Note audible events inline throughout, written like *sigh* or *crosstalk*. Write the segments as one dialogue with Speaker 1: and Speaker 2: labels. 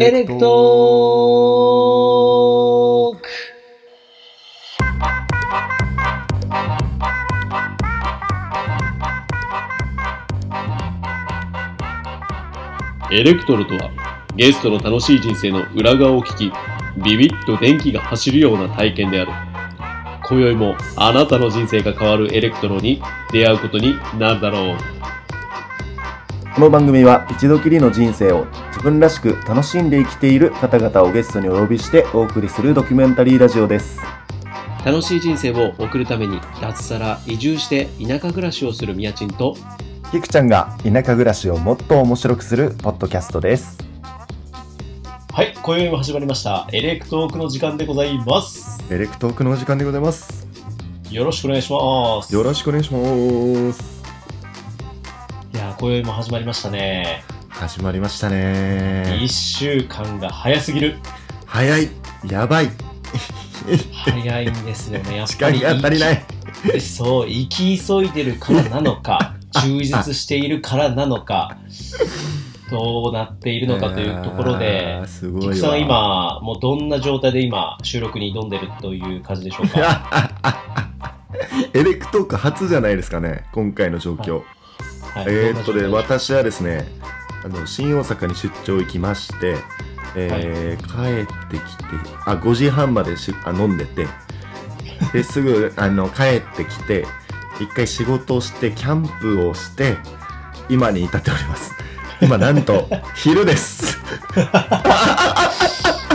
Speaker 1: エレクトーク
Speaker 2: エレクトロとはゲストの楽しい人生の裏側を聞きビビッと電気が走るような体験である今宵もあなたの人生が変わるエレクトロに出会うことになるだろう
Speaker 3: この番組は一度きりの人生を自分らしく楽しんで生きている方々をゲストにお呼びしてお送りするドキュメンタリーラジオです。
Speaker 2: 楽しい人生を送るために脱サラ移住して田舎暮らしをするみやちんと
Speaker 3: キクちゃんが田舎暮らしをもっと面白くするポッドキャストです。
Speaker 2: はい今宵も始まりましたエレクトークの時間でございます
Speaker 3: エレクトークのお時間でございます。
Speaker 2: よろしくお願いします
Speaker 3: よろしくお願いします。
Speaker 2: いや今宵も始まりましたね
Speaker 3: 始まりました
Speaker 2: 1
Speaker 3: ね。
Speaker 2: 週間が早すぎる
Speaker 3: 早い。やばい。
Speaker 2: 早いんですよねやっ
Speaker 3: 時
Speaker 2: ぱり
Speaker 3: 間が足りない。
Speaker 2: そう、生き急いでるからなのか、充実しているからなのか、どうなっているのかというところで
Speaker 3: あー、すごい
Speaker 2: 菊
Speaker 3: わ。
Speaker 2: 池さん、今、もうどんな状態で今、収録に挑んでるという感じでしょうか。
Speaker 3: *laughs* エレクトーク初じゃないですかね。今回の状況。
Speaker 2: はい
Speaker 3: えーっとね、
Speaker 2: どんな状態
Speaker 3: 私はですね、あの、新大阪に出張行きまして、えー帰ってきて、あ、5時半までしあ飲んで
Speaker 2: *laughs*
Speaker 3: て、で、すぐ、あの、帰ってきて、一回仕事をして、キャンプをして、今に至っております。今、なんと、
Speaker 2: *laughs*
Speaker 3: 昼です。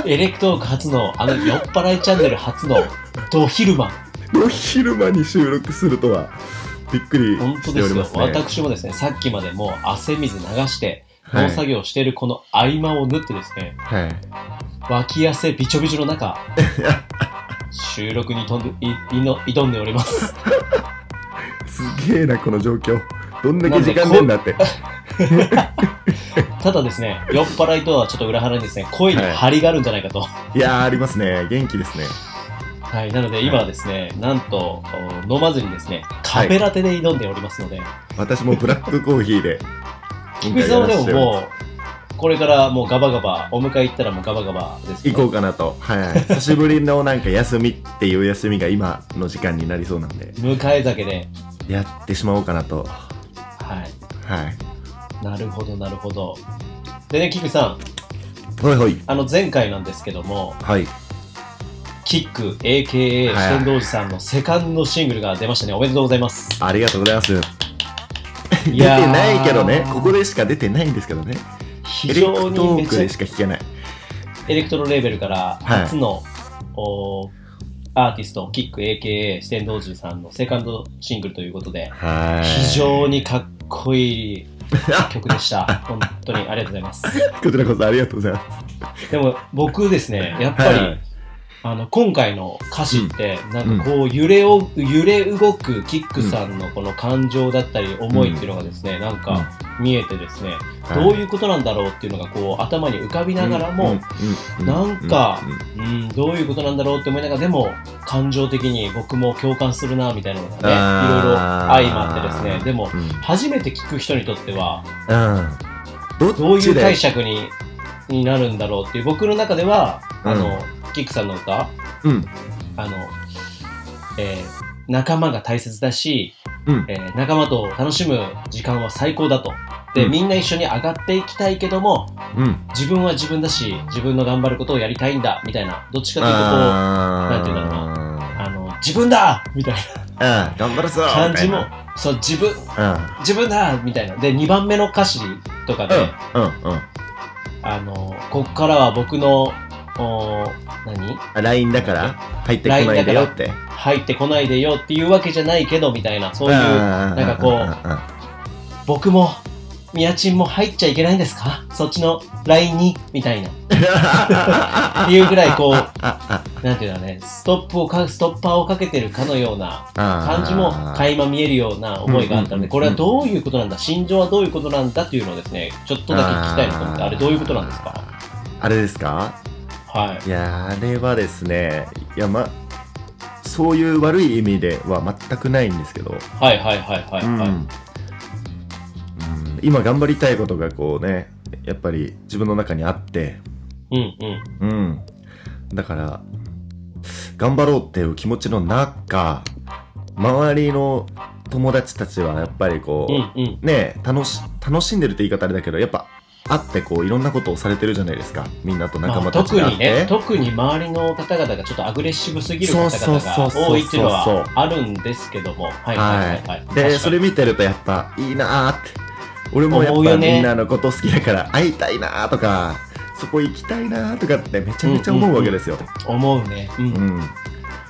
Speaker 2: エレクトーク初の、あの、酔っ払いチャンネル初の、ド昼間。
Speaker 3: お昼間に収録するとは、びっくり
Speaker 2: 本当
Speaker 3: し
Speaker 2: で
Speaker 3: てお
Speaker 2: す
Speaker 3: り
Speaker 2: よ。
Speaker 3: ますね。
Speaker 2: 私もですね、さっきまでもう汗水流して、
Speaker 3: はい
Speaker 2: 農作業しているこの合間を縫ってですね、
Speaker 3: はい。
Speaker 2: 脇汗びちょびちょの中収録に挑んでいいの挑んでおります
Speaker 3: すげえな、この状況。どんだけ時間ねえんだって。
Speaker 2: ただですね酔っ払いとはちょっと裏腹にですね声に張りがあるんじゃないかとはい、
Speaker 3: いやー、ありますね。元気ですね。
Speaker 2: なので今はですね、なんとお飲まずにですねカフェラテで挑んでおりますので、
Speaker 3: 私もブラックコーヒーで
Speaker 2: 菊池さんはでももうこれからもうガバガバお迎え行ったらもうガバガバですけ
Speaker 3: 行
Speaker 2: ど
Speaker 3: こうかなと、はい、久しぶりのなんか休みっていう休みが今の時間になりそうなんで
Speaker 2: 迎え酒で
Speaker 3: やってしまおうかなとは
Speaker 2: はい
Speaker 3: い
Speaker 2: なるほどなるほどでね菊池さん
Speaker 3: ほいほい
Speaker 2: あの前回なんですけども
Speaker 3: はい
Speaker 2: キック AKA
Speaker 3: はい
Speaker 2: 四天王寺さんのセカンドシングルが出ましたねおめでとうございます
Speaker 3: ありがとうございます出
Speaker 2: い
Speaker 3: て
Speaker 2: やー
Speaker 3: ないけどねここでしか出てないんですけどね
Speaker 2: 非
Speaker 3: エレク
Speaker 2: 常に
Speaker 3: ト
Speaker 2: め
Speaker 3: ーク
Speaker 2: ちゃ
Speaker 3: でしか聞けない
Speaker 2: エレクトロレーベルから
Speaker 3: はい
Speaker 2: 初の、おーアーティストキック AKA 四天王寺さんのセカンドシングルということで
Speaker 3: はい
Speaker 2: 非常にかっこいい曲
Speaker 3: *laughs*
Speaker 2: でした本当にありがとうございます
Speaker 3: こちらこそありがとうございます
Speaker 2: でも僕ですねやっぱり、
Speaker 3: はい
Speaker 2: あの今回の歌詞って、なんかこう揺れを揺れ動くキックさんのこの感情だったり思いっていうのがですね、なんか見えてですね、どういうことなんだろうっていうのがこう頭に浮かびながらも、
Speaker 3: うんうん
Speaker 2: なんか
Speaker 3: うんうん
Speaker 2: うんどういうことなんだろうって思いながらでも感情的に僕も共感するなみたいなのがねいろいろ
Speaker 3: あー
Speaker 2: 相まってですねでも
Speaker 3: うん
Speaker 2: 初めて聞く人にとっては
Speaker 3: うん
Speaker 2: どう
Speaker 3: どっ
Speaker 2: い
Speaker 3: ち
Speaker 2: う
Speaker 3: で
Speaker 2: 解釈にになるんだろうっていう僕の中では、あのキックさんの歌
Speaker 3: うん
Speaker 2: あの、えー仲間が大切だし、
Speaker 3: うん
Speaker 2: えー仲間と楽しむ時間は最高だと。で、
Speaker 3: うん
Speaker 2: みんな一緒に上がっていきたいけども、
Speaker 3: うん
Speaker 2: 自分は自分だし、自分の頑張ることをやりたいんだ、みたいな、どっちかというとこう、あ
Speaker 3: あ
Speaker 2: なんていうんだろうの、自分だみたい
Speaker 3: なうん頑張るぞ
Speaker 2: な感じも
Speaker 3: み、
Speaker 2: そう、自分、
Speaker 3: たいな
Speaker 2: 自分だみたいな。で、2番目の歌詞とかで、
Speaker 3: うんうんうん
Speaker 2: あの、こっからは僕の、お何
Speaker 3: あ LINE だから入ってこないでよって
Speaker 2: 入ってこないでよっていうわけじゃないけど、みたいな、そういう、
Speaker 3: なん
Speaker 2: かこう僕も、みやちんも入っちゃいけないんですかそっちの LINE にみたいな。
Speaker 3: *laughs*
Speaker 2: っていうぐらいこうなんていうのね、ストップをか、ストッパーをかけてるかのような感
Speaker 3: 感
Speaker 2: じも垣間見えるような思いがあったので、
Speaker 3: うん
Speaker 2: これはどういうことなんだ心情はどういうことなんだっていうのをですね、ちょっとだけ聞きたいなと思って、あれどういうことなんですか
Speaker 3: あれですか
Speaker 2: はい
Speaker 3: やあれはですねいやまそういう悪い意味では全くないんですけど
Speaker 2: い。はいはいはいはい、
Speaker 3: うん
Speaker 2: はい
Speaker 3: うん今頑張りたいことがこうねやっぱり自分の中にあって
Speaker 2: うんうん。
Speaker 3: うん。だから、頑張ろうっていう気持ちの中、周りの友達たちはやっぱりこう、
Speaker 2: うんうん。
Speaker 3: ねえ楽し、楽しんでるって言い方あれだけど、やっぱ、会ってこう、いろんなことをされてるじゃないですか。みんなと仲
Speaker 2: まあ
Speaker 3: 間たち
Speaker 2: 特
Speaker 3: が会
Speaker 2: に
Speaker 3: って。
Speaker 2: ね、特に周りの方々がちょっとアグレッシブすぎる方
Speaker 3: そうそうそう
Speaker 2: 々
Speaker 3: そう
Speaker 2: が多いっていうの
Speaker 3: そうそう
Speaker 2: はあるんですけども、はいはいはいはい。
Speaker 3: で、
Speaker 2: 確かに
Speaker 3: それ見てるとやっぱ、いいなーって。俺もや
Speaker 2: 思
Speaker 3: っ
Speaker 2: う
Speaker 3: ぱ
Speaker 2: よね
Speaker 3: みんなのこと好きだから、会いたいなーとか、そこ行きたいなーとかってめちゃめちゃ思うわけですよ。
Speaker 2: 思うね。うん。うん
Speaker 3: うん、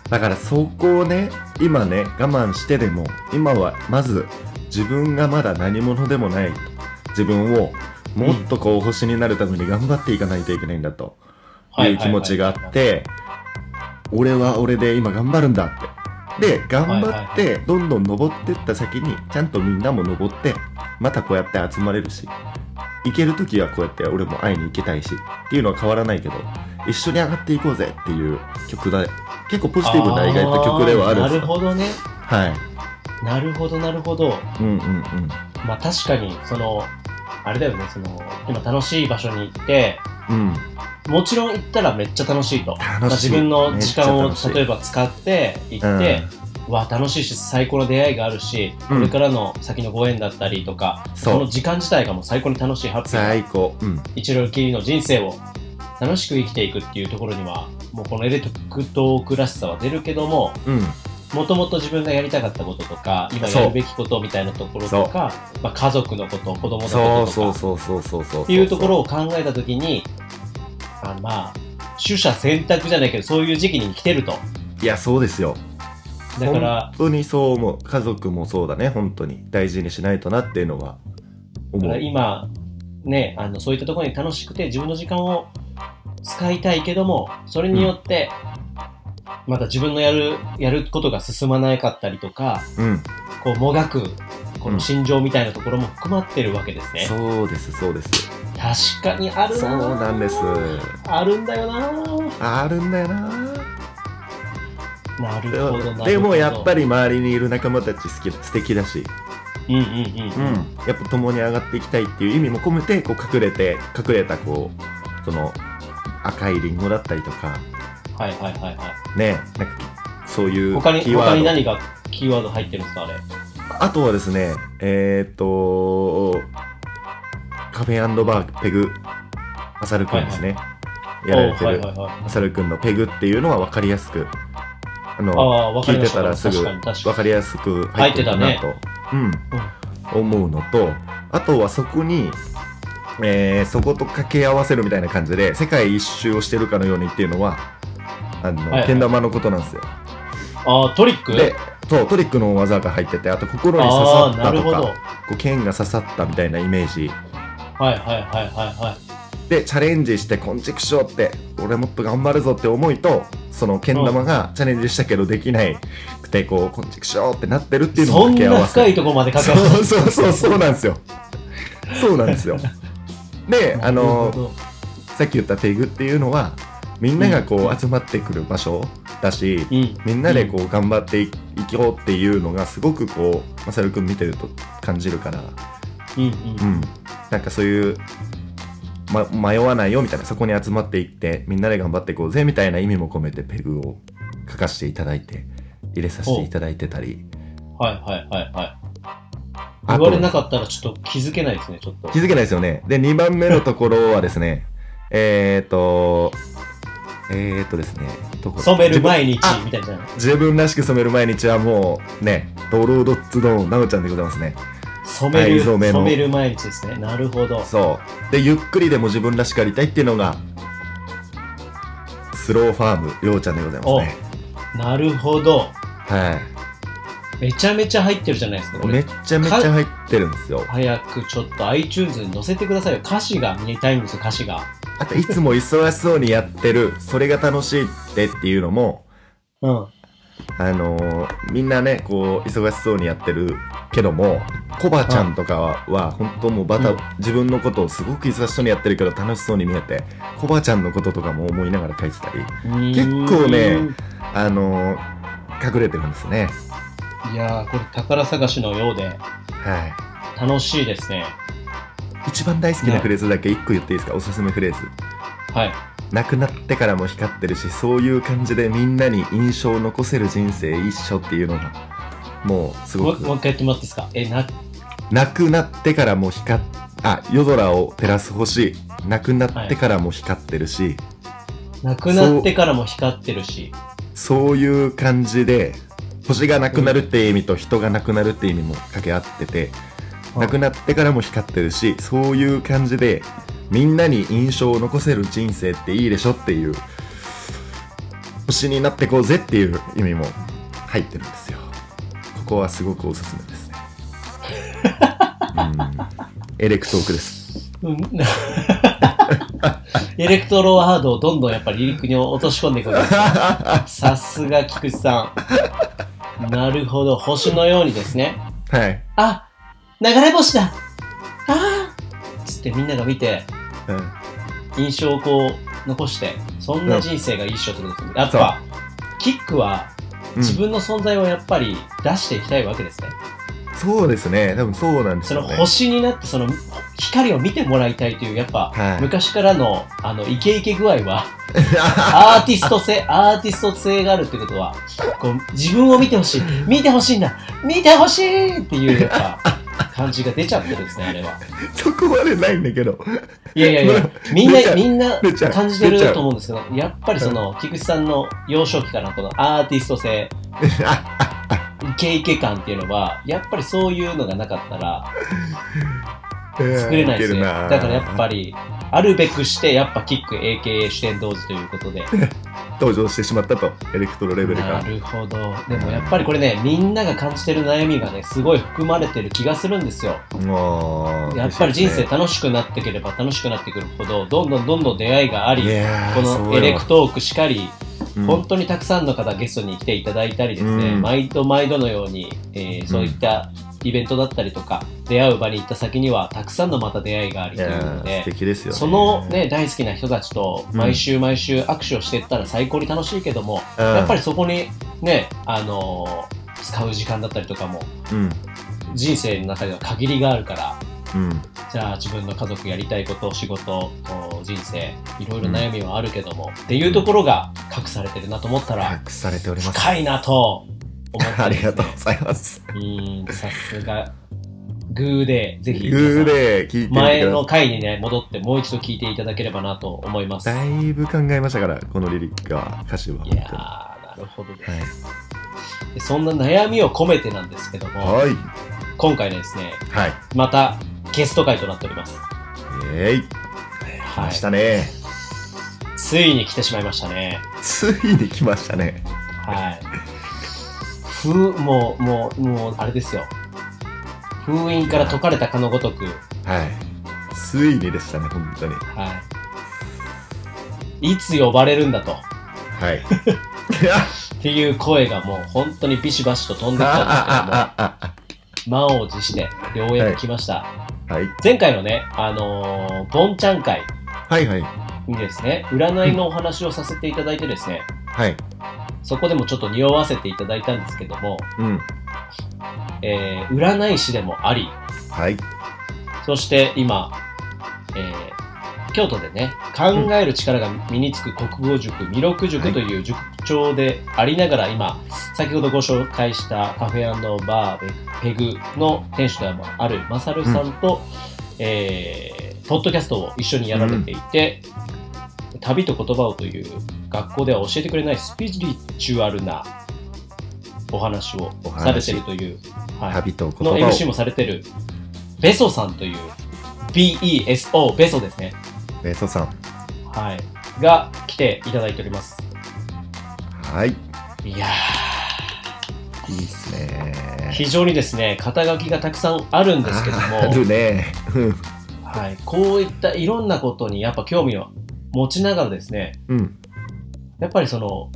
Speaker 3: だからそこをね今ね我慢してでも今はまず自分がまだ何者でもない自分をもっとこう星になるために頑張っていかないといけないんだと
Speaker 2: はい
Speaker 3: いう気持ちがあっ。て俺は俺で今頑張るんだってで頑張ってどんどん登ってった先にちゃんとみんなも登ってまたこうやって集まれるし行ける時はこうやって俺も会いに行きたいしっていうのは変わらないけど一緒に上がっていこうぜっていう曲だ結構ポジティブな意外と曲ではあるん
Speaker 2: な
Speaker 3: です
Speaker 2: る
Speaker 3: よ
Speaker 2: ほどね。
Speaker 3: はい
Speaker 2: なるほど、なるほど。
Speaker 3: うんうんうん
Speaker 2: まあ確かに、その、あれだよね、その、今楽しい場所に行って、
Speaker 3: うん
Speaker 2: もちろん行ったらめっちゃ楽しいと。まあ
Speaker 3: 楽しい
Speaker 2: 自分の時間
Speaker 3: め
Speaker 2: を
Speaker 3: っちゃ楽しい
Speaker 2: 例えば使って行って、わあ楽しいし最高の出会いがあるし、
Speaker 3: うん
Speaker 2: これからの先のご縁だったりとか
Speaker 3: そう
Speaker 2: その時間自体がもう最高に楽しいハッピーな
Speaker 3: 最高うん
Speaker 2: 一度きりの人生を楽しく生きていくっていうところにはもうこのエレクトークらしさは出るけども
Speaker 3: うん
Speaker 2: もともと自分がやりたかったこととか今
Speaker 3: そう
Speaker 2: やるべきことみたいなところとか、まあ、家族のこと子供のこと
Speaker 3: そう
Speaker 2: とか
Speaker 3: そうそうそうそうそう
Speaker 2: っていうところを考えたときに、あまあ、取捨選択じゃないけど、そういう時期に来てると。
Speaker 3: いやそうですよ
Speaker 2: だから
Speaker 3: 本、当にそう思う家族もそうだね本当に大事にしないとなっていうのは
Speaker 2: だ
Speaker 3: 思
Speaker 2: から
Speaker 3: う
Speaker 2: 今、ね、あの、そういったところに楽しくて、自分の時間を使いたいけども、それによって、また自分のやる、やることが進まなかったりとか、
Speaker 3: うん
Speaker 2: こう、もがく、こ
Speaker 3: うん
Speaker 2: の心情みたいなところも含まってるわけですね。
Speaker 3: そうですそうです
Speaker 2: 確かにある
Speaker 3: そう
Speaker 2: なぁ
Speaker 3: なんです
Speaker 2: あるんだよなぁ
Speaker 3: あるんだよな
Speaker 2: なるほど、なるほど。
Speaker 3: でもやっぱ
Speaker 2: り、
Speaker 3: り周りにいる仲間たち好き素敵だし、
Speaker 2: うんうんうん。
Speaker 3: やっぱ共に上がっていきたいっていう意味も込めてこう隠れて隠れたこうその赤いリンゴだったりとか
Speaker 2: はいはいはいはい。
Speaker 3: ねなんかそういう
Speaker 2: 他に
Speaker 3: キーワ
Speaker 2: 他に
Speaker 3: ード
Speaker 2: 何がキーワード入ってるんですかあれ
Speaker 3: あとはですねえー、っとカフェバーペグマサルくんですね、やられてる、
Speaker 2: おうはいはいはい、
Speaker 3: マサルくんのペグっていうのは分かりやすくあの
Speaker 2: ああ分か
Speaker 3: 聞
Speaker 2: り
Speaker 3: い
Speaker 2: ま
Speaker 3: て
Speaker 2: した
Speaker 3: たらすぐ
Speaker 2: 確かに確
Speaker 3: 分
Speaker 2: かに
Speaker 3: かりやすく入ってたなと、うん、思うのとあとはそこに、えーそこと掛け合わせるみたいな感じで世界一周をしてるかのようにっていうのはあの、
Speaker 2: はいはい
Speaker 3: けん玉のことなんですよ。
Speaker 2: ああトリック
Speaker 3: でそうトリックの技が入っててあと心に刺
Speaker 2: あ
Speaker 3: さ
Speaker 2: あ
Speaker 3: っ
Speaker 2: な
Speaker 3: た
Speaker 2: る
Speaker 3: と
Speaker 2: ほどはい
Speaker 3: かこう剣が刺さったみたいなイメージ
Speaker 2: はいはいはいはい
Speaker 3: でチャレンジして「こんちくしょう」って俺もっと頑張るぞって思いとそのけん玉がチャレンジしたけどできないくてこう「こんちくしょう」ってなってるっていうのを
Speaker 2: そん
Speaker 3: 掛け合
Speaker 2: な
Speaker 3: わせ
Speaker 2: 深いところまでかかる
Speaker 3: そうそうそうそうなんですよそうなんですよで *laughs* あ
Speaker 2: なるほ
Speaker 3: の
Speaker 2: ど
Speaker 3: さっき言ったペグっていうのはみんながこう集まってくる場所だし、
Speaker 2: うん
Speaker 3: みんなでこう頑張っていきようっていうのがすごくこうまさるくん見てると感じるから
Speaker 2: うんうん
Speaker 3: うんなんかそういう、ま、迷わないよみたいなそこに集まっていってみんなで頑張っていこうぜみたいな意味も込めてペグを書かせていただいて入れさせていただいてたり
Speaker 2: はいはいはいはい
Speaker 3: あ
Speaker 2: 言
Speaker 3: と
Speaker 2: われなかったらちょっと気づけないですねちょっと
Speaker 3: 気づけないですよね。で、2番目のところはですね、 *laughs* えーと、えーとですね、どこだ
Speaker 2: 染める毎日
Speaker 3: あ
Speaker 2: みたいじゃない
Speaker 3: 自分自分らしく染める毎日はもうね、ドロードッツのなおちゃんでございますね。
Speaker 2: 染める
Speaker 3: 藍染めの
Speaker 2: 染める毎日ですねなるほど
Speaker 3: そう。で、ゆっくりでも自分らしくありたいっていうのが、スローファーム、りょうちゃんでございますね。
Speaker 2: なるほど
Speaker 3: は
Speaker 2: めちゃめちゃ入ってるじゃないですか
Speaker 3: い。
Speaker 2: こ
Speaker 3: め
Speaker 2: れ
Speaker 3: っちゃめちゃ入ってるんですよ。
Speaker 2: 早くちょっと iTunes に載せてくださいよ歌詞が見たいんですよ歌詞が
Speaker 3: あと、いつも忙しそうにやってる、それが楽しいってっていうのも、
Speaker 2: うん
Speaker 3: あのーみんなねこう忙しそうにやってるけどもコバちゃんとかはは本当もうバタ、
Speaker 2: うん
Speaker 3: 自分のことをすごく忙しそうにやってるけど楽しそうに見えてコバちゃんのこととかも思いながら書いてたり、
Speaker 2: 結
Speaker 3: 構ねあのー隠れてるんですね
Speaker 2: いやーこれ宝探しのようで
Speaker 3: はい
Speaker 2: 楽しいですね
Speaker 3: 一番大好きなフレーズだけ一個言っていいですかおすすめフレーズ
Speaker 2: はい
Speaker 3: 亡くなってからも光ってるしそういう感じでみんなに印象を残せる人生一緒っていうのがもうす
Speaker 2: も
Speaker 3: ご
Speaker 2: う
Speaker 3: く
Speaker 2: もう一回やってもらっていいですかえな
Speaker 3: 亡くなってからも光っあ夜空を照らす星亡くなってからも光ってるし、
Speaker 2: なくなってからも光ってるし
Speaker 3: そういう感じで星がなくなるって意味と人がなくなるって意味も掛け合ってて、
Speaker 2: はい
Speaker 3: なくなってからも光ってるしそういう感じでみんなに印象を残せる人生っていいでしょっていう星になってこうぜっていう意味も入ってるんですよここはすごくおすすめです
Speaker 2: *laughs*
Speaker 3: ねうんエレクトークです
Speaker 2: うん
Speaker 3: *laughs*
Speaker 2: エレクトロワードをどんどんやっぱりリリックに落とし込んでいくるさすが菊池さんなるほど星のようにですね
Speaker 3: はい、
Speaker 2: あ流れ星だあーつってみんなが見て
Speaker 3: うん、
Speaker 2: 印象をこう残してそんな人生が一緒ってことですねやっぱキックは自分の存在をやっぱり出していきたいわけですね、
Speaker 3: そうですね多分そうなんです
Speaker 2: その
Speaker 3: よね
Speaker 2: 星になってその光を見てもらいたいというやっぱ
Speaker 3: はい
Speaker 2: 昔からのあのイケイケ具合
Speaker 3: *laughs*
Speaker 2: はアーティスト性アーティスト性があるってことはこう自分を見てほしい見てほしいんだ見てほしいっていうやっぱ
Speaker 3: *laughs*
Speaker 2: 感じが出ちゃってるんですねあれは
Speaker 3: そこまでないんだけど
Speaker 2: いやいやいやみん
Speaker 3: 出ちゃ
Speaker 2: な
Speaker 3: う
Speaker 2: みんな
Speaker 3: 出ちゃう
Speaker 2: 感じてると思うんですけどやっぱりその菊池さんの幼少期からのこのアーティスト性イケイケ感っていうのはやっぱりそういうのがなかったら作れないですね。だからやっぱ
Speaker 3: り
Speaker 2: り、あるべくして、やっぱキック AKA 主典同時ということで。
Speaker 3: 登場してしまったとエレクトロレベル
Speaker 2: な
Speaker 3: が
Speaker 2: るほど。でもやっぱりこれね、みんなが感じてる悩みがね、すごい含まれてる気がするんですよ。
Speaker 3: もう
Speaker 2: やっぱり人生
Speaker 3: 嬉し
Speaker 2: 楽しくなってければ楽しくなってくるほど、どんどんどんどん出会いがあ
Speaker 3: いですねい
Speaker 2: り、
Speaker 3: やー
Speaker 2: こ
Speaker 3: そう
Speaker 2: の
Speaker 3: よ
Speaker 2: エレクトークしかり、
Speaker 3: うん
Speaker 2: 本当にたくさんの方ゲストに来ていただいたりですね、
Speaker 3: うん
Speaker 2: 毎度毎度のように、えーそういったイベントだったりとか、出会う場に行った先には、たくさんのまた出会いがあり
Speaker 3: い
Speaker 2: とい
Speaker 3: や
Speaker 2: うの
Speaker 3: ー
Speaker 2: で
Speaker 3: 素、敵ですよ
Speaker 2: そのね、大好きな人たちと
Speaker 3: うん
Speaker 2: 毎週毎週握手をしていったら最高に楽しいけども、
Speaker 3: うん
Speaker 2: やっぱりそこにね、あのー使う時間だったりとかも
Speaker 3: うん
Speaker 2: 人生の中では限りがあるから、
Speaker 3: うん
Speaker 2: じゃあ自分の家族やりたいこと、仕事、こう人生、いろいろ悩みはあるけども、っていうところが隠されてるなと思ったら、
Speaker 3: 隠されております
Speaker 2: 深いなと思っ
Speaker 3: *laughs*
Speaker 2: た
Speaker 3: あ
Speaker 2: り
Speaker 3: り
Speaker 2: で
Speaker 3: が
Speaker 2: すね、
Speaker 3: とうございます
Speaker 2: うーん、さすが、グーデー、ぜひ皆さん、
Speaker 3: 幽霊聞いてみてください
Speaker 2: 前の回にね、戻ってもう一度聞いていただければなと思います。
Speaker 3: だいぶ考えましたからこのリリックは歌詞は本
Speaker 2: い
Speaker 3: 当に
Speaker 2: やー、なるほどね、
Speaker 3: はい
Speaker 2: でそんな悩みを込めてなんですけども、
Speaker 3: はい
Speaker 2: 今回ですね、
Speaker 3: はい
Speaker 2: またゲスト会となっております。
Speaker 3: えい来
Speaker 2: は
Speaker 3: ました
Speaker 2: い、
Speaker 3: ね
Speaker 2: ついに来てしまいましたね。
Speaker 3: ついに来ましたね
Speaker 2: はい。ふもう、もう、もう、あれですよ。封印から解かれたかのごとく、
Speaker 3: はいついにでしたね本当に
Speaker 2: はい。いつ呼ばれるんだと。
Speaker 3: はい
Speaker 2: っていう声がもう本当にビシバシと
Speaker 3: *laughs*
Speaker 2: 飛んできたんです
Speaker 3: あああ
Speaker 2: けども、満を持して、ようやく来ました。
Speaker 3: あはい
Speaker 2: 前回のね、あのー、ボンちゃん会
Speaker 3: はいはい
Speaker 2: にですね、占いのお話をさせていただいてですね、
Speaker 3: はい
Speaker 2: そこでもちょっと匂わせていただいたんですけども、
Speaker 3: うん
Speaker 2: えー、占い師でもあり、
Speaker 3: はい
Speaker 2: そして今、えー、京都でね、考える力が身につく国語塾、弥勒塾という塾長でありながら、今、先ほどご紹介したカフェバーペグの店主でもあるマサルさんと、えーポッドキャストを一緒にやられていて、旅と言葉をという学校では教えてくれないスピリチュアルなお話を
Speaker 3: お話
Speaker 2: されてるという、はい
Speaker 3: 旅と言
Speaker 2: の
Speaker 3: 葉
Speaker 2: MC
Speaker 3: を
Speaker 2: もされてるベソさんという BESO ベソですね、
Speaker 3: ベソさん
Speaker 2: はい、が来ていただいております
Speaker 3: はいい
Speaker 2: いや
Speaker 3: いです
Speaker 2: ー
Speaker 3: ね
Speaker 2: 非常にですね肩書きがたくさんあるんですけども、
Speaker 3: あるねうん
Speaker 2: はい、こういったいろんなことにやっぱ興味を持ちながらですね
Speaker 3: うん
Speaker 2: やっぱりその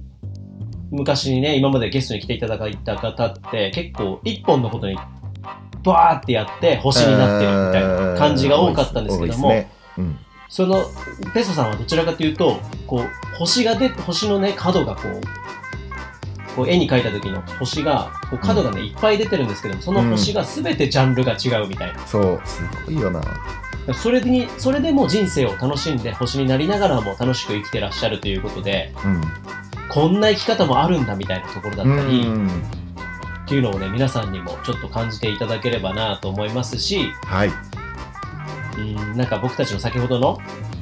Speaker 2: 昔にね今までゲストに来ていただいた方って結構一本のことにバーってやって星になってるみたいな
Speaker 3: な
Speaker 2: 感じが多かったんですけども
Speaker 3: うん
Speaker 2: そのペソさんはどちらかというとこう星が出星のね角がこうこう絵に描いた時の星がこう角がね、いっぱい出てるんですけどもその星が全てジャンルが違うみたいな、
Speaker 3: そうすごいよな
Speaker 4: それに、それでも人生を楽しんで、星になりながらも楽しく生きてらっしゃるということで、こんな生き方もあるんだみたいなところだっ
Speaker 5: う
Speaker 4: たり、
Speaker 5: ん。
Speaker 4: っていうのをね、皆さんにもちょっと感じていただければなと思いますし、
Speaker 5: はい。
Speaker 4: うん、なんか僕たちの先ほどの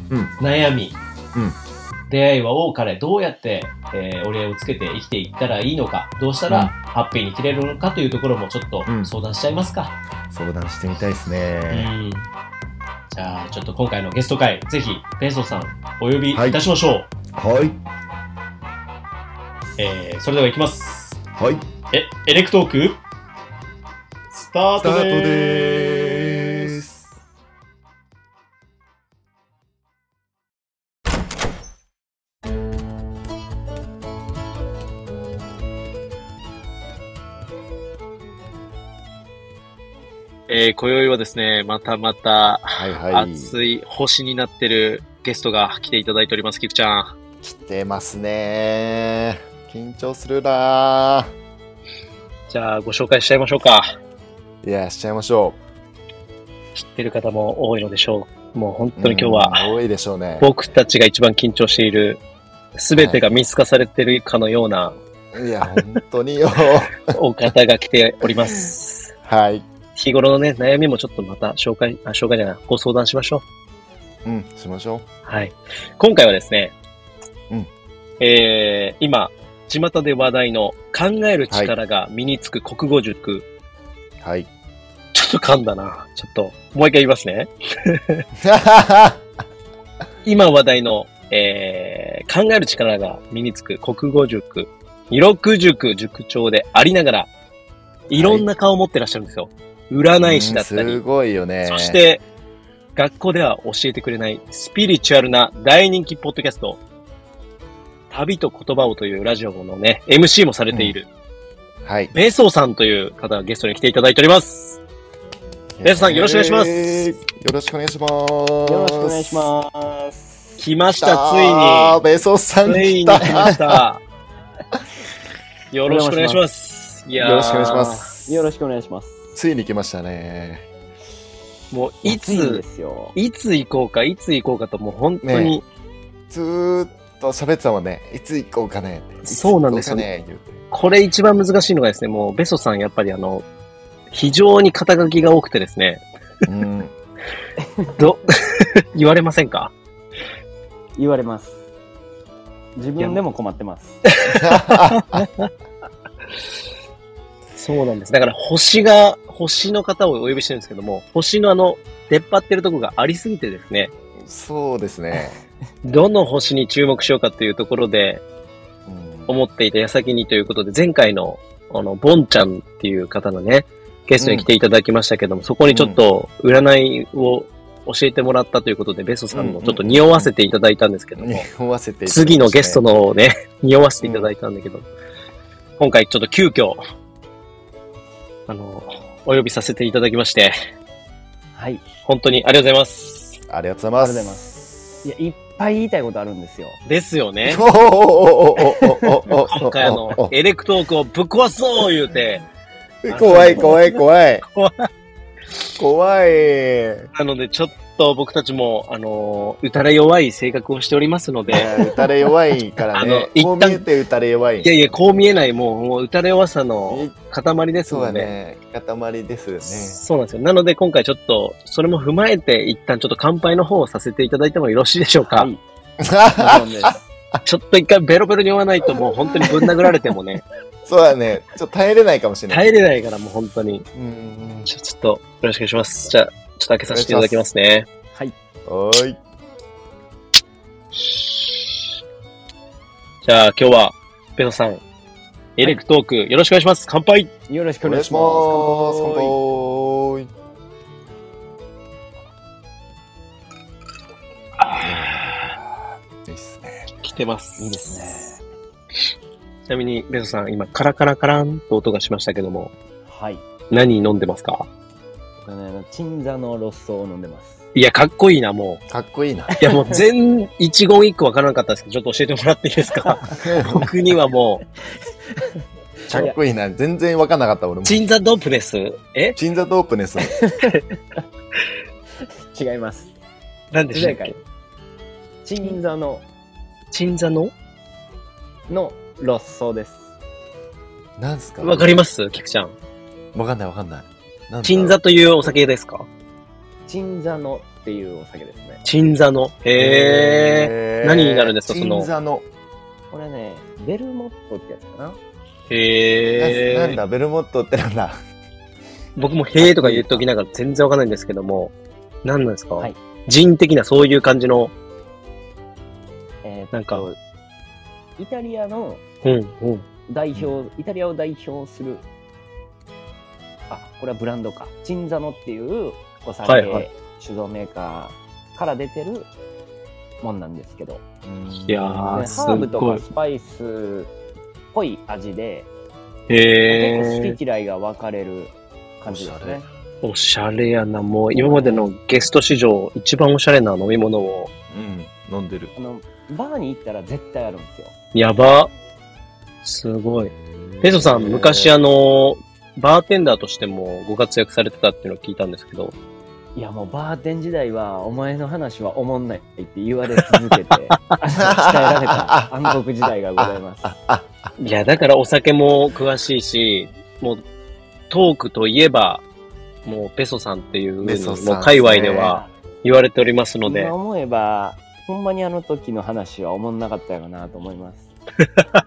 Speaker 5: うん
Speaker 4: 悩み、
Speaker 5: うん
Speaker 4: 出会いは多かれ、どうやって、えー折り合いをつけて生きていったらいいのか、どうした
Speaker 5: うん
Speaker 4: らハッピーに生きれるのかというところもちょっと
Speaker 5: うん
Speaker 4: 相談しちゃいますか。
Speaker 5: 相談してみたいです
Speaker 4: うん
Speaker 5: ね。
Speaker 4: じゃあ、ちょっと今回のゲスト会、ぜひ、ペンソーさん、お呼びいたしましょう。
Speaker 5: はい。
Speaker 4: えーそれでは行きます。
Speaker 5: はい。
Speaker 4: え、エレクトーク、スター
Speaker 5: ス
Speaker 4: ト
Speaker 5: タート
Speaker 4: でー
Speaker 5: でー
Speaker 4: す。
Speaker 5: す。
Speaker 2: えー、今宵はですね、またまた
Speaker 3: はいはい。
Speaker 2: 熱い星になってるゲストが来ていただいております、キクちゃん。
Speaker 3: 来てますね。緊張するな。
Speaker 2: じゃあご紹介しちゃいましょうか。
Speaker 3: いや、しちゃいましょ
Speaker 2: 知ってる方も多いのでしょう。もう本
Speaker 3: う。
Speaker 2: 当に今日は
Speaker 3: うん多いでしょうね。
Speaker 2: 僕たちが一番緊張している、すべてが見透かされてるかのようない
Speaker 3: や、本当に
Speaker 2: *laughs*
Speaker 3: よ。
Speaker 2: お方が来てお
Speaker 3: *laughs*
Speaker 2: ります。
Speaker 3: はい。
Speaker 2: 日頃のね、悩みもちょっとまた紹介、あ、紹介じゃない、ご相談しましょう。
Speaker 3: うん、しましょ
Speaker 2: はい。今回はですね、
Speaker 3: うん
Speaker 2: えー、今、巷で話題の考える力が身につく国語塾、
Speaker 3: う。はい。
Speaker 2: ちょっと噛んだな。ちょっと、もう一回言いますね。今話題の、えー、考える力が身につく国語塾、二六塾塾長でありながら、いろんな顔を持ってらっしゃるんですよ。占い師だった
Speaker 3: うんす
Speaker 2: り、
Speaker 3: ごいよね。
Speaker 2: そし、て、学校では教えてくれないスピリチュアルな大人気ポッドキャスト、旅と言葉をというラジオのね、MC もされている、
Speaker 3: はい。
Speaker 2: ベソーさんという方がゲストに来ていただいております。皆さんよろしくお願いします
Speaker 3: えーよろしくお願いします。
Speaker 1: よろしくお願いします。
Speaker 2: 来まし
Speaker 3: す
Speaker 2: た、ついに。
Speaker 3: ベソさん
Speaker 2: ついに
Speaker 3: 来
Speaker 2: 来ま
Speaker 3: た。
Speaker 2: した。 *laughs* よろしくお願いします。いやー
Speaker 3: よろしくお願いします。
Speaker 1: よろしくお願いします。
Speaker 3: ついに来ましたね。
Speaker 2: もうい
Speaker 1: 暑んで
Speaker 2: つ、
Speaker 1: すよ。
Speaker 2: いつ行こうか、いつ行こうかと、もう本当に、
Speaker 3: ずーっと喋ってたもんね。いつ行こうかねって。
Speaker 2: そうなんですよ
Speaker 3: いつ行こうかね言うて
Speaker 2: これ一番難しいのがですね、もうベソさんやっぱりあの、非常に肩書きが多くてですね、
Speaker 3: うん、
Speaker 2: ど、 *laughs* 言われませんか
Speaker 1: 言われます。自分でも困ってます。
Speaker 2: そうなんです。だから星が、星の方をお呼びしてるんですけども、星のあの、出っ張ってるとこがありすぎてですね、
Speaker 3: そうですね。
Speaker 2: どの星に注目しようかっていうところで、
Speaker 3: うん
Speaker 2: *laughs* 思っていた矢先にということで、前回の、あの、ボンちゃんっていう方のね、ゲストに来ていただきましたけども、そこにちょっと占いを教えてもらったということで、ベストさんもちょっと匂わせていただいたんですけども、
Speaker 3: 匂わせていただきましたね
Speaker 2: 次のゲストのね、匂わせていただいたんだけど、今回ちょっと急遽、あの、お呼びさせていただきまして、
Speaker 1: はい。
Speaker 2: 本当にありがとうございます。
Speaker 3: ありがとうご
Speaker 1: あり
Speaker 3: ざ
Speaker 1: がとうござ
Speaker 3: い
Speaker 1: い
Speaker 3: ま
Speaker 1: ますいや、いっぱい言いたいことあるんですよ。
Speaker 2: ですよね。
Speaker 3: 今
Speaker 2: 今回あ *laughs* の、エレクトークをぶっ壊そう言うて、
Speaker 3: 怖い怖い怖い
Speaker 2: 怖い
Speaker 3: 怖い
Speaker 2: なので、ちょっと僕たちも、あのー打たれ弱い性格をしておりますの
Speaker 3: い
Speaker 2: で、
Speaker 3: や打たれ弱いから
Speaker 2: あの
Speaker 3: ね
Speaker 2: 一旦
Speaker 3: こう見えて打たれ弱い
Speaker 2: いやいや、こう見えない、もう、もう打たれ弱さの塊です
Speaker 3: そう
Speaker 2: の
Speaker 3: だ
Speaker 2: で、
Speaker 3: ね塊ですよね
Speaker 2: そうなんですよ。なので、今回ちょっと、それも踏まえて、一旦ちょっと乾杯の方をさせていただいてもよろしいでしょう
Speaker 1: は
Speaker 2: か。
Speaker 1: い。もちろんです。
Speaker 2: ちょっと一回ベロベロに言わないと、もう本当にぶん殴られてもね、
Speaker 3: そうだねちょっと耐えれないかもしれない
Speaker 2: 耐えれないから、もう本当に。
Speaker 3: うん
Speaker 2: ちょちょっと、よろしくお願いします。じゃあ、ちょっと開けさせていただきますね。
Speaker 3: おーい
Speaker 2: じゃあ、今日は、ペソさん、エレクトーク、よろしくお願いします。乾杯
Speaker 1: よろしく
Speaker 3: お
Speaker 1: お
Speaker 3: 願
Speaker 1: 願
Speaker 3: い
Speaker 1: い
Speaker 3: し
Speaker 1: し
Speaker 3: ま
Speaker 1: ますす。
Speaker 3: 乾
Speaker 1: 乾杯
Speaker 3: 杯いいっすね
Speaker 2: 来てます。
Speaker 1: いいですね。
Speaker 2: ちなみに、ベソさん、今、カラカラカランと音がしましたけども、
Speaker 1: はい。
Speaker 2: 何飲んでますか
Speaker 1: 僕ねあの鎮座のロッソを飲んでます。
Speaker 2: いや、かっこいいな、もう。
Speaker 3: かっこいいない
Speaker 2: や、もう全、一言一句わからなかったですけど、ちょっと教えてもらっていいですか
Speaker 6: *laughs*
Speaker 2: 僕にはも
Speaker 3: かっこいいな全然わかんなかった俺
Speaker 2: う、
Speaker 3: も
Speaker 2: チンザドープです。え
Speaker 3: チンザドープネス
Speaker 1: 違います。
Speaker 2: なんで
Speaker 1: 地
Speaker 2: したっ
Speaker 1: 代
Speaker 2: け
Speaker 1: 会。鎮座の、
Speaker 2: 鎮座の
Speaker 1: のロッソです。
Speaker 6: なんすか
Speaker 2: わかります菊ちゃん。
Speaker 6: わかんないわかんない。なんだろう
Speaker 2: 鎮座というお酒ですか
Speaker 1: 鎮座のっていうお酒ですね。
Speaker 2: 鎮座の。へえ。
Speaker 6: へ
Speaker 2: 何になるんですかその
Speaker 6: 鎮座の。
Speaker 1: これね、ベルモットってやつかな。
Speaker 6: な
Speaker 2: へ
Speaker 6: ん
Speaker 2: え。
Speaker 6: だ、ベルモットってなんだ。
Speaker 2: 僕もへえとか言っときながら全然わかんないんですけども、何なんですか
Speaker 1: はい
Speaker 2: 人的なそういう感じの、
Speaker 1: えーっと
Speaker 2: なんか、
Speaker 1: イタリアの
Speaker 2: うん、うん。
Speaker 1: 代表、イタリアを代表する、あ、これはブランドか。鎮座のっていうお酒、
Speaker 2: はいはい
Speaker 1: 酒造メーカーから出てるもんなんですけど、
Speaker 2: いや
Speaker 1: ね
Speaker 2: ー、す
Speaker 1: ハーブと
Speaker 2: ご
Speaker 1: か
Speaker 2: い。
Speaker 1: スパイスっぽい味で、
Speaker 2: へ
Speaker 1: 結構好
Speaker 2: え。
Speaker 1: き嫌いが分かれる感じですね。
Speaker 2: おしゃれやな、もう今までのゲスト史上一番おしゃれな飲み物を、
Speaker 6: うん、飲んでる。
Speaker 1: あのバーに行ったら絶対あるんですよ。
Speaker 2: やば。すごい。ペソさん、昔あの、バーテンダーとしてもご活躍されてたっていうのを聞いたんですけど、
Speaker 1: いやもうバーテン時代はお前の話はおもんないって言われ続
Speaker 2: *laughs*
Speaker 1: けて鍛えられた暗黒時代がございます。
Speaker 2: いや、だからお酒も詳しいし、もうトークといえば、もうペソさんっていう、
Speaker 6: ペソさんですね
Speaker 2: もう界隈では言われておりますので
Speaker 1: 今、思えばほんまにあの時の話はおもんなかったよなと思います。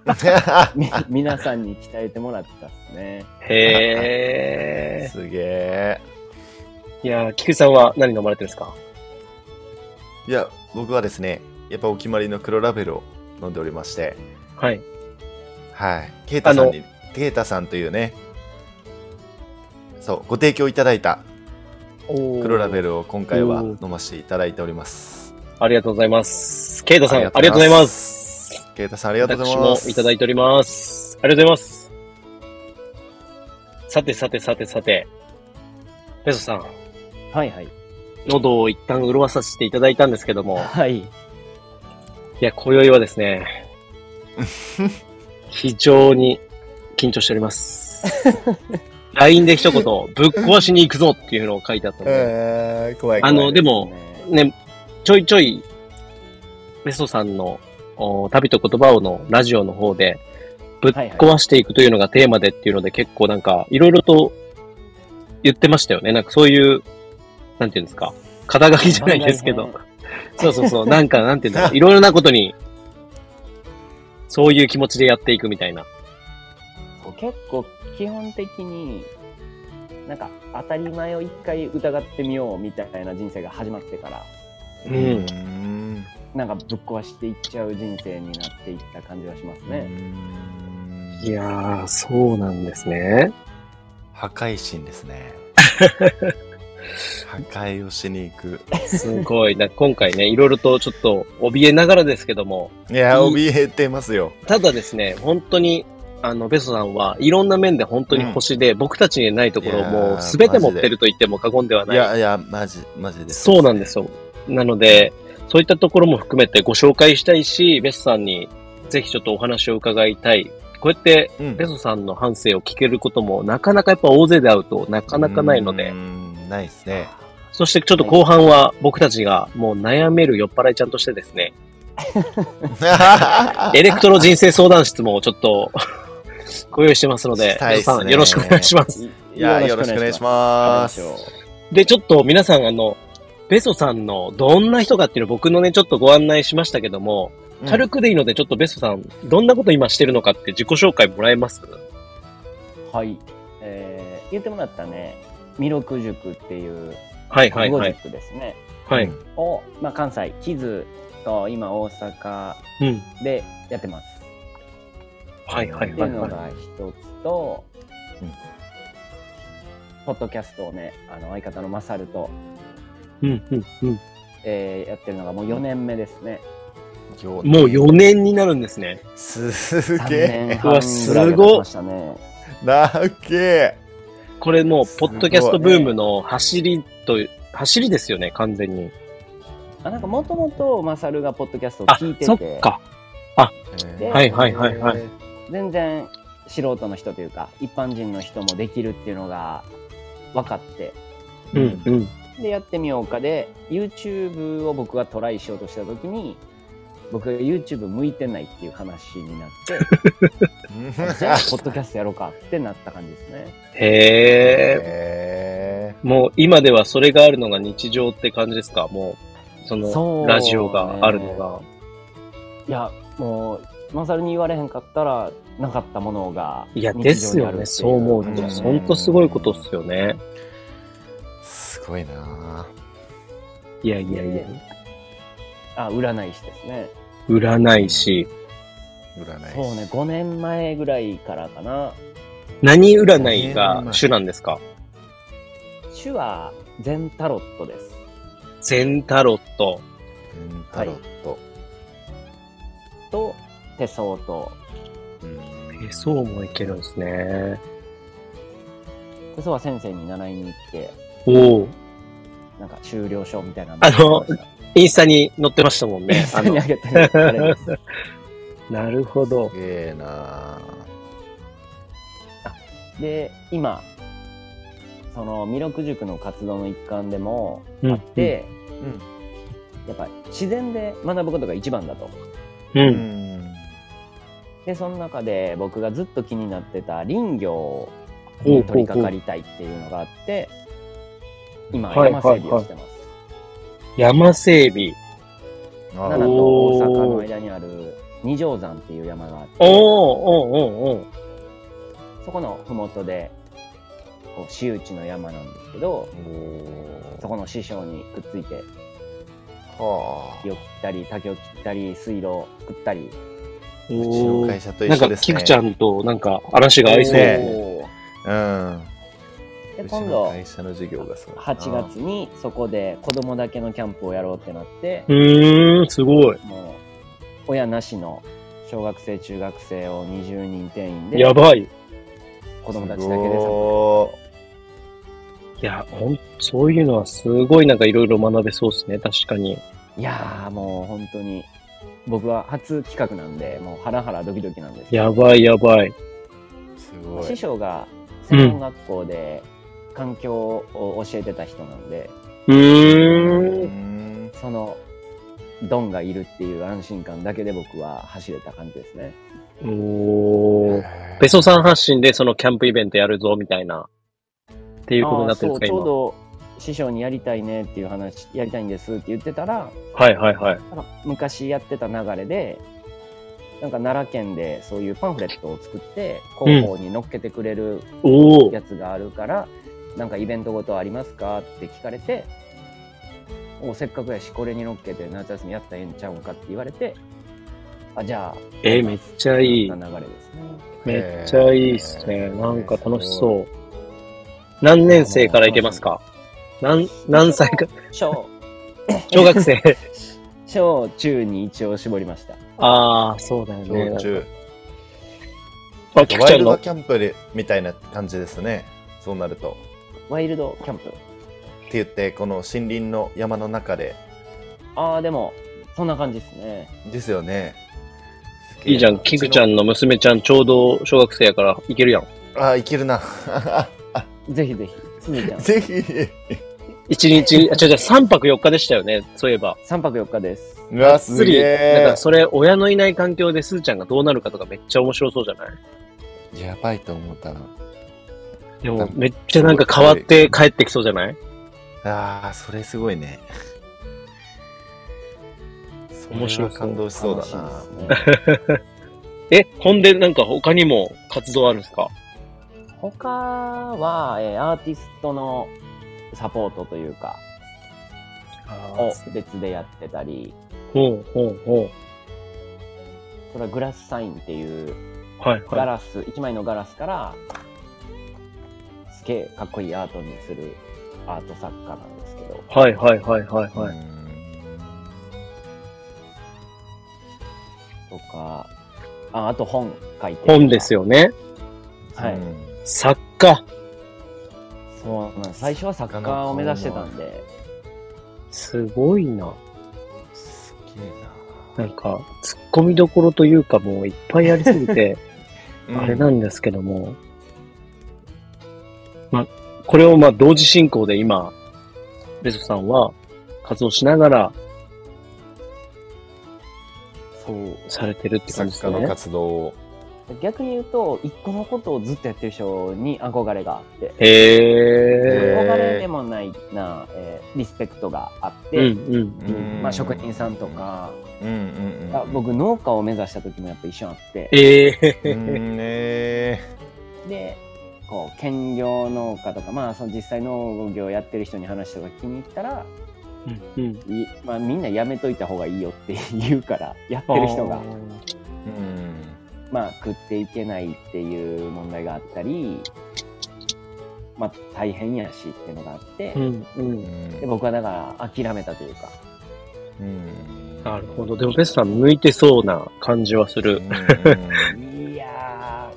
Speaker 2: *laughs*
Speaker 1: み皆さんに鍛えてもらったっすね。
Speaker 2: へ
Speaker 6: *laughs* すげえ。
Speaker 2: ー。いや、菊池さんは何飲まれてるんですか
Speaker 6: いや、僕はですね、やっぱお決まりの黒ラベルを飲んでおりまして、
Speaker 2: はい。
Speaker 6: はい。ケイタさんに、ケイタさんというね、そう、ご提供いただいた黒ラベ
Speaker 2: ル。
Speaker 6: ルを今回は
Speaker 2: おー
Speaker 6: 飲ませていただいております。
Speaker 2: ありがとうございます。ケイトさん、ありが
Speaker 6: あり
Speaker 2: と
Speaker 6: が
Speaker 2: う
Speaker 6: と
Speaker 2: ご
Speaker 6: うござい
Speaker 2: ざいま。
Speaker 6: ますケイタさん、ありがとうございま
Speaker 2: 私
Speaker 6: す。
Speaker 2: もいただいております。ありがとうございます。さてさてさてさて、ペソさん、
Speaker 1: はいはい。
Speaker 2: 喉を一旦潤わさせていただいたんですけど
Speaker 1: *laughs*
Speaker 2: も、
Speaker 1: はい。
Speaker 2: いや、今宵はですね、非常に緊張しております。LINE で一言、ぶっ壊しに行くぞっていうのを書いてあったので、
Speaker 6: えー、怖い怖い。
Speaker 2: あの、でも、
Speaker 1: ね
Speaker 2: ね、ちょいちょい、ベソさんの、お旅と言葉をのラジオの方で、ぶっ壊していくというのがテーマでっていうので、結構なんか、いろいろと言ってましたよね。なんかそういう、なんていうんですか、肩書きじゃないですけど
Speaker 1: 番、
Speaker 2: そうそう *laughs* そう、なんか、なんていうんだろう、いろいろなことに、そういう気持ちでやっていくみたいな。
Speaker 1: そう結構基本的になんか当たり前を一回疑ってみようみたいな人生が始まってから
Speaker 6: う
Speaker 2: うん
Speaker 6: ーん。
Speaker 1: なんかぶっ壊していっちゃう人生になっていった感じはしますね。
Speaker 2: いやー、そうなんですね。
Speaker 6: 破壊神です
Speaker 2: *laughs*
Speaker 6: ね。破壊をしに行く。
Speaker 2: すごい。な今回ね、いろいろとちょっと怯えながらですけども、
Speaker 6: いや、怯えてますよ。
Speaker 2: ただですね、本当に、あの、ベソさんはいろんな面で本当に星で、僕たちにないところを
Speaker 6: い
Speaker 2: も
Speaker 6: や
Speaker 2: う
Speaker 6: ー
Speaker 2: 全て持ってると言っても過言ではいない。
Speaker 6: やいや、マジ、マジです。
Speaker 2: そうなんですよ。なので、そういったところも含めてご紹介したいし、ベソさんにぜひちょっとお話を伺いたい。こうやって、
Speaker 6: うん。
Speaker 2: ベソさんの反省を聞けることもなかなかやっぱ大勢で会うとなかなかないの
Speaker 6: う
Speaker 2: で
Speaker 6: ー、ん。ないですね。
Speaker 2: そしてちょっと後半は僕たちがもう悩める酔っ払いちゃんとしてですね、
Speaker 6: *laughs*
Speaker 2: エレクトロ人生相談室もちょっと *laughs* ご用意してますので、
Speaker 6: したいっすね
Speaker 2: 皆さんよろしくお願いします。 *laughs*
Speaker 6: いや、よろしくお願いし
Speaker 1: す。
Speaker 6: ま。
Speaker 1: 頑張りますしょ
Speaker 2: で、ちょっと皆さんあの、ベソさんのどんな人かっていうのを僕のね、ちょっとご案内しましたけども、軽くでいいのでちょっとベソさん、どんなこと今してるのかって自己紹介もらえます
Speaker 1: うはい、えー言ってもらったね弥勒塾っていう
Speaker 2: はいはい
Speaker 1: 国語
Speaker 2: はい。
Speaker 1: 塾ですね、
Speaker 2: はい。
Speaker 1: を、まあ、関西木津と今大阪
Speaker 2: うん。
Speaker 1: でやってます。
Speaker 2: はいはい
Speaker 1: ってい
Speaker 2: はいう
Speaker 1: の
Speaker 2: はい。
Speaker 1: が一つと、
Speaker 6: うん
Speaker 1: ポッドキャストをねあの相方のマサルと、
Speaker 2: うんうんうん。
Speaker 1: えーやってるのがもう4年目ですね。
Speaker 6: も
Speaker 2: もう4年になるんですね。
Speaker 6: す
Speaker 1: 3
Speaker 6: げ
Speaker 1: 年
Speaker 6: え。
Speaker 1: 半ぐらいが経ちましたね。
Speaker 6: なっけえ。
Speaker 2: これもう、ポッドキャストブームの走りと、走りですよね、完全に。
Speaker 1: あなんかもともとマサルがポッドキャストを
Speaker 2: あ
Speaker 1: 聞い、て
Speaker 2: そってか。
Speaker 1: で
Speaker 2: はいはいはいはい。
Speaker 1: 全然素人の人というか一般人の人もできるっていうのが分かって
Speaker 2: うんうん。
Speaker 1: でやってみようかで YouTube を僕がトライしようとした時に僕が YouTube 向いてないっていう話になってじゃあポッドキャストやろうかってなった感じですね
Speaker 2: へえ。
Speaker 6: へ
Speaker 2: もう今ではそれがあるのが日常って感じですかもう、そ
Speaker 1: そう
Speaker 2: の
Speaker 1: ね
Speaker 2: ラジオがあるのが。
Speaker 1: いやもうマサルに言われへんかったらなかったものが
Speaker 2: いや、ですよね。
Speaker 1: 日
Speaker 2: そう
Speaker 1: 常に
Speaker 2: 思
Speaker 1: あるって
Speaker 2: う
Speaker 1: い
Speaker 2: と、
Speaker 6: ん
Speaker 2: ほんとすごいことっすよね。
Speaker 6: ーすごいなぁ
Speaker 2: いやいやいや。
Speaker 1: あ占い師ですね
Speaker 2: 占い師。
Speaker 6: 占い師
Speaker 1: そうね5年前ぐらいからかな
Speaker 2: 何占いが主なんですか
Speaker 1: 手話全タロットです
Speaker 2: 全タロット。
Speaker 6: うんタロット、
Speaker 1: と手相と
Speaker 6: うん
Speaker 2: え、そうもいけるんですね。
Speaker 1: 手相は先生に習いに行って
Speaker 2: おお。
Speaker 1: なんか修了証みたいな
Speaker 2: あのインスタに載ってましたもん *laughs* ね。
Speaker 1: 下にあげてるあれです
Speaker 2: あのなるほど
Speaker 6: す。げえなぁ
Speaker 2: *laughs*
Speaker 1: で今その弥勒塾の活動の一環でも
Speaker 2: うん
Speaker 1: あって、
Speaker 6: ん
Speaker 1: やっぱ自然で学ぶことが一番だと
Speaker 2: う。
Speaker 6: うんん
Speaker 1: でその中で僕がずっと気になってた林業を
Speaker 2: ほうほうほう
Speaker 1: 取り掛かりたいっていうのがあって今
Speaker 2: はい
Speaker 1: 山整備をしてます、
Speaker 2: 山整備。
Speaker 6: あ
Speaker 1: 奈良
Speaker 6: ー
Speaker 1: と大阪の
Speaker 2: おー
Speaker 1: 間にある二条山っていう山があって
Speaker 2: おおおーおーおー
Speaker 1: そこの麓でこう私有地の山なんですけど
Speaker 6: お
Speaker 1: そこの師匠にくっついて
Speaker 6: ーは
Speaker 1: 木を切ったり竹を切ったり水路を作ったり
Speaker 6: あうちの会社と一
Speaker 2: なん
Speaker 6: 緒
Speaker 2: か、
Speaker 6: です
Speaker 2: キ
Speaker 6: ね
Speaker 2: クちゃんとなんか話が合いそうですね。
Speaker 6: うん
Speaker 1: で
Speaker 6: うち
Speaker 1: 今
Speaker 6: の
Speaker 1: 度
Speaker 6: 会社の授業がそうだな
Speaker 1: 8月にそこで子供だけのキャンプをやろうってなって
Speaker 2: う、ーん、すごい。
Speaker 1: もう親なしの小学生中学生を20人定員で
Speaker 2: やばい。い
Speaker 1: 子供たちだけです
Speaker 6: ご
Speaker 2: や、ほん、そういうのはすごいなんかいろいろ学べそうですね。確かに。
Speaker 1: いやーもう本当に僕は初企画なんでもうハラハラドキドキなんですけど
Speaker 2: やばいやばい。
Speaker 6: いすごい
Speaker 1: 師匠が専門学校で環境を教えてた人なんで、
Speaker 2: う
Speaker 6: う
Speaker 2: ーん。
Speaker 6: ん
Speaker 1: そのドンがいるっていう安心感だけで僕は走れた感じですね
Speaker 2: おー。
Speaker 6: へー
Speaker 2: ベソさん発信でそのキャンプイベントやるぞ、みたいな。っていうことになってるんです
Speaker 1: あーそ
Speaker 2: か、
Speaker 1: うち
Speaker 2: 今。
Speaker 1: ょうど師匠にやりたいねっていう話やりたいんですって言ってたら
Speaker 2: はいはいはい。
Speaker 1: なんか昔やってた流れでなんか奈良県でそういうパンフレットを作って広報に載っけてくれる
Speaker 2: おお。
Speaker 1: やつがあるから、なんかイベントごとありますかって聞かれておせっかくやしこれに乗っけて夏休みやったらええんちゃうんかって言われてあじゃあ
Speaker 2: えーめっちゃいい
Speaker 1: なった流れですね
Speaker 2: めっちゃいいっすね。なんか楽しそう。何年生からいけますか何、何歳か、
Speaker 1: 小
Speaker 2: *laughs* 小学生。
Speaker 1: *laughs* 小中に一応絞りました
Speaker 2: ああ、そうだよね
Speaker 6: 小。中
Speaker 2: あ、菊
Speaker 6: ワ
Speaker 2: ち
Speaker 6: イ
Speaker 2: ゃん
Speaker 6: ルド
Speaker 2: の。
Speaker 6: キャンプでみたいな感じですねそうなると
Speaker 1: ワイルドキャンプ
Speaker 6: って言ってこの森林の山の中で
Speaker 1: ああでもそんな感じですね
Speaker 6: ですよねすげえ
Speaker 2: いいじゃん。菊ちゃんの娘ちゃんちょうど小学生やからいけるやん。
Speaker 6: あいけるな *laughs*
Speaker 1: ぜひぜひ続いて
Speaker 2: *laughs*
Speaker 6: ぜひ
Speaker 2: 一日、あ、違う違う、3泊4日でしたよね。そういえば。
Speaker 1: 3泊4日です
Speaker 6: うわ
Speaker 2: す
Speaker 6: す
Speaker 2: り
Speaker 6: げ
Speaker 2: だから
Speaker 6: え
Speaker 2: それ、親のいない環境ですーちゃんがどうなるかとかめっちゃ面白そうじゃない
Speaker 6: やばいと思ったな
Speaker 2: でも、めっちゃなんか変わって帰ってきそうじゃない
Speaker 6: あーそれすごいねそれは
Speaker 2: 面白そう
Speaker 6: 感動しそうだな
Speaker 1: 楽しいですね
Speaker 2: え、ほんでなんか他にも活動あるんですか
Speaker 1: 他は、えーアーティストのサポートというかを別でやってたり
Speaker 2: ほうほうほ
Speaker 1: それはグラスサインっていう
Speaker 2: う。はい
Speaker 1: ガ
Speaker 2: は
Speaker 1: ラス、一枚のガラスからすげえかっこいいアートにするアート作家なんですけど
Speaker 2: い。はいはいはいはいはい。
Speaker 1: とかああと本書いて
Speaker 2: 本ですよね。
Speaker 1: はい、
Speaker 6: うん
Speaker 2: 作家。
Speaker 1: そうなんです最初は作家を目指してたんで、
Speaker 2: すごいな。
Speaker 6: すげえ
Speaker 2: なんか、突っ込みどころというかもういっぱいありすぎて。
Speaker 6: な
Speaker 2: あれなんですけども、まあ、これをまあ同時進行で今、ベソさんは活動しながら、そう、されてるって感じで
Speaker 6: 作
Speaker 2: す
Speaker 6: 家の
Speaker 2: ね。
Speaker 6: 活動を。
Speaker 1: 逆に言うと、一個のことをずっとやってる人に憧れがあって、
Speaker 2: へ
Speaker 6: へ
Speaker 2: ー。
Speaker 6: ー
Speaker 1: 憧れでもないな、えーリスペクトがあって、
Speaker 2: うんうん。
Speaker 6: うん
Speaker 1: まあ、職人さんと。か、
Speaker 6: うんうんうん。
Speaker 1: あ僕、農家を目指した時もやっぱ一緒あって、
Speaker 2: ええ
Speaker 6: うんねえ。
Speaker 1: で、こう、兼業農家とか、まあ、その実際農業やってる人に話とか気に入ったら、
Speaker 2: うんうん。
Speaker 1: いまあ、みんなやめといた方がいいよって言うから、やってる人が。
Speaker 6: うん。
Speaker 1: まあ、食っていけないっていう問題があったり、まあ、大変やしっていうのがあって、
Speaker 2: うんうん。
Speaker 1: で僕はだから諦めたというか、
Speaker 6: うん。
Speaker 2: なるほど。でも、ベスさん向いてそうな感じはす
Speaker 6: う
Speaker 2: る。
Speaker 6: んうん
Speaker 1: いや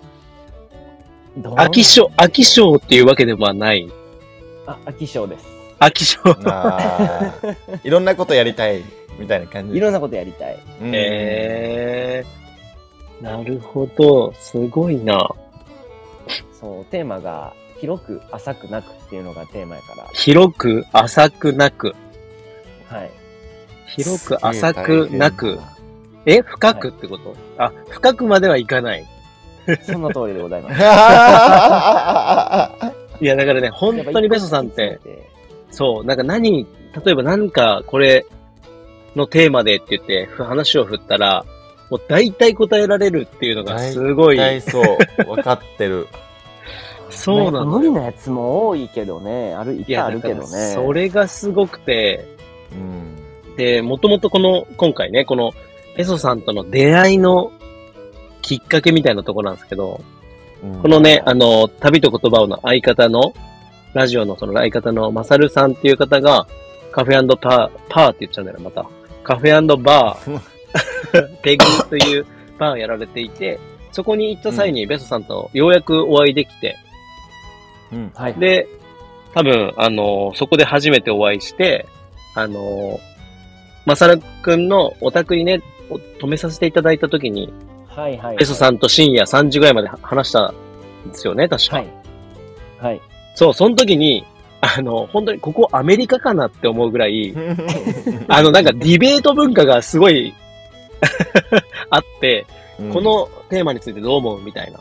Speaker 1: ー、どう
Speaker 2: 飽き性、飽き性っていうわけではない。
Speaker 1: あ、飽き性です。
Speaker 2: 飽き性。
Speaker 6: あーいろんなことやりたいみたいな感じ。
Speaker 1: いろんなことやりたい。
Speaker 6: うん
Speaker 2: えー。なるほど。すごいな。
Speaker 1: そう、テーマが広く浅くなくっていうのがテーマやか
Speaker 2: 広く、浅くなく。
Speaker 1: ら、
Speaker 2: *laughs*
Speaker 1: はい。
Speaker 2: 広く、浅くなく。。え深くってこと、あ、深くまではいかない。
Speaker 1: その通りでございま
Speaker 2: *laughs*
Speaker 1: す。
Speaker 6: あ
Speaker 2: いや、だからね、本当にベソさんって、、そう、なんか何、例えばなんかこれのテーマでって言って、ふ話を振ったら、もう大体答えられるっていうのがすご
Speaker 6: ー
Speaker 2: い、
Speaker 6: 大そう。分かってる。
Speaker 2: そうなの
Speaker 1: 無理
Speaker 2: よ。
Speaker 1: なやつも多いけどね、ある、いっぱいあるけど
Speaker 2: だから
Speaker 1: ね。
Speaker 2: それがすごくて、
Speaker 6: うん。
Speaker 2: で、もともとこの、今回ね、この、ペソさんとの出会いのきっかけみたいなとこなんですけど、このね、あの、旅と言葉をの相方の、ラジオのその相方のマサルさんっていう方が、カフェパー、パーって言っちゃうんだよな、また。カフェバー、ペグというバーをやられていて、そこに行った際にベソさんとようやくお会いできて、
Speaker 6: うん。
Speaker 1: はい。
Speaker 2: で、多分、あの、そこで初めてお会いして、あの、マサルくんのお宅にね、お泊めさせていただいた時に、
Speaker 1: はいはいはい。
Speaker 2: ベソさんと深夜3時ぐらいまで話したんですよね、確か。
Speaker 1: はい。はい。
Speaker 2: そう、その時に、あの、本当にここアメリカかなって思うぐらい、あの、なんかディベート文化がすごい *laughs* あって、
Speaker 6: うん
Speaker 2: こ、のテーマについてどう思うみたいな。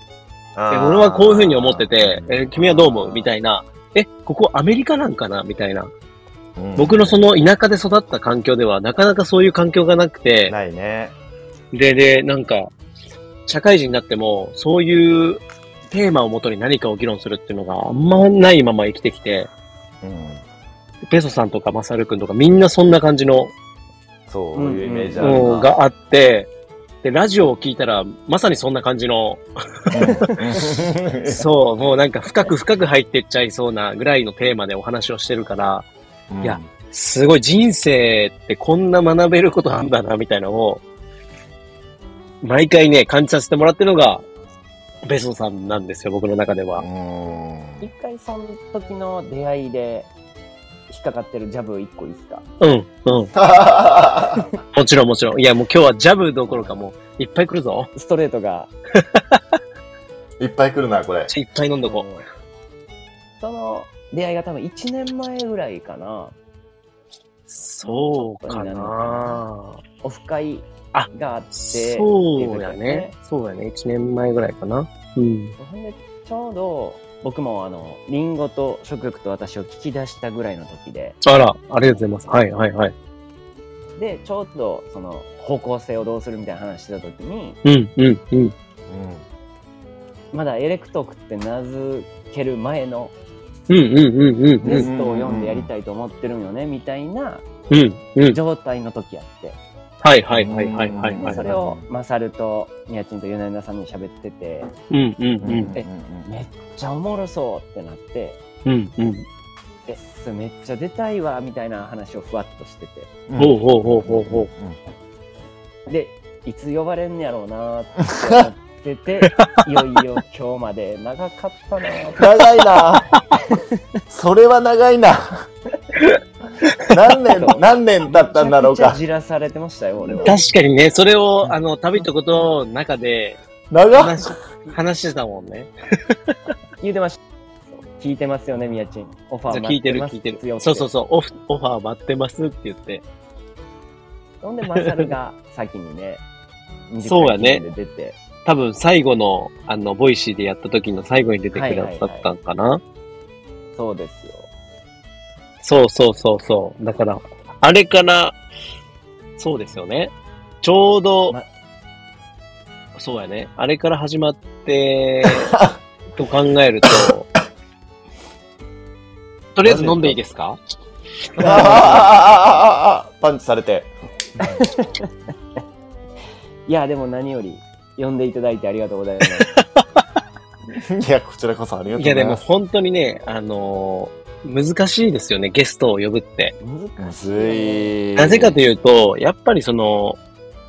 Speaker 2: え
Speaker 6: 俺
Speaker 2: 俺はこういうふうに思ってて、え君はどう思うみたいな。え、ここアメリカなんかなみたいな。僕のその田舎で育った環境では、なかなかそういう環境がなくて、
Speaker 6: ないね。
Speaker 2: で、で、なんか、社会人になっても、そういうテーマをもとに何かを議論するっていうのがあんまないまま生きてきて、
Speaker 6: うん。
Speaker 2: ペソさんとかマサルくんとかみんなそんな感じの
Speaker 6: そういうイメージある
Speaker 2: うん
Speaker 6: な。
Speaker 2: があって、で、ラジオを聞いたら、まさにそんな感じの、そう、もうなんか深く深く入ってっちゃいそうなぐらいのテーマでお話をしてるから、
Speaker 6: うん
Speaker 2: いや、すごい人生ってこんな学べることあんだな、みたいなのを、毎回ね、感じさせてもらってるのが、ベソさんなんですよ、僕の中では。
Speaker 6: うん
Speaker 1: 一回その時の出会いで引っかかってるジャブ一個いいですか
Speaker 2: うん、うん。もちろんもちろん。いや、もう今日はジャブどころかもう、いっぱい来るぞ。
Speaker 1: ストレートが。
Speaker 6: いっぱい来るな、これ。
Speaker 2: いっぱい飲んどこう。
Speaker 1: うんその出会いが多分1年前ぐらいかな。
Speaker 2: そうかな
Speaker 1: オフ会
Speaker 2: あ
Speaker 1: があって。
Speaker 2: そうやね。そうやね。1年前ぐらいかな。うん。
Speaker 1: ほんで、ちょうど僕もあの、リンゴと食欲と私を聞き出したぐらいの時で、
Speaker 2: あら、ありがとうございます。はいはいはい。
Speaker 1: で、ちょうどその方向性をどうするみたいな話してた時に、
Speaker 2: うんうんうん。
Speaker 1: まだエレクトークって名付ける前の
Speaker 2: うんうんうんうんう
Speaker 1: ゲ
Speaker 2: ん。
Speaker 1: ストを読んでやりたいと思ってるんよね、みたいな
Speaker 2: うんうん。
Speaker 1: 状態の時やって、
Speaker 2: はいはいはいはいはい
Speaker 6: うん
Speaker 2: はい
Speaker 1: そ。れをマサルとミヤチンとユナユナさんに喋ってて、
Speaker 2: うんうん
Speaker 6: うん。
Speaker 2: うん
Speaker 1: えめっちゃおもろそうってなって、
Speaker 2: うんうん。
Speaker 1: え、それめっちゃ出たいわ、みたいな話をふわっとしてて。
Speaker 6: うん
Speaker 2: ほうほうほうほうほ
Speaker 1: で、いつ呼ばれんねやろうなーって思って
Speaker 2: *laughs*
Speaker 1: て、いよいよ今日まで長かったなーって
Speaker 6: 長いなそれは長いな何
Speaker 2: *laughs*
Speaker 6: 年何年だったんだろう
Speaker 1: めちゃく
Speaker 6: か
Speaker 1: ちゃじらされてましたよ、俺
Speaker 2: う。
Speaker 1: は。
Speaker 2: 確かにね、それを、あの、旅とことの中で
Speaker 6: 長っ
Speaker 2: *laughs* 話し、話してたもんね。
Speaker 1: 言うてまし聞いてますよね、みやちん。オファー
Speaker 2: 聞いてる
Speaker 1: 待
Speaker 2: 聞いて
Speaker 1: ますよっ
Speaker 2: る。そうそうそう、オフ、オファー待ってますって言って。
Speaker 1: ほんで、マサルが先にね、20
Speaker 2: *laughs* そうやね
Speaker 1: 回記念で出て、
Speaker 2: 多分最後の、あの、ボイシーでやった時の最後に出てくださったんかな、
Speaker 1: そうですよ。
Speaker 2: そうそうそうそう。だから、あれから、そうですよね。ちょうど、
Speaker 1: ま
Speaker 2: そうやね。あれから始まって、と考えると、とりあえず飲んでいいですか
Speaker 3: あああああああパンチされて。
Speaker 1: いや、でも何より、呼んでいただいてありがとうございます。
Speaker 3: いや、こちらこそありがとう
Speaker 2: い
Speaker 3: ござ
Speaker 2: やで
Speaker 3: いま
Speaker 2: も
Speaker 3: す。
Speaker 2: 本当にね、あのー難しいですよね、ゲストを呼ぶって。 *laughs*
Speaker 1: 難しい。
Speaker 3: むずい。
Speaker 2: なぜかというと、やっぱりその、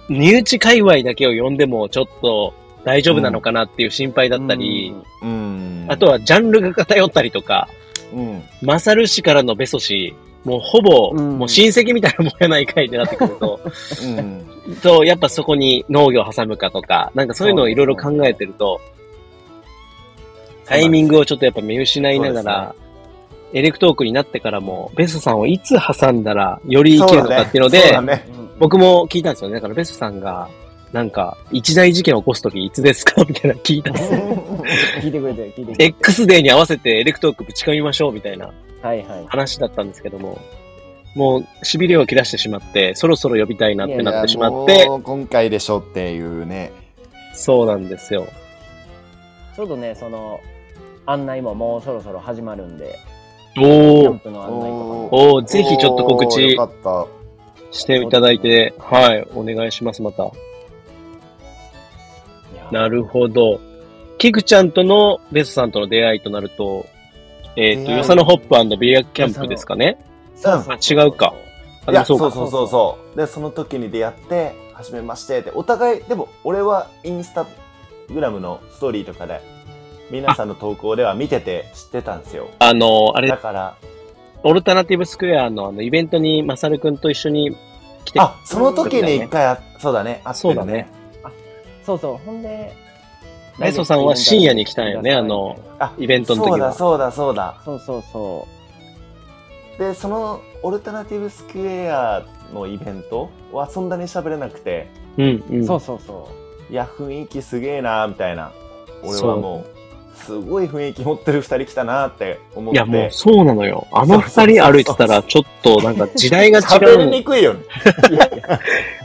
Speaker 2: 身内界隈だけを呼んでもちょっと大丈夫なのかなっていう心配だったり、
Speaker 3: うん。
Speaker 2: あとはジャンルが偏ったりとか、
Speaker 3: うん。
Speaker 2: マサル氏からのベソ氏、もうほぼ、
Speaker 1: うん
Speaker 2: もう親戚みたいなもんやないかいってなってくると、
Speaker 3: *laughs* うん。
Speaker 2: と、やっぱそこに農業挟むかとか、なんかそういうのをいろいろ考えてると、タイミングをちょっとやっぱ見失いながら、エレクトークになってからも、ベソさんをいつ挟んだらよりいけるのかっていうので、
Speaker 3: そうだね。
Speaker 2: 僕も聞いたんですよね。だからベソさんが、なんか、一大事件を起こすときいつですかみたいなの聞いたんですよ。
Speaker 1: 聞いてくれてる、聞いてくれてる。
Speaker 2: X デーに合わせてエレクトークぶち込みましょうみたいな。
Speaker 1: はいはい。
Speaker 2: 話だったんですけども、もう、痺れを切らしてしまって、そろそろ呼びたいなってなってしまっ
Speaker 3: いや
Speaker 2: て、
Speaker 3: もう今回でしょっていうね。
Speaker 2: そうなんですよ。
Speaker 1: ちょうどね、その、案内ももうそろそろ始まるんで、キ
Speaker 2: お
Speaker 1: ャン
Speaker 2: ー、
Speaker 1: プの案内とかも。
Speaker 2: おーぜひちょっと告
Speaker 3: おー
Speaker 2: 知
Speaker 3: よかっ
Speaker 2: していただいて、はい、お願いします、また。
Speaker 1: いや
Speaker 2: なるほど。キクちゃんとのベスさんとの出会いとなると、えっ、
Speaker 3: 出
Speaker 2: と、
Speaker 3: 会い
Speaker 2: よさのホップビアキャンプですかね
Speaker 1: そうそうそう
Speaker 2: あ違うか。
Speaker 3: た。
Speaker 2: あ
Speaker 3: い
Speaker 2: で
Speaker 3: や、
Speaker 2: も
Speaker 3: そ
Speaker 2: そうう
Speaker 3: そ
Speaker 2: か
Speaker 3: うそうそうで、その時に出会って、はじめましてって、お互い、でも俺はインスタグラムのストーリーとかで、皆さんの投稿では見てて知ってたんですよ。
Speaker 2: あの、
Speaker 3: だ
Speaker 2: あれ、
Speaker 3: から、
Speaker 2: オルタナティブスクエアのあのイベントにマサルくんと一緒に来て、
Speaker 3: あ、その時に一回あ、そうだね、あって
Speaker 2: そう
Speaker 3: る
Speaker 2: だね
Speaker 3: ね。。
Speaker 1: そうそう。ほんで、
Speaker 2: レソさんは深夜に来たんよねあの。
Speaker 3: あ、
Speaker 2: イベントの時は
Speaker 3: そうだ、そうだ、そうだ。
Speaker 1: そうそうそ
Speaker 3: で、その、オルタナティブスクエアのイベントはそんなに喋れなくて、
Speaker 2: うん、う
Speaker 1: う。
Speaker 2: ん。
Speaker 1: そうそうそ
Speaker 3: いや、雰囲気すげえな、みたいな。俺はもう、すごい雰囲気持ってる二人来たなって思っ
Speaker 2: い
Speaker 3: て。
Speaker 2: や、もうそうなのよ。あの
Speaker 3: そう
Speaker 2: 二
Speaker 3: そうそう
Speaker 2: 人
Speaker 3: そう
Speaker 2: 歩いてたら、ちょっとなんか時代が違
Speaker 3: 喋り
Speaker 2: う。
Speaker 3: にくいよね。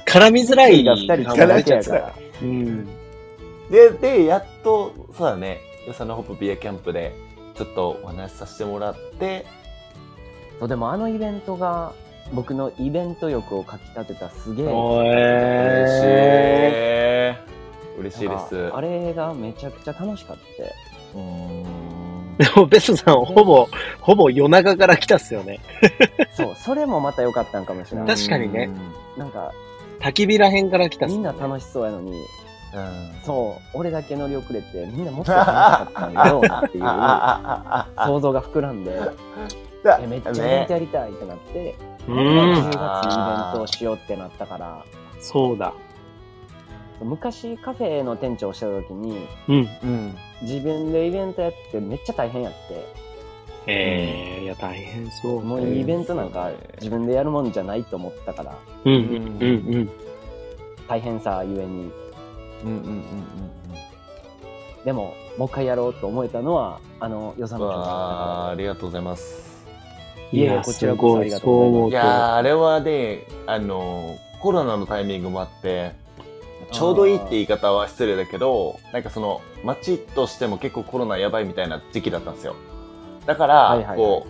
Speaker 2: 絡みづ
Speaker 1: う。
Speaker 2: らい。
Speaker 1: が二人
Speaker 3: か
Speaker 1: 聞
Speaker 3: ら
Speaker 1: か
Speaker 3: れ
Speaker 1: れ
Speaker 3: ち
Speaker 1: ち
Speaker 3: ゃ
Speaker 1: ゃ
Speaker 3: う
Speaker 1: う
Speaker 3: か
Speaker 1: からら。
Speaker 2: うん。
Speaker 3: で、で、やっと、そうだね、よさのホップビアキャンプで、ちょっとお話しさせてもらって、
Speaker 1: そう、でもあのイベントが、僕のイベント欲をかき立てたすげえ。
Speaker 2: おえ
Speaker 3: 嬉しい。嬉しいで
Speaker 1: なん
Speaker 3: す。
Speaker 1: かあれがめちゃくちゃ楽しかった。
Speaker 3: うーん
Speaker 2: ー。でも、ベスさん、ほぼ、ほぼ夜中から来たっすよね。
Speaker 1: そう、それもまた良かったんかもしれない。
Speaker 2: 確かにね。
Speaker 1: なんか、
Speaker 2: 焚き火らへんから来たっす
Speaker 1: み
Speaker 2: よ
Speaker 1: ん
Speaker 2: ね
Speaker 1: な楽しそうやのに、
Speaker 3: うん。
Speaker 1: そう、俺だけ乗り遅れて、みんなもっと楽しかったんだろうなっていう
Speaker 3: あああああ
Speaker 1: 想像が膨ら
Speaker 6: *laughs*
Speaker 1: んで、
Speaker 3: だ
Speaker 1: えめっちゃイベント
Speaker 3: ね
Speaker 1: やりたいってなって、
Speaker 2: う
Speaker 1: 10月にイ
Speaker 2: ん。
Speaker 1: ベントをしようってなったから、
Speaker 2: そうだ。
Speaker 1: 昔カフェの店長をしてた時に、
Speaker 2: うん。
Speaker 3: うん。
Speaker 1: 自分でイベントやってめっちゃ大変やって、
Speaker 2: ええー、いや、大変そう。
Speaker 1: もうイベントなんか
Speaker 3: うん
Speaker 1: 自分でやるもんじゃないと思ったから、
Speaker 2: うん、うん、うん、うん。
Speaker 1: 大変さゆ
Speaker 3: うん
Speaker 1: えに。
Speaker 3: うんうんうん
Speaker 1: でも、もう一回やろうと思えたのは、あの、予
Speaker 3: うん。
Speaker 1: 算
Speaker 3: う
Speaker 1: の
Speaker 3: わあ、ありがとうございます。
Speaker 1: いやこちらこそありがとうござい
Speaker 3: い
Speaker 1: ます
Speaker 2: ごそう思う
Speaker 3: やーあれはね、あのーコロナのタイミングもあって、ちょうどいいって言い方は失礼だけど、なんかその、街としても結構コロナやばいみたいな時期だったんですよ。だから、
Speaker 1: はいはいはい
Speaker 3: こ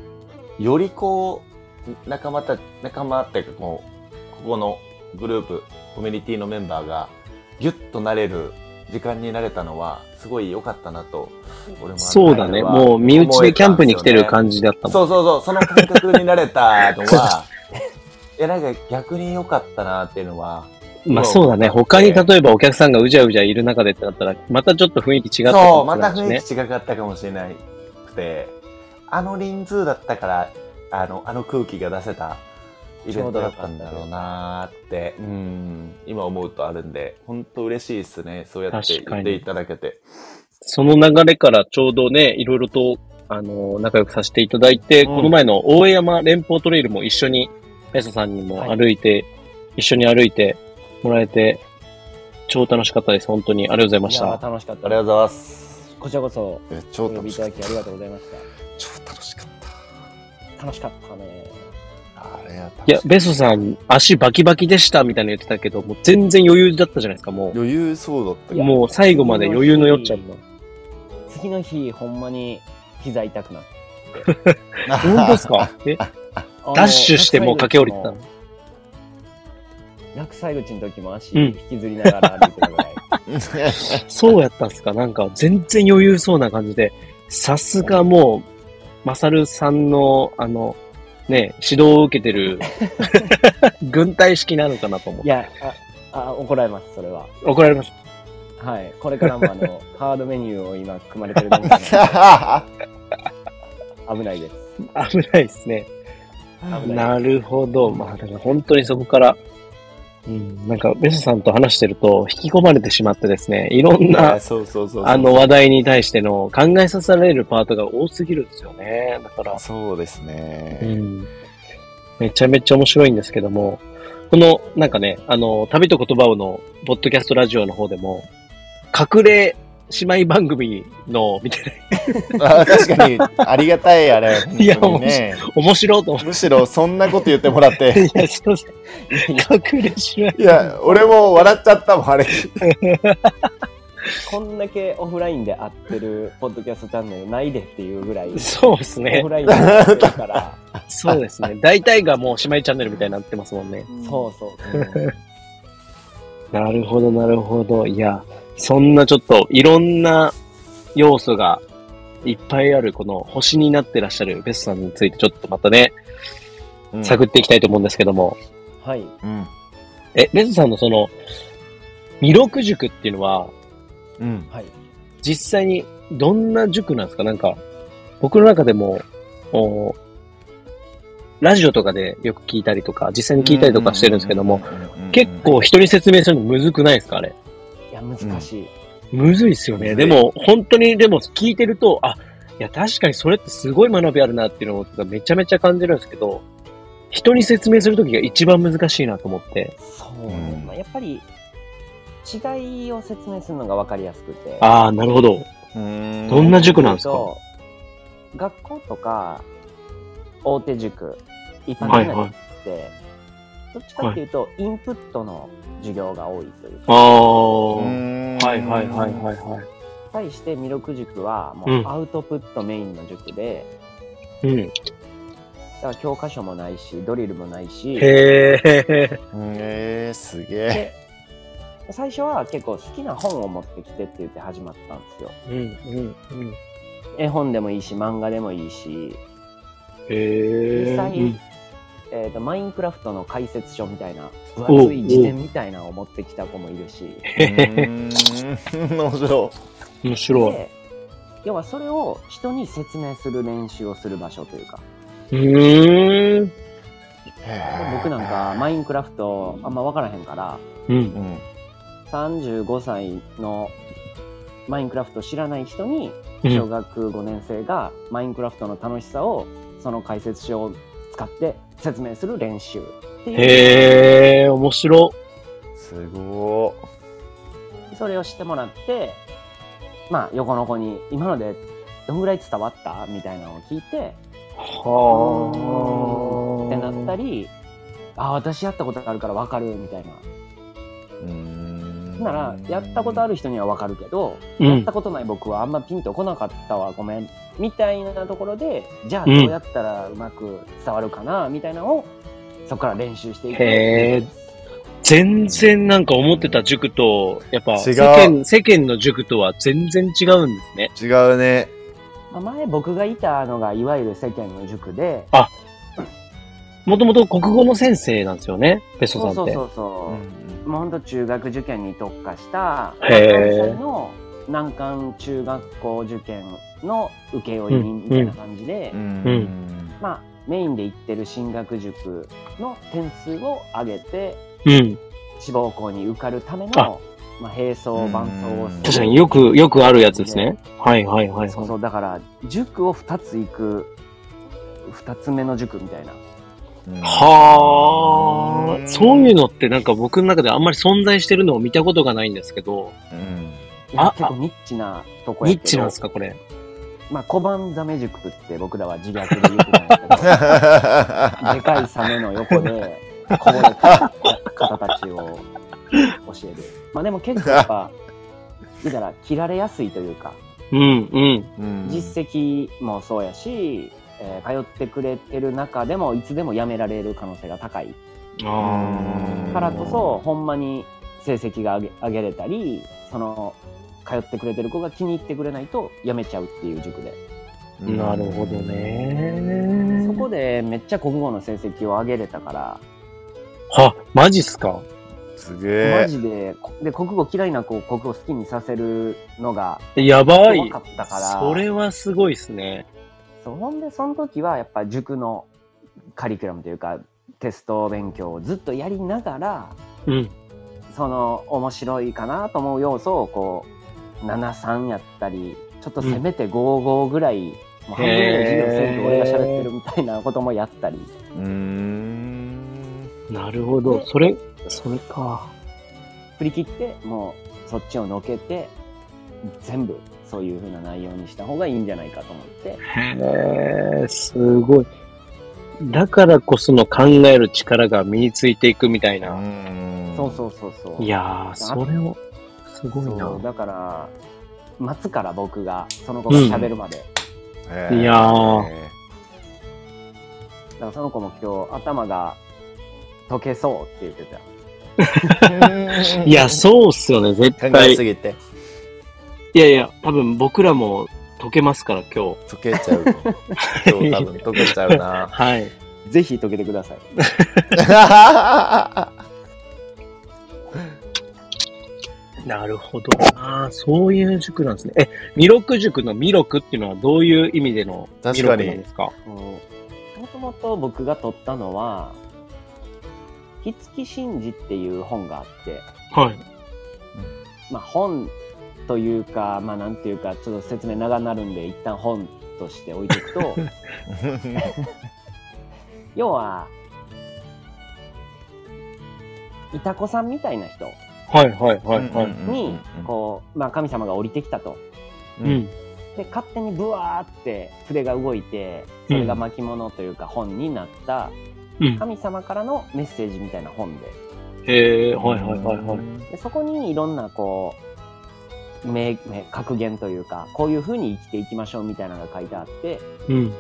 Speaker 3: う、よりこう、仲間た、仲間っていうかこう、ここのグループ、コミュニティのメンバーが、ぎゅっとなれる時間になれたのは、すごい良かったなと、俺も
Speaker 2: と。そうだね。もう、身内でキャンプに来てる感じだったもん。
Speaker 3: そうそうそう、その感覚になれたのは、
Speaker 2: *laughs*
Speaker 3: いや、なんか逆に良かったなっていうのは、
Speaker 2: まあそうだね。他に例えばお客さんがうじゃうじゃいる中でってなったら、またちょっと雰囲気違ったか
Speaker 3: そう、
Speaker 2: も
Speaker 3: ま
Speaker 2: しれ
Speaker 3: た
Speaker 2: ないし
Speaker 3: 雰
Speaker 2: ね
Speaker 3: 囲。気違かったかもしれなくて、あの人数だったから、あの、あの空気が出せたイベントだったんだろうなーって、うん、今思うとあるんで、本当嬉しいですね。そうやって
Speaker 2: 確か
Speaker 3: 言っ
Speaker 2: に
Speaker 3: ていただけて。
Speaker 2: その流れからちょうどね、いろいろとあの、仲良くさせていただいて、
Speaker 3: うん
Speaker 2: この前の大江山連峰トレイルも一緒に、ペソさんにも歩いて、一緒に歩いてもらえて、超楽しかったです。本当にありがとうございま
Speaker 1: い
Speaker 2: し
Speaker 1: や
Speaker 2: た。
Speaker 1: ー楽しかった
Speaker 6: ありがとうご
Speaker 1: う
Speaker 6: ざいます。
Speaker 1: こちらこそ
Speaker 6: え
Speaker 1: お
Speaker 6: 超
Speaker 1: 呼び
Speaker 6: 楽
Speaker 1: い
Speaker 6: したかっ
Speaker 1: だきありがとうございまし
Speaker 6: た。超楽しかった
Speaker 1: 楽しかったね
Speaker 6: た。あれは楽しかった
Speaker 2: いや、ベソさん、足バキバキでしたみたいな言ってたけど、もう全然余裕だったじゃないですか、も
Speaker 6: 余裕そうだった
Speaker 2: う。
Speaker 6: けど
Speaker 1: や
Speaker 2: もう最後まで余裕のよっちゃんの。
Speaker 3: *laughs*
Speaker 1: 次の日ほんまに膝痛くなって
Speaker 2: 本当で
Speaker 3: *laughs*
Speaker 2: すか *laughs* え
Speaker 1: あの
Speaker 2: ダッシュしてもう駆け下りて
Speaker 1: 落西口の時も足
Speaker 2: うん
Speaker 1: 引きずりながら歩いてたぐらい、
Speaker 2: そうやったんですかなんか全然余裕そうな感じで、さすがもう、マサルさんの、あの、ね、指導を受け
Speaker 6: *laughs*
Speaker 2: てる、軍隊式なのかなと思っ
Speaker 1: い
Speaker 2: て。
Speaker 1: やああ怒られますそれは
Speaker 2: 怒られます。
Speaker 1: はいこれからもあのカードメニューを今組まれてるんですけど危ないです
Speaker 2: 危ないですね。
Speaker 1: 危ない
Speaker 2: なるほど。まあ、だから本当にそこから、うん、なんか、ベソさんと話してると、引き込まれてしまってですね、いろん
Speaker 6: い
Speaker 2: な
Speaker 6: や、そうそうそうそう。
Speaker 2: あの話題に対しての考えさせられるパートが多すぎるんですよね。だから、
Speaker 6: そうです
Speaker 2: う
Speaker 6: ね。
Speaker 2: ん、めちゃめちゃ面白いんですけども、この、なんかね、あの、旅と言葉をの、ポッドキャストラジオの方でも、隠れ姉妹番組の、みたいな、
Speaker 6: あ確かに、ありがたい、あれ。
Speaker 2: いや
Speaker 6: 本当にね。
Speaker 2: *laughs* 面白いと思っ
Speaker 6: むしろ、そんなこと言ってもらって。
Speaker 2: て、いや、すいません。隠れ姉妹。
Speaker 6: いや、俺も笑っちゃったもん、あれ。
Speaker 1: こんだけオフラインで会ってるポッドキャストチャンネルないでっていうぐらい
Speaker 2: そうです
Speaker 1: オ
Speaker 2: ね
Speaker 1: フ。ラインで会ってるから
Speaker 2: そうです *laughs* ね。大体がもう姉妹チャンネルみたいになってますもんね。
Speaker 1: そうそう、うん
Speaker 2: なるほど、なるほど。いや、そんなちょっといろんな要素がいっぱいある、この星になってらっしゃるベスさんについてちょっとまたね、探っていきたいと思うんですけども。
Speaker 1: はい
Speaker 6: うん。
Speaker 2: え、ベスさんのその、弥勒塾っていうのは、
Speaker 6: うん。
Speaker 1: はい
Speaker 2: 実際にどんな塾なんですかなんか、僕の中でも、おラジオとかでよく聞いたりとか、実際に聞いたりとかしてるんですけども、
Speaker 6: うんうんうんうん、
Speaker 2: 結構人に説明するのむずくないですかあれ。
Speaker 1: いや難しい、
Speaker 2: むずいっすよ
Speaker 6: む
Speaker 2: ね。
Speaker 6: ず
Speaker 2: で
Speaker 6: い
Speaker 2: も、本当に、でも聞いてると、あ、いや、確かにそれってすごい学びあるなっていうのをめちゃめちゃ感じるんですけど、人に説明するときが一番難しいなと思って。
Speaker 1: そうね、まあ、やっぱり違いを説明するのが分かりやすくて
Speaker 2: ああ、なるほど。
Speaker 6: うん、
Speaker 2: どんな塾なんですか
Speaker 1: と学校とか大手塾一般
Speaker 2: は
Speaker 1: 的
Speaker 2: い
Speaker 1: な
Speaker 2: は
Speaker 1: 塾
Speaker 2: い。
Speaker 1: って、どっちかっていうと、インプットの授業が多いという
Speaker 2: あ
Speaker 1: か
Speaker 2: あ、
Speaker 6: う
Speaker 2: はい
Speaker 6: ん
Speaker 2: はいはいはいは
Speaker 1: 対して弥勒塾はも
Speaker 2: う
Speaker 1: うんアウトプットメインの塾で、
Speaker 2: い。うん。
Speaker 1: だから教科書もないしドリルもないし
Speaker 2: へえ。
Speaker 6: うんえー、すげえ。
Speaker 1: で最初は結構好きな本を持ってきてって言って始まったんですよ
Speaker 2: うんうんうん。
Speaker 1: 絵本でもいいし漫画でもいいし
Speaker 2: へ
Speaker 1: 実
Speaker 2: え。
Speaker 1: 際に
Speaker 2: うん
Speaker 1: えー、とマインクラフトの解説書みたいな
Speaker 2: お
Speaker 1: 分厚い辞典みたいなのを持ってきた子もいるし
Speaker 2: *laughs*
Speaker 6: うん面白
Speaker 2: 面白い。
Speaker 1: で要はそれを人に説明する練習をする場所というか
Speaker 2: うーん。
Speaker 6: い。
Speaker 1: 僕なんかマインクラフトあんま分からへんから
Speaker 2: うん。
Speaker 6: うん。
Speaker 1: 35歳のマインクラフト知らない人に
Speaker 2: うん
Speaker 1: 小学5年生がマインクラフトの楽しさをその解説書を使って説明する練習っていう
Speaker 2: へえ、面白。
Speaker 6: すご
Speaker 1: それをしてもらって、まあ、横の子に、今のでどんぐらい伝わったみたいなのを聞いて、
Speaker 2: は
Speaker 1: って
Speaker 2: あ。
Speaker 1: なったり、あ、私やったことあるからわかる、みたいな。
Speaker 6: ーうーん。
Speaker 1: なら、やったことある人にはわかるけど、
Speaker 2: うん
Speaker 1: やったことない僕はあんまピンとこなかったわ、ごめん。みたいなところで、じゃあ
Speaker 2: う
Speaker 1: ど
Speaker 2: ん
Speaker 1: うやったらうまく伝わるかな、みたいなのを、そこから練習していく。
Speaker 2: へー全然なんか思ってた塾と、やっぱ
Speaker 6: 違う
Speaker 2: 世間、世間の塾とは全然違うんですね。
Speaker 6: 違うね。
Speaker 1: まあ前僕がいたのが、いわゆる世間の塾で、
Speaker 2: もともと国語の先生なんですよね、ベソさん
Speaker 1: そ
Speaker 2: っ
Speaker 1: う
Speaker 2: て。
Speaker 1: そうそうそう。もうほんと中学受験に特化した、
Speaker 2: へー
Speaker 1: 関西の難関中学校受験の請負人みたいな感じで、
Speaker 6: うん。
Speaker 2: う
Speaker 1: まあ、メインで行ってる進学塾の点数を上げて、
Speaker 2: うん。
Speaker 1: 志望校に受かるため
Speaker 2: あ
Speaker 1: のまあ、並走、伴走をする。
Speaker 2: 確かによく、よくあるやつですね。はいはいはい
Speaker 1: そ
Speaker 2: は
Speaker 1: う
Speaker 2: い。
Speaker 1: そう、だから、塾を2つ行く、2つ目の塾みたいな。
Speaker 2: はあ、そういうのってなんか僕の中であんまり存在してるのを見たことがないんですけど、
Speaker 6: うん
Speaker 1: いや
Speaker 2: あ
Speaker 1: 結構ニッチなとこやけ
Speaker 2: ニ
Speaker 1: ど
Speaker 2: ッチなんですか、これ。
Speaker 1: まあ、小判ザメ塾って僕らは自虐で言ってたんですけど、
Speaker 2: *laughs*
Speaker 1: でかいサメの横で、こぼれた方たちを教える。まあでも結構やっぱ、見たら切られやすいというか、
Speaker 2: うんうん。
Speaker 6: うん
Speaker 1: 実績もそうやし、えー通ってくれてる中でもいつでも辞められる可能性が高い
Speaker 6: あー
Speaker 1: からこそ、ほんまに成績が上げ上げれたり、その、通ってくれてる子が気に入ってくれないと辞めちゃうっていう塾で。
Speaker 6: うん
Speaker 2: なるほどね。
Speaker 1: そこでめっちゃ国語の成績を上げれたから、
Speaker 2: あ、マジっすか
Speaker 6: すげ
Speaker 1: マ
Speaker 6: え
Speaker 1: ジで、こで、国語嫌いな子を国語好きにさせるのが、
Speaker 2: やばい
Speaker 1: 分。かったから、
Speaker 2: それはすごいっすね。
Speaker 1: そうほんで、その時はやっぱ塾のカリキュラムというか、テスト勉強をずっとやりながら、
Speaker 2: うん。
Speaker 1: その面白いかなと思う要素をこう73やったりちょっとせめて55ぐらい、もう半分ぐらい授業全部俺が喋ってるみたいなこともやったり
Speaker 6: うーん
Speaker 2: なるほど。
Speaker 1: で
Speaker 2: それ、それか。
Speaker 1: 振り切ってもうそっちをのけて全部そういう風な内容にした方がいいんじゃないかと思って
Speaker 2: へえ、すごい。だからこその考える力が身についていくみたいな。
Speaker 1: そうそうそうそう
Speaker 2: いやー、それを、すごい
Speaker 1: そう
Speaker 2: な。
Speaker 1: だから待つから僕がその子が喋るまで、
Speaker 6: う
Speaker 2: いやー
Speaker 6: *laughs*
Speaker 1: だからその子も今日頭が溶けそうって言ってた
Speaker 2: いや、そうっすよね、絶
Speaker 6: 考
Speaker 2: 対。
Speaker 6: え
Speaker 2: い
Speaker 6: すぎて
Speaker 2: やいや、多分僕らも解けますから、今日。
Speaker 6: 溶けちゃうの今日多分溶けちゃうな
Speaker 2: はい。
Speaker 1: ぜひ解けてください
Speaker 2: なるほどな。そういう塾なんですね。え、弥勒塾の弥勒っていうのはどういう意味での弥
Speaker 6: 確
Speaker 2: 勒な
Speaker 6: か
Speaker 2: ん
Speaker 6: に
Speaker 2: ですか
Speaker 1: もともと僕が取ったのは「火付き真珠」っていう本があって
Speaker 2: はい。
Speaker 1: まあ本というかまあなんていうかちょっと説明長なるんで一旦本として置いていく
Speaker 2: *laughs*
Speaker 1: と要はいた子さんみたいな人
Speaker 2: はいはいはいはい。
Speaker 1: にこうまあ神様が降りてきたと。
Speaker 6: うんうん
Speaker 1: で勝手にブワーって筆が動いてそれが巻物というか本になった
Speaker 2: うん。
Speaker 1: 神様からのメッセージみたいな本で。
Speaker 2: へえ、はいはいはいはい。
Speaker 1: でそこにいろんなこう名名格言というかこういうふうに生きていきましょうみたいなのが書いてあって
Speaker 2: うん。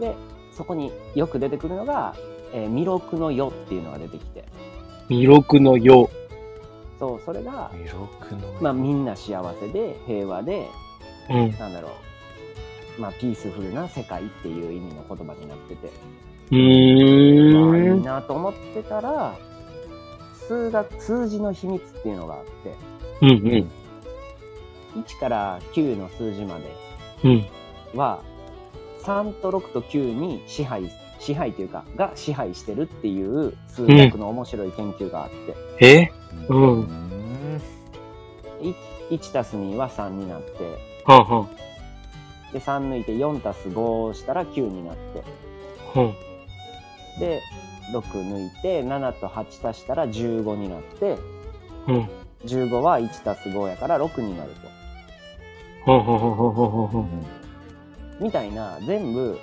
Speaker 1: でそこによく出てくるのが「えー弥勒の世」っていうのが出てきて
Speaker 2: 弥勒の世。
Speaker 1: そうそれが、
Speaker 6: 弥勒の
Speaker 1: まあ、みんな幸せで平和で
Speaker 2: うん。
Speaker 1: なんだろう、まあ、ピースフルな世界っていう意味の言葉になってて、
Speaker 2: う
Speaker 1: まあ、い
Speaker 2: ー
Speaker 1: い
Speaker 2: ん。
Speaker 1: なと思ってたら数学数字の秘密っていうのがあって
Speaker 2: うんうん。
Speaker 1: 1から9の数字まで
Speaker 2: うん。
Speaker 1: は3と6と9に支配支配というかが支配してるっていう数学の面白い研究があって、
Speaker 2: えうん。
Speaker 1: い1たす2は3になって
Speaker 2: はんはん。
Speaker 1: で3抜いて4たす5をしたら9になって
Speaker 2: は
Speaker 1: で6抜いて7と8足したら15になって
Speaker 2: ん。うん。
Speaker 1: 15は1たす5やから6になると
Speaker 2: はんはんはんはんはんはん。
Speaker 1: みたいな全部、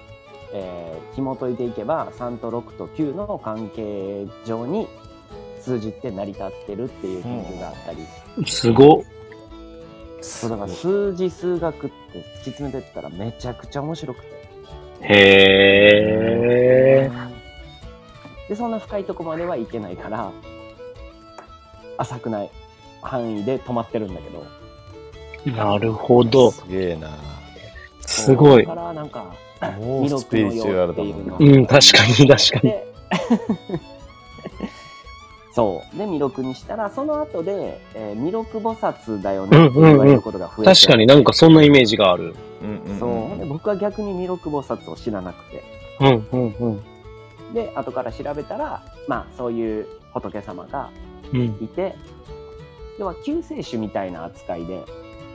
Speaker 1: えー、紐解いていけば3と6と9の関係上に数字って成り立ってるっていう研究があったり、
Speaker 2: すごっ。
Speaker 1: そうだから数字数学って突き詰めてったらめちゃくちゃ面白くて
Speaker 2: へえ。
Speaker 1: でそんな深いとこまではいけないから浅くない範囲で止まってるんだけど
Speaker 2: なるほど。
Speaker 6: すげえ
Speaker 1: *laughs*
Speaker 6: な
Speaker 2: すごい
Speaker 1: だ。からなんか
Speaker 6: もうスピリチュアルだもんな
Speaker 2: うん、確かに、確かに。
Speaker 1: で *laughs* そうで弥勒にしたらその後で、えー弥勒菩薩だよねって言われることが増えて、
Speaker 2: 確かになんかそんなイメージがある。
Speaker 1: そう
Speaker 6: うん
Speaker 1: ほんで僕は逆に弥勒菩薩を知らなくて
Speaker 2: うん、うん、うん。
Speaker 1: で後から調べたらまあそういう仏様が
Speaker 2: うん、
Speaker 1: いて要は救世主みたいな扱いで、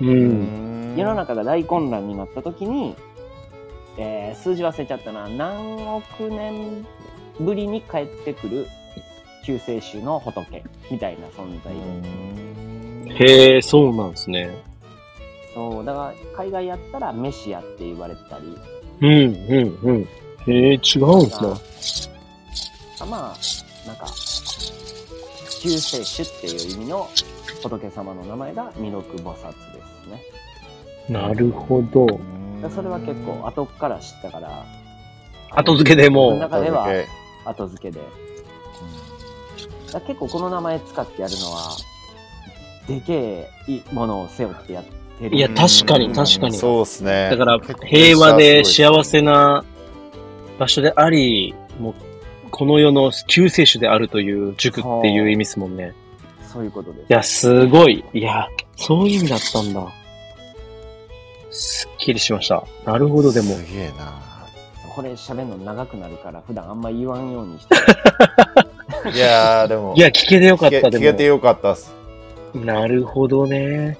Speaker 2: う。
Speaker 6: うんん
Speaker 1: 世の中が大混乱になった時に、えー数字忘れちゃったな何億年ぶりに帰ってくる救世主の仏みたいな存在で、
Speaker 2: へえ、そうなんですね。
Speaker 1: そうだから海外やったらメシアって言われてたり
Speaker 2: うん、うん、うん。へえ、違うんですね。
Speaker 1: あまあなんか救世主っていう意味の仏様の名前が弥勒菩薩ですね
Speaker 2: なるほど。
Speaker 1: だからそれは結構後から知ったから
Speaker 2: 後付けでもう
Speaker 1: 僕の中では
Speaker 6: 後付
Speaker 1: 後付けで。だから結構この名前使ってやるのは、でけえものを背負ってやってる。
Speaker 2: いや確かに
Speaker 6: うん
Speaker 2: 確かに
Speaker 6: そうですね。
Speaker 2: だから
Speaker 6: 結構、
Speaker 2: 平和で幸せな場所であり、もう、この世の救世主であるという塾っていう意味ですもんね。
Speaker 1: そういうことです。
Speaker 2: いや、すごい。いや、そういう意味だったんだ。すっきりしました。なるほど、でも。
Speaker 6: すげえな。
Speaker 1: これ喋るの長くなるから、普段あんま言わんようにして。
Speaker 2: *laughs*
Speaker 6: いやー、でも。
Speaker 2: いや、聞けてよかっ
Speaker 6: 聞け
Speaker 2: た、
Speaker 6: 聞けて
Speaker 2: で
Speaker 6: よかったっす。
Speaker 2: も。なるほどね。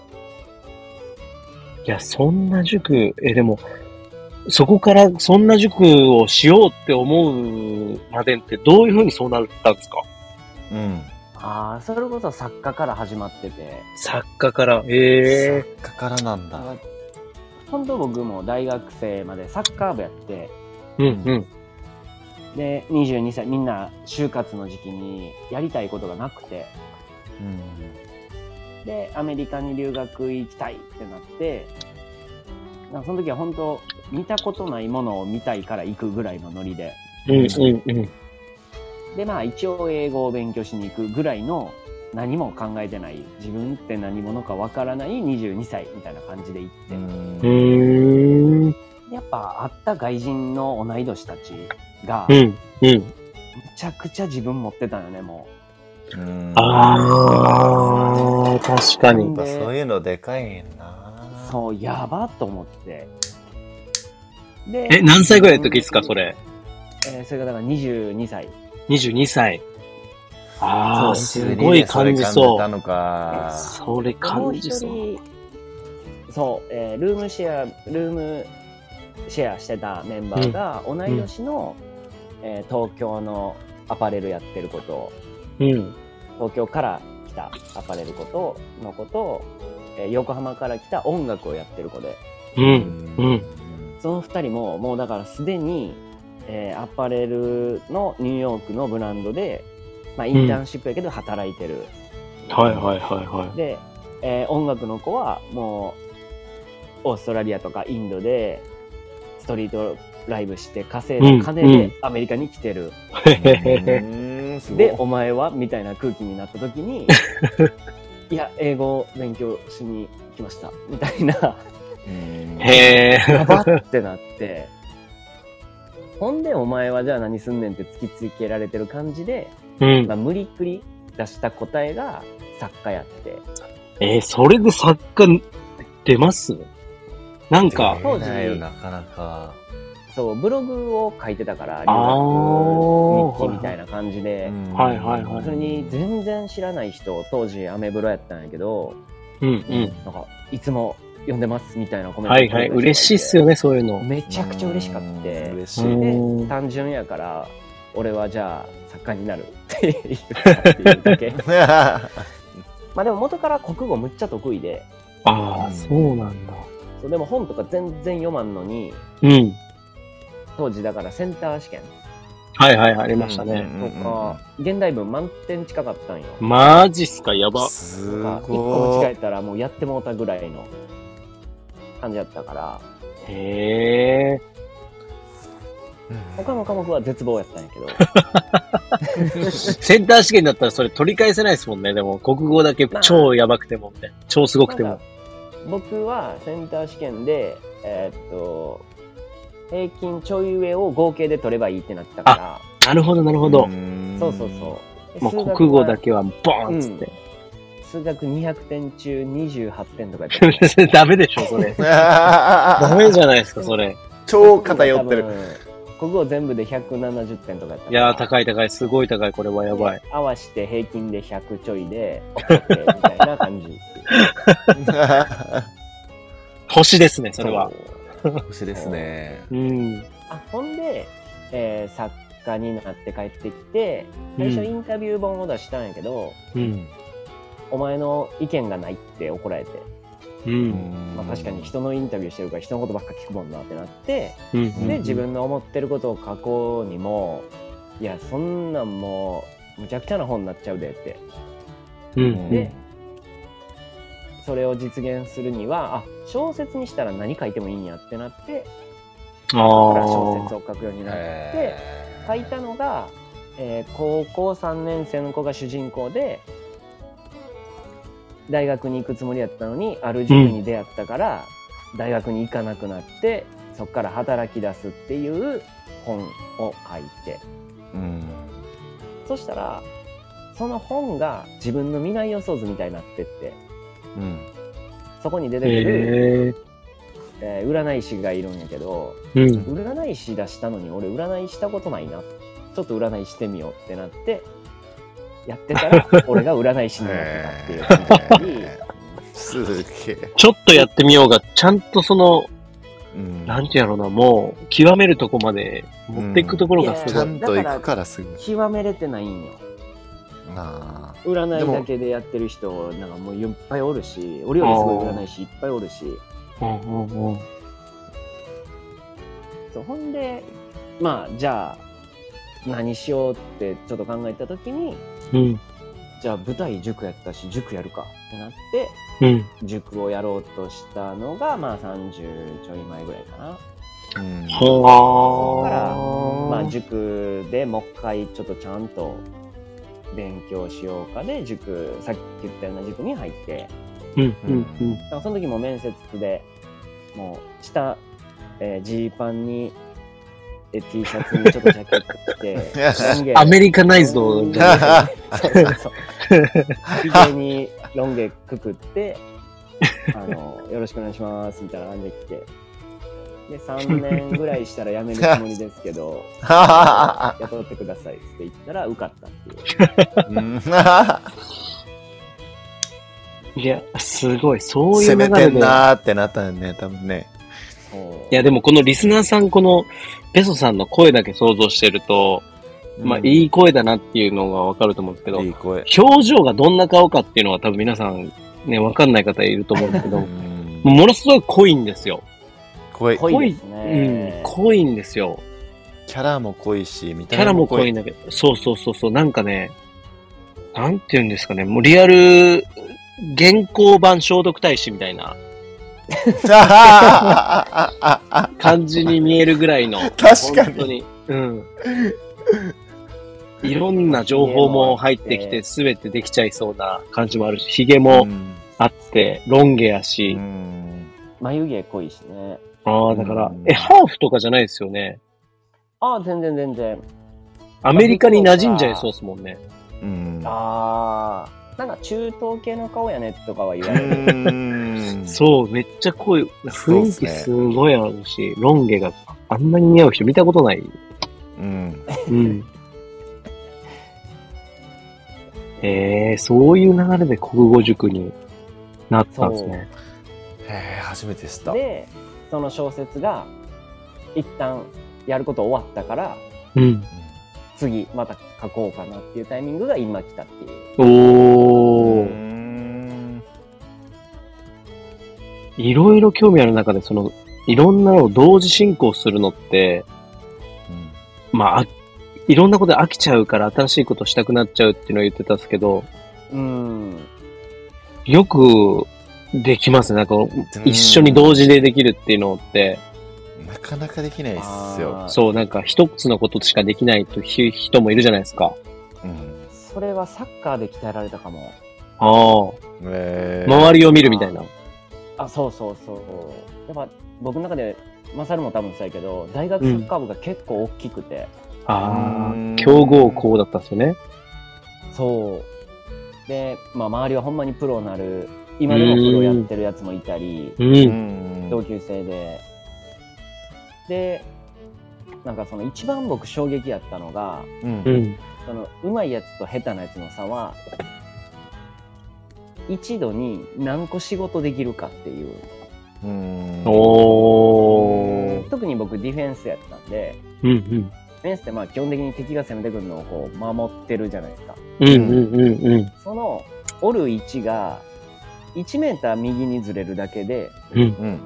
Speaker 2: いや、そんな塾、え、でも、そこからそんな塾をしようって思うまでってどういうふうにそうなったんですか
Speaker 6: うん。
Speaker 1: ああ、それこそ作家から始まってて。
Speaker 2: 作家から。ええ
Speaker 6: 作家からなんだ。
Speaker 1: 本当僕も大学生までサッカー部やって、
Speaker 2: うんうん。
Speaker 1: で、22歳、みんな就活の時期にやりたいことがなくて、
Speaker 6: うん。
Speaker 1: でアメリカに留学行きたいってなってなんかその時は本当見たことないものを見たいから行くぐらいのノリで
Speaker 2: うんうんうん。
Speaker 1: でまあ一応英語を勉強しに行くぐらいの何も考えてない自分って何者かわからない22歳みたいな感じで行って、
Speaker 6: うん
Speaker 2: うーん。
Speaker 1: やっぱ会った外人の同い年たちが
Speaker 2: う
Speaker 1: め
Speaker 2: んうん。
Speaker 1: ちゃくちゃ自分持ってたよねも
Speaker 6: うん
Speaker 2: ああ、確か
Speaker 6: や
Speaker 2: に
Speaker 6: っ。ぱそういうのでかいねん
Speaker 1: う
Speaker 6: な。
Speaker 1: そうやばと思ってで
Speaker 2: え、何歳ぐらいの時ですか、そ、れ。
Speaker 1: えーそれがだから22歳
Speaker 2: 22歳。ああ、
Speaker 6: そ
Speaker 2: す
Speaker 6: う22
Speaker 2: ごい
Speaker 6: でそれ
Speaker 2: 感じ
Speaker 6: 感じ
Speaker 2: そ
Speaker 6: た
Speaker 2: う。
Speaker 6: のか。
Speaker 2: それ
Speaker 1: もう
Speaker 2: 感じ
Speaker 1: 一
Speaker 2: そう。
Speaker 1: 人そう、えールームシェアルームシェアしてたメンバーが同い年の、えー東京のアパレルやってることを
Speaker 2: うん。
Speaker 1: 東京から来たアパレルことのことを、えー横浜から来た音楽をやってる子で
Speaker 2: う。
Speaker 6: うん
Speaker 2: うん
Speaker 1: その2人ももうだからすでに、えーアパレルのニューヨークのブランドで、まあ、インターンシップやけど働いてる。
Speaker 2: はいはいはいはい。
Speaker 1: で、えー音楽の子はもうオーストラリアとかインドでストリートライブして稼いだ金
Speaker 2: うんう
Speaker 1: で
Speaker 2: ん
Speaker 1: アメリカに来てる、
Speaker 2: へへへ
Speaker 6: うんすごい
Speaker 1: でお前はみたいな空気になった時 *laughs* にいや英語を勉強しに来ましたみたいな
Speaker 6: うん
Speaker 2: へえ。
Speaker 1: やばってなってほんでお前はじゃあ何すんねんって突きつけられてる感じで、
Speaker 2: うん
Speaker 1: ま。あ、無理くり出した答えが作家やって
Speaker 2: えー、それで作家出ますなんか、
Speaker 6: 出ないよなかなか。
Speaker 1: そう、ブログを書いてたから、留
Speaker 2: あー
Speaker 1: 学日記みたいな感じで、
Speaker 2: はいはいはい
Speaker 1: それに全然知らない人、当時アメブロやったんやけど、
Speaker 2: うんうん。
Speaker 1: なんか、いつも読んでますみたいなコメント
Speaker 2: はいはい。嬉しいっすよね、そういうの。
Speaker 1: めちゃくちゃ嬉しかった。
Speaker 6: うん
Speaker 1: で、
Speaker 6: 嬉しい。
Speaker 2: うん
Speaker 1: 単純やから、俺はじゃあ作家になるって言ったっていう
Speaker 2: *laughs*
Speaker 1: だけ。まあでも元から国語むっちゃ得意で、
Speaker 2: ああ、そうなんだ。
Speaker 1: そうでも本とか全然読まんのに、
Speaker 2: うん。
Speaker 1: 当時だからセンター試験
Speaker 2: はいはい、ありましたね。
Speaker 1: とか、現代文満点近かったんよ。
Speaker 2: マジっすか、やば。
Speaker 6: す
Speaker 1: なんか一個
Speaker 6: ご
Speaker 1: 間違
Speaker 6: い
Speaker 1: え。たらもうやってもうたぐらいの感じやったから
Speaker 2: へえ。
Speaker 1: 他の科目は絶望やったんやけど
Speaker 2: センター試験だったらそれ取り返せないですもんね。でも、国語だけ超やばくても、ね、超すごくて
Speaker 1: なん
Speaker 2: も
Speaker 1: か。僕はセンター試験でえーっと平均ちょい上を合計で取ればいいってなってたか
Speaker 2: なるほど、なるほど。
Speaker 1: ら
Speaker 6: ん
Speaker 1: そうそうそうで
Speaker 2: も
Speaker 1: 数学
Speaker 2: う
Speaker 1: は
Speaker 2: 国語だけはボーンっつって。
Speaker 1: 数学200点中28点とかやったから
Speaker 2: *laughs* それダメでしょ、それ。ダメじゃないですか、それ。
Speaker 6: 超偏ってる。
Speaker 1: 多分国語全部で170点とかやった
Speaker 2: いやー、
Speaker 1: い。
Speaker 2: 高い高い。すごい高い。これはやばい。
Speaker 1: 合わせて平均で100ちょいで、OK みたいな感
Speaker 2: *laughs*
Speaker 1: じ。
Speaker 2: 星ですね、それは。
Speaker 6: 星ですね。
Speaker 2: うん。
Speaker 1: あほんで、えー作家になって帰ってきて最
Speaker 2: う
Speaker 1: 初
Speaker 2: ん
Speaker 1: インタビュー本を出したんやけど、
Speaker 2: うん。
Speaker 1: お前の意見がないって怒られて、
Speaker 6: う
Speaker 2: う。
Speaker 6: んん
Speaker 1: まあ、確かに人のインタビューしてるから人のことばっか聞くもんなってなって
Speaker 2: うん。
Speaker 6: うんうん
Speaker 1: で自分の思ってることを書こうにもいやそんなんもうむちゃくちゃな本になっちゃうでって
Speaker 2: うん。
Speaker 1: でそれを実現するにはあ小説にしたら何書いてもいいんやってなって
Speaker 2: あ
Speaker 1: だから小
Speaker 2: あ
Speaker 1: 説。を書くようになって。
Speaker 6: へー
Speaker 1: 書いたのが、えー高校3年生の子が主人公で大学に行くつもりやったのにある塾に出会ったから、大学に行かなくなってそこから働き出すっていう本を書いて
Speaker 6: うん
Speaker 1: そしたらその本が自分の未来予想図みたいになってって
Speaker 6: うん
Speaker 1: そこに出てくる、
Speaker 2: へえ。
Speaker 1: えー占い師がいるんやけど
Speaker 2: うん。
Speaker 1: 占い師出したのに俺占いしたことないなちょっと占いしてみようってなってやってたら俺が占い師になってたっていう感じ
Speaker 6: へすげえ。
Speaker 2: ちょっとやってみようが、ちゃんとその、
Speaker 6: うん
Speaker 2: なんていうのな、もう、極めるとこまで持っていくところがす
Speaker 1: う
Speaker 6: ち
Speaker 2: ご
Speaker 6: ゃ
Speaker 2: い。
Speaker 6: んと行くからすごい。
Speaker 1: 極めれてないんよ
Speaker 6: なあ。
Speaker 1: 占いだけでやってる人なんかもういっぱいおるし俺よりすごい占い師いっぱいおるし
Speaker 2: うんうんうん。
Speaker 1: そうほんでまあじゃあ何しようってちょっと考えた時に
Speaker 2: うん。
Speaker 1: じゃあ舞台塾やったし塾やるかってなって
Speaker 2: うん。
Speaker 1: 塾をやろうとしたのがまあ30ちょい前ぐらいかな
Speaker 6: うん
Speaker 1: そっから
Speaker 2: は
Speaker 1: まあ、塾でもう一回ちょっとちゃんと勉強しようかで塾さっき言ったような塾に入って
Speaker 2: うん。うん。うん。
Speaker 1: だからその時も面接でもう下えージ、ーパンにえ T シャツにちょっとジャケット着てロン毛
Speaker 2: アメリカナイズドじゃない
Speaker 1: そうそうそうひげにロン毛くくってあのよろしくお願いしますみたいな感じで来てで3年ぐらいしたら辞めるつもりですけど雇ってくださいって言ったら受かったってい
Speaker 6: う
Speaker 1: う。
Speaker 6: ん
Speaker 2: いや、すごい。そうい
Speaker 6: 攻
Speaker 2: う
Speaker 6: め
Speaker 2: 流
Speaker 6: て
Speaker 2: れ
Speaker 6: ん *laughs*
Speaker 2: で。
Speaker 6: なーってなったよね、多分ね。
Speaker 1: そう
Speaker 2: いや、でもこのリスナーさん、このペソさんの声だけ想像してると、まあ、
Speaker 6: い。
Speaker 2: いい声だなっていうのがわかると思うんですけど
Speaker 6: い、い声。
Speaker 2: 表情がどんな顔かっていうのは多分皆さんね、わかんない方いると思うんですけど、
Speaker 6: う
Speaker 2: *laughs* も
Speaker 6: ん
Speaker 2: うものすごい濃いんですよ。
Speaker 6: 声。
Speaker 1: 濃いです
Speaker 2: うん
Speaker 1: ね。、
Speaker 2: 濃いんですよ。
Speaker 6: キャラも濃いし、みた
Speaker 2: キ
Speaker 6: いな。
Speaker 2: ャラも濃いん。だけど、そうそうそうそう、なんかね、なんて言うんですかね、もうリアル、現行版消毒大使みたいな
Speaker 6: *laughs*
Speaker 2: 感じに見えるぐらい *laughs* の、
Speaker 6: 確かに
Speaker 2: 本当に。 *laughs* うん。いろんな情報も入ってきて、すべてできちゃいそうな感じもあるし、ヒゲも
Speaker 6: うん
Speaker 2: あって、ロン毛や
Speaker 6: う
Speaker 2: し、
Speaker 6: ん
Speaker 1: 眉毛濃いしね。
Speaker 2: ああ、だから
Speaker 6: うん、
Speaker 2: え、ハーフとかじゃないですよね。
Speaker 1: ああ、全然全然。
Speaker 2: アメリカに馴染んじゃいそうですもんね。
Speaker 6: うん
Speaker 1: ああ、なんか中東系の顔やねとかは言わ
Speaker 6: う
Speaker 1: れる。
Speaker 6: ん
Speaker 2: そう、めっちゃ濃い。
Speaker 6: そうっ
Speaker 2: 雰囲
Speaker 6: す
Speaker 2: 気
Speaker 6: ね
Speaker 2: すごいあるし、ロン毛があんなに似合う人見たことない。
Speaker 6: うん。
Speaker 2: うん。えー、そういう流れで国語塾になったんですね。
Speaker 6: へえ、初めて知った。
Speaker 1: で、その小説が、一旦やること終わったから、
Speaker 2: うん。
Speaker 1: 次また書こうかなっていうタイミングが今来たっていう。
Speaker 2: お
Speaker 6: う
Speaker 2: ー、
Speaker 6: ん
Speaker 2: いろいろ興味ある中で、その、いろんなのを同時進行するのって、まああ、いろんなことで飽きちゃうから新しいことしたくなっちゃうっていうのを言ってたんですけど、
Speaker 1: うん。
Speaker 2: よくできますね。なんか、一緒に同時でできるっていうのって、
Speaker 6: なかなかできないっすよ。
Speaker 1: あー
Speaker 2: そう、なんか一つのことしかできないとひ人もいるじゃないですか。
Speaker 6: うん
Speaker 1: それはサッカーで鍛えられたかも。
Speaker 2: ああ、
Speaker 6: えー
Speaker 2: 周りを見るみたいな。
Speaker 1: あ、そうそうそう。やっぱ僕の中で、マサルも多分そうやけど、大学サッカー部が結構大きくて、
Speaker 2: ああ
Speaker 6: う
Speaker 2: ー
Speaker 6: ん、
Speaker 2: 強豪校だったんですよね。
Speaker 1: そう。で、まあ、周りはほんまにプロなる、今でもプロやってるやつもいたり、
Speaker 2: う。
Speaker 6: うんん
Speaker 1: 同級生で。で、なんかその一番僕衝撃やったのが、
Speaker 3: うん
Speaker 2: う。ん。
Speaker 1: そのうまいやつと下手なやつの差は一度に何個仕事できるかっていう
Speaker 3: うん。
Speaker 2: おー。
Speaker 1: 特に僕ディフェンスやったんで
Speaker 2: うんうん。
Speaker 1: ディフェンスってまあ基本的に敵が攻めてくるのをこう守ってるじゃないですか
Speaker 2: うんうんうんうん。
Speaker 1: そのおる位置が1メーター右にずれるだけで
Speaker 3: うん。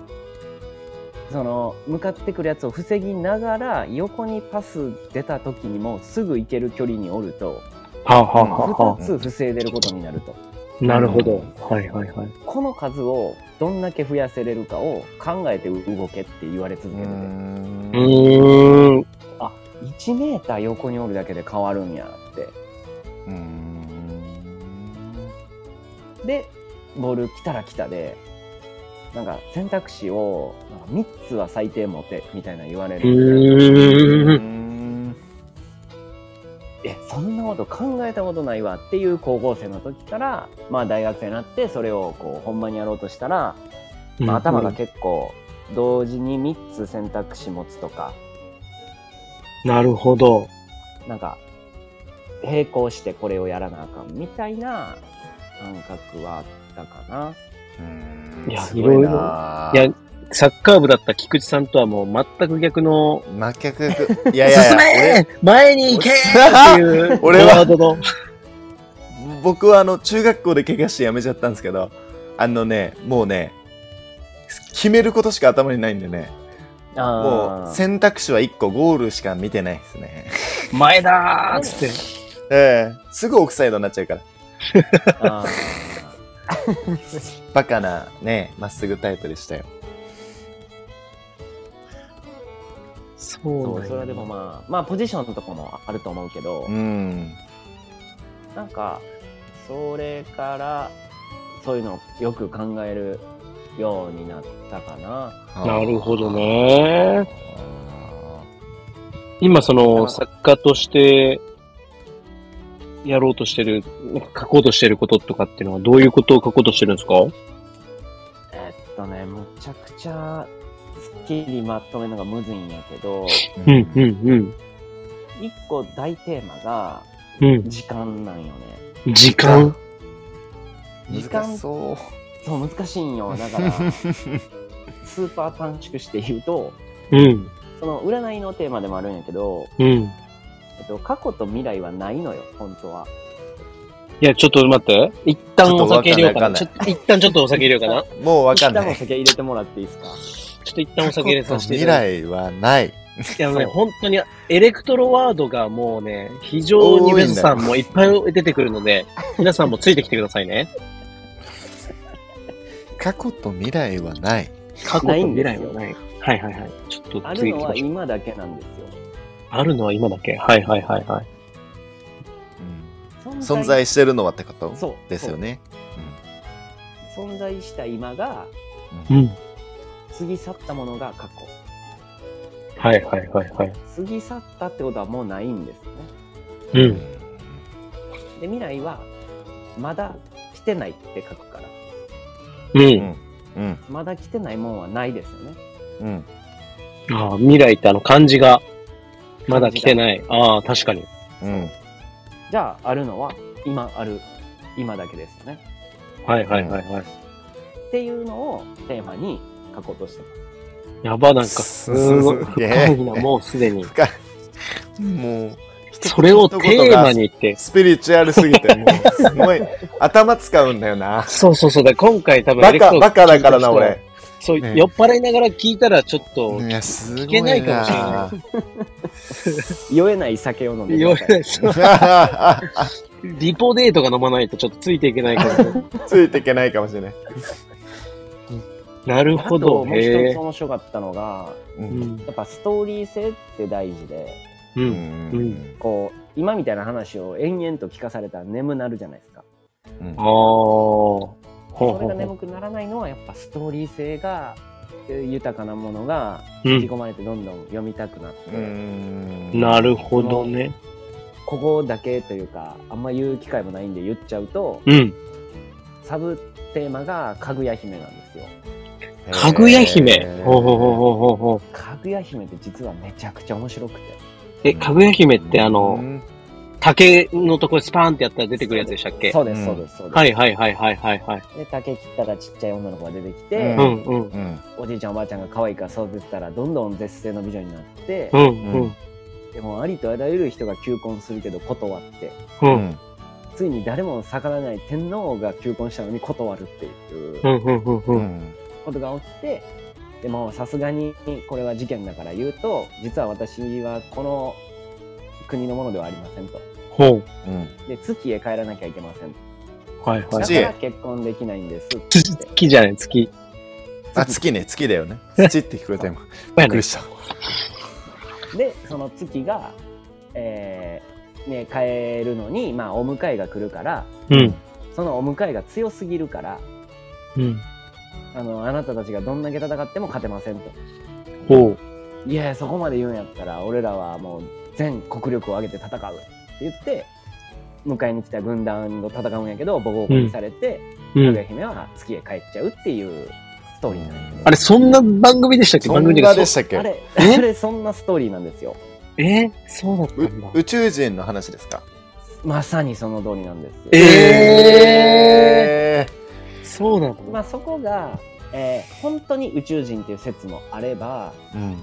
Speaker 1: その向かってくるやつを防ぎながら横にパス出た時にもすぐ行ける距離におると
Speaker 2: はあ、はあはあは
Speaker 1: 2つ防いでることになると
Speaker 2: あ、なるほど。はいはいはい。
Speaker 1: この数をどんだけ増やせれるかを考えて動けって言われ続けるで
Speaker 2: うーん。
Speaker 1: 1メーター横におるだけで変わるんやってでボール来たら来たでなんか選択肢をなんか3つは最低持てみたいな言われ
Speaker 2: う
Speaker 1: る
Speaker 2: ーん。
Speaker 1: えそんなこと考えたことないわっていう高校生の時からまあ大学生になってそれをこうほんまにやろうとしたら、まあ、頭が結構同時に3つ選択肢持つとか
Speaker 2: なるほど。
Speaker 1: なんか、並行してこれをやらなあかんみたいな感覚はあったかな。
Speaker 2: いや
Speaker 3: すご
Speaker 2: いろいろ
Speaker 3: ない
Speaker 2: や、サッカー部だった菊池さんとはもう全く
Speaker 3: *laughs*
Speaker 2: 逆の、
Speaker 3: 真逆。いやいやいや、俺
Speaker 2: 進め前に行けっていう、
Speaker 3: 俺は
Speaker 2: ワードの。
Speaker 3: 僕はあの中学校で怪我して辞めちゃったんですけどあのねもうね決めることしか頭にないんでね
Speaker 1: あ
Speaker 3: もう選択肢は1個ゴールしか見てないですね
Speaker 1: *laughs*
Speaker 2: 前だーっつって。
Speaker 3: ええすぐオフサイドになっちゃうから
Speaker 1: あ
Speaker 3: バカなねまっすぐタイプでしたよ
Speaker 2: そう
Speaker 1: そう
Speaker 2: なんや
Speaker 1: それはでもまあ、まあポジションとかもあると思うけど、
Speaker 3: うん
Speaker 1: なんか、それから、そういうのをよく考えるようになったかな。
Speaker 2: なるほどね。
Speaker 3: あ
Speaker 2: 今その作家としてやろうとしてる、なんか書こうとしてることとかっていうのはどういうことを書こうとしてるんですか
Speaker 1: えっとね、むちゃくちゃ、すっきりまとめるのがむずいんやけど、
Speaker 3: ー
Speaker 2: うんうん
Speaker 1: 一個大テーマが、
Speaker 2: うん。
Speaker 1: 時間なんよね。
Speaker 2: うん。時間
Speaker 1: 時間
Speaker 3: 難しそ
Speaker 1: そう難しいんよだから
Speaker 3: *laughs*
Speaker 1: スーパー短縮して言うと
Speaker 2: うん。
Speaker 1: その占いのテーマでもあるんやけど、
Speaker 2: うん。い
Speaker 1: えっと、過去と未来はないのよ本当は
Speaker 2: や、ちょっと待って。一旦お酒入れようかな。
Speaker 3: ちょ
Speaker 2: ちょっと、一旦ちょっとお酒入れようかな。
Speaker 3: うもうわかん
Speaker 1: 一旦
Speaker 3: な
Speaker 1: お
Speaker 3: い
Speaker 1: 酒入れてもらっていいですか
Speaker 2: ちょっと一旦お酒入れさせてい
Speaker 3: 未
Speaker 2: ただい
Speaker 3: 来はない
Speaker 2: て。いやね、本当にエレクトロワードがもうね、非常に皆さんもいっぱい出てくるので、皆さんもついてきてくださいね。
Speaker 3: 過去と未来はない
Speaker 2: 過去と
Speaker 1: ないん
Speaker 2: 未
Speaker 1: です
Speaker 2: 来
Speaker 1: よ
Speaker 2: はない。はいはいはい。ちょっと
Speaker 1: ある
Speaker 2: 次行
Speaker 1: の
Speaker 2: きま
Speaker 1: は
Speaker 2: しょう。
Speaker 1: 今だけなんですよ
Speaker 2: あるのは今だけ。はいはいはいはい。
Speaker 3: 存在してるのはってこと
Speaker 1: そう
Speaker 3: ですよね
Speaker 1: そう存在した今が
Speaker 2: うん。
Speaker 1: 過ぎ去ったものが過去
Speaker 2: はいはいはいはい。
Speaker 1: 過ぎ去ったってことはもうないんですね
Speaker 2: う。
Speaker 3: うん
Speaker 1: で未来はまだ来てないって書くから
Speaker 2: うん。
Speaker 3: うん
Speaker 1: まだ来てないもんはないですよね
Speaker 3: うん
Speaker 2: ああ、未来ってあの漢字が、まだ来てない。ああ、確かに。
Speaker 3: うん
Speaker 1: じゃああるのは今ある今だけですよね
Speaker 2: はいはいはいはい。
Speaker 1: っていうのをテーマに書こうとしてます。
Speaker 2: やば、なんか、すご
Speaker 3: す
Speaker 2: い。深
Speaker 3: げえ
Speaker 2: いな、もうすでに。
Speaker 3: 深い。もう、
Speaker 2: それをテーマ
Speaker 3: *laughs*
Speaker 2: にって。
Speaker 3: スピリチュアルすぎて、もう、すごい、頭使うんだよな。
Speaker 2: そうそうそう。だから今回多分エ
Speaker 3: バ
Speaker 2: レクト
Speaker 3: カ、
Speaker 2: ロ
Speaker 3: バカだからな、俺。。
Speaker 2: そう、
Speaker 3: ね
Speaker 2: 酔っ払いながら聞いたらちょっと、
Speaker 3: いや、すご。
Speaker 2: 聞けないかもしれない
Speaker 1: 酔えない酒を飲んで
Speaker 2: 酔
Speaker 1: くだ
Speaker 2: わ
Speaker 1: さ
Speaker 2: ないい。そうリポデートが飲まないとちょっとついていけないから。
Speaker 3: ついていけないかもしれない。
Speaker 2: なる
Speaker 1: あと
Speaker 2: ほど。
Speaker 1: もう一
Speaker 2: へ
Speaker 1: つ面白かったのが、
Speaker 3: う
Speaker 2: え。う。ん。
Speaker 1: やっぱストーリー性って大事で、
Speaker 2: う。
Speaker 3: うんん。
Speaker 1: こう、今みたいな話を延々と聞かされたら眠なるじゃないですか。
Speaker 3: うん
Speaker 2: ああ。ほうほ
Speaker 1: それ
Speaker 2: うほ
Speaker 1: が
Speaker 2: う。
Speaker 1: 眠くならないのはやっぱストーリー性がえー豊かなものが
Speaker 2: うん
Speaker 1: 引き込まれてどんどん読みたくなって、
Speaker 3: うん
Speaker 2: なるほどね。
Speaker 1: ここだけというか、あんま言う機会もないんで言っちゃうと、
Speaker 2: うん。
Speaker 1: サブテーマがかぐや姫なんですよ。
Speaker 2: かぐや姫。ほうほうほうほうほうほ
Speaker 1: かぐや姫って実はめちゃくちゃ面白くて。
Speaker 2: う。え、かぐや姫ってあ
Speaker 6: う
Speaker 2: の、
Speaker 6: ん
Speaker 2: 竹のところスパーンってやったら出てくるやつでしたっけ
Speaker 1: そうです、
Speaker 6: うん
Speaker 1: そうです、そうです。
Speaker 2: はいはいはいはいはいはい。
Speaker 1: で、竹切ったらちっちゃい女の子が出てきて、
Speaker 6: う
Speaker 2: うんうん。
Speaker 6: うん。
Speaker 1: おじいちゃんおばあちゃんが可愛いから育ててたら、どんどん絶世の美女になって
Speaker 2: う、んうん。
Speaker 1: でもありとあらゆる人が求婚するけど断って、
Speaker 2: う
Speaker 6: うんん。
Speaker 1: ついに誰も逆らわない天皇が求婚したのに断るっていう
Speaker 2: うんうんうんう。
Speaker 6: うんん。
Speaker 1: ことが起きて、でもさすがにこれは事件だから言うと、実は私はこの国のものではありませんと。
Speaker 2: ほう。
Speaker 1: で、月へ帰らなきゃいけません。
Speaker 2: はいは
Speaker 1: だ
Speaker 2: い。
Speaker 6: 土
Speaker 1: か
Speaker 6: へ
Speaker 1: ら結婚できないんですって言って。
Speaker 2: 月じゃない、月。
Speaker 6: あ、月ね、月だよね。土って聞こえ
Speaker 2: *laughs*
Speaker 6: た今。びっくりした。
Speaker 1: でその月が、えーね、帰るのに、まあ、お迎えが来るから
Speaker 2: うん。
Speaker 1: そのお迎えが強すぎるから
Speaker 2: うん。
Speaker 1: あのあなたたちがどんだけ戦っても勝てませんと
Speaker 2: ほう。
Speaker 1: いやいやそこまで言うんやったら俺らはもう全国力を上げて戦うって言って迎えに来た軍団と戦うんやけどボコボコにされて、か
Speaker 2: う
Speaker 1: ぐや
Speaker 2: ん。
Speaker 1: 姫は月へ帰っちゃうっていうストーリーになります
Speaker 2: あれ、そんな番組でしたっけ
Speaker 6: そ
Speaker 2: 番
Speaker 6: ん
Speaker 2: 組
Speaker 6: な
Speaker 2: で
Speaker 6: で
Speaker 2: し
Speaker 6: したっけ
Speaker 1: あれ
Speaker 2: え
Speaker 1: それそんなストーリーなんですよ
Speaker 2: た。えーそうだった
Speaker 6: うん
Speaker 2: だ。
Speaker 6: 宇宙人の話ですか
Speaker 1: まさにその通りなんですよ
Speaker 6: え
Speaker 2: えーそうなんだ。
Speaker 1: まあ、そこが、えー本当に宇宙人っていう説もあれば
Speaker 6: ーうん。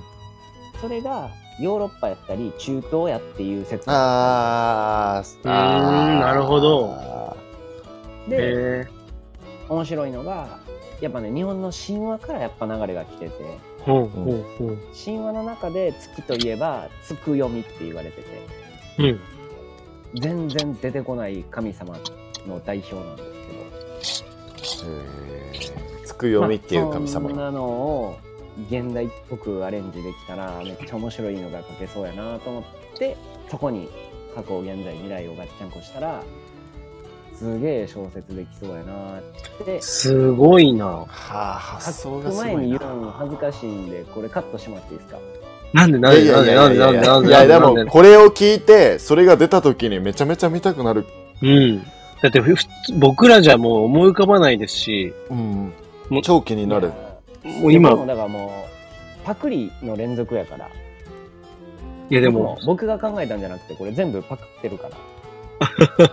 Speaker 1: それがヨーロッパやったり中東やっていう説も
Speaker 6: あー、
Speaker 2: うーんなるほど
Speaker 1: で、
Speaker 2: え
Speaker 1: 面白いのがやっぱね日本の神話からやっぱ流れが来てて
Speaker 2: ーほうほうほう。
Speaker 1: 神話の中で月といえば月読みって言われてて
Speaker 2: うん。
Speaker 1: 全然出てこない神様の代表なんですけど
Speaker 6: えーつくよみっていう神様
Speaker 1: まあそん
Speaker 6: が。
Speaker 1: なのを現代っぽくアレンジできたらめっちゃ面白いのが書けそうやなと思ってそこに過去現在未来をガッチャンコしたらすげえ小説できそうやなって
Speaker 2: すごいな。
Speaker 6: はあ、発
Speaker 1: 書
Speaker 6: 想
Speaker 1: く
Speaker 6: がすご
Speaker 1: 前
Speaker 6: い
Speaker 1: に言う
Speaker 6: な。
Speaker 1: の恥ずかしいんでこれカットしてもらっていいですか
Speaker 2: なんでなん
Speaker 6: い
Speaker 2: で
Speaker 6: や
Speaker 2: なん
Speaker 6: い
Speaker 2: で
Speaker 6: や
Speaker 2: ないんで
Speaker 6: や
Speaker 2: ないん
Speaker 6: や
Speaker 2: でなんで
Speaker 6: いやで
Speaker 2: なんで
Speaker 6: もこれを聞いてそれが出た時にめちゃめちゃ見たくなる
Speaker 2: うん。だってふ普通、僕らじゃもう思い浮かばないですし、
Speaker 6: うん
Speaker 2: もう
Speaker 6: 超気になる
Speaker 2: もう今
Speaker 1: いや僕もだからもうパクリの連続やから
Speaker 2: いやで
Speaker 1: 僕
Speaker 2: も、
Speaker 1: 僕が考えたんじゃなくてこれ全部パクってるか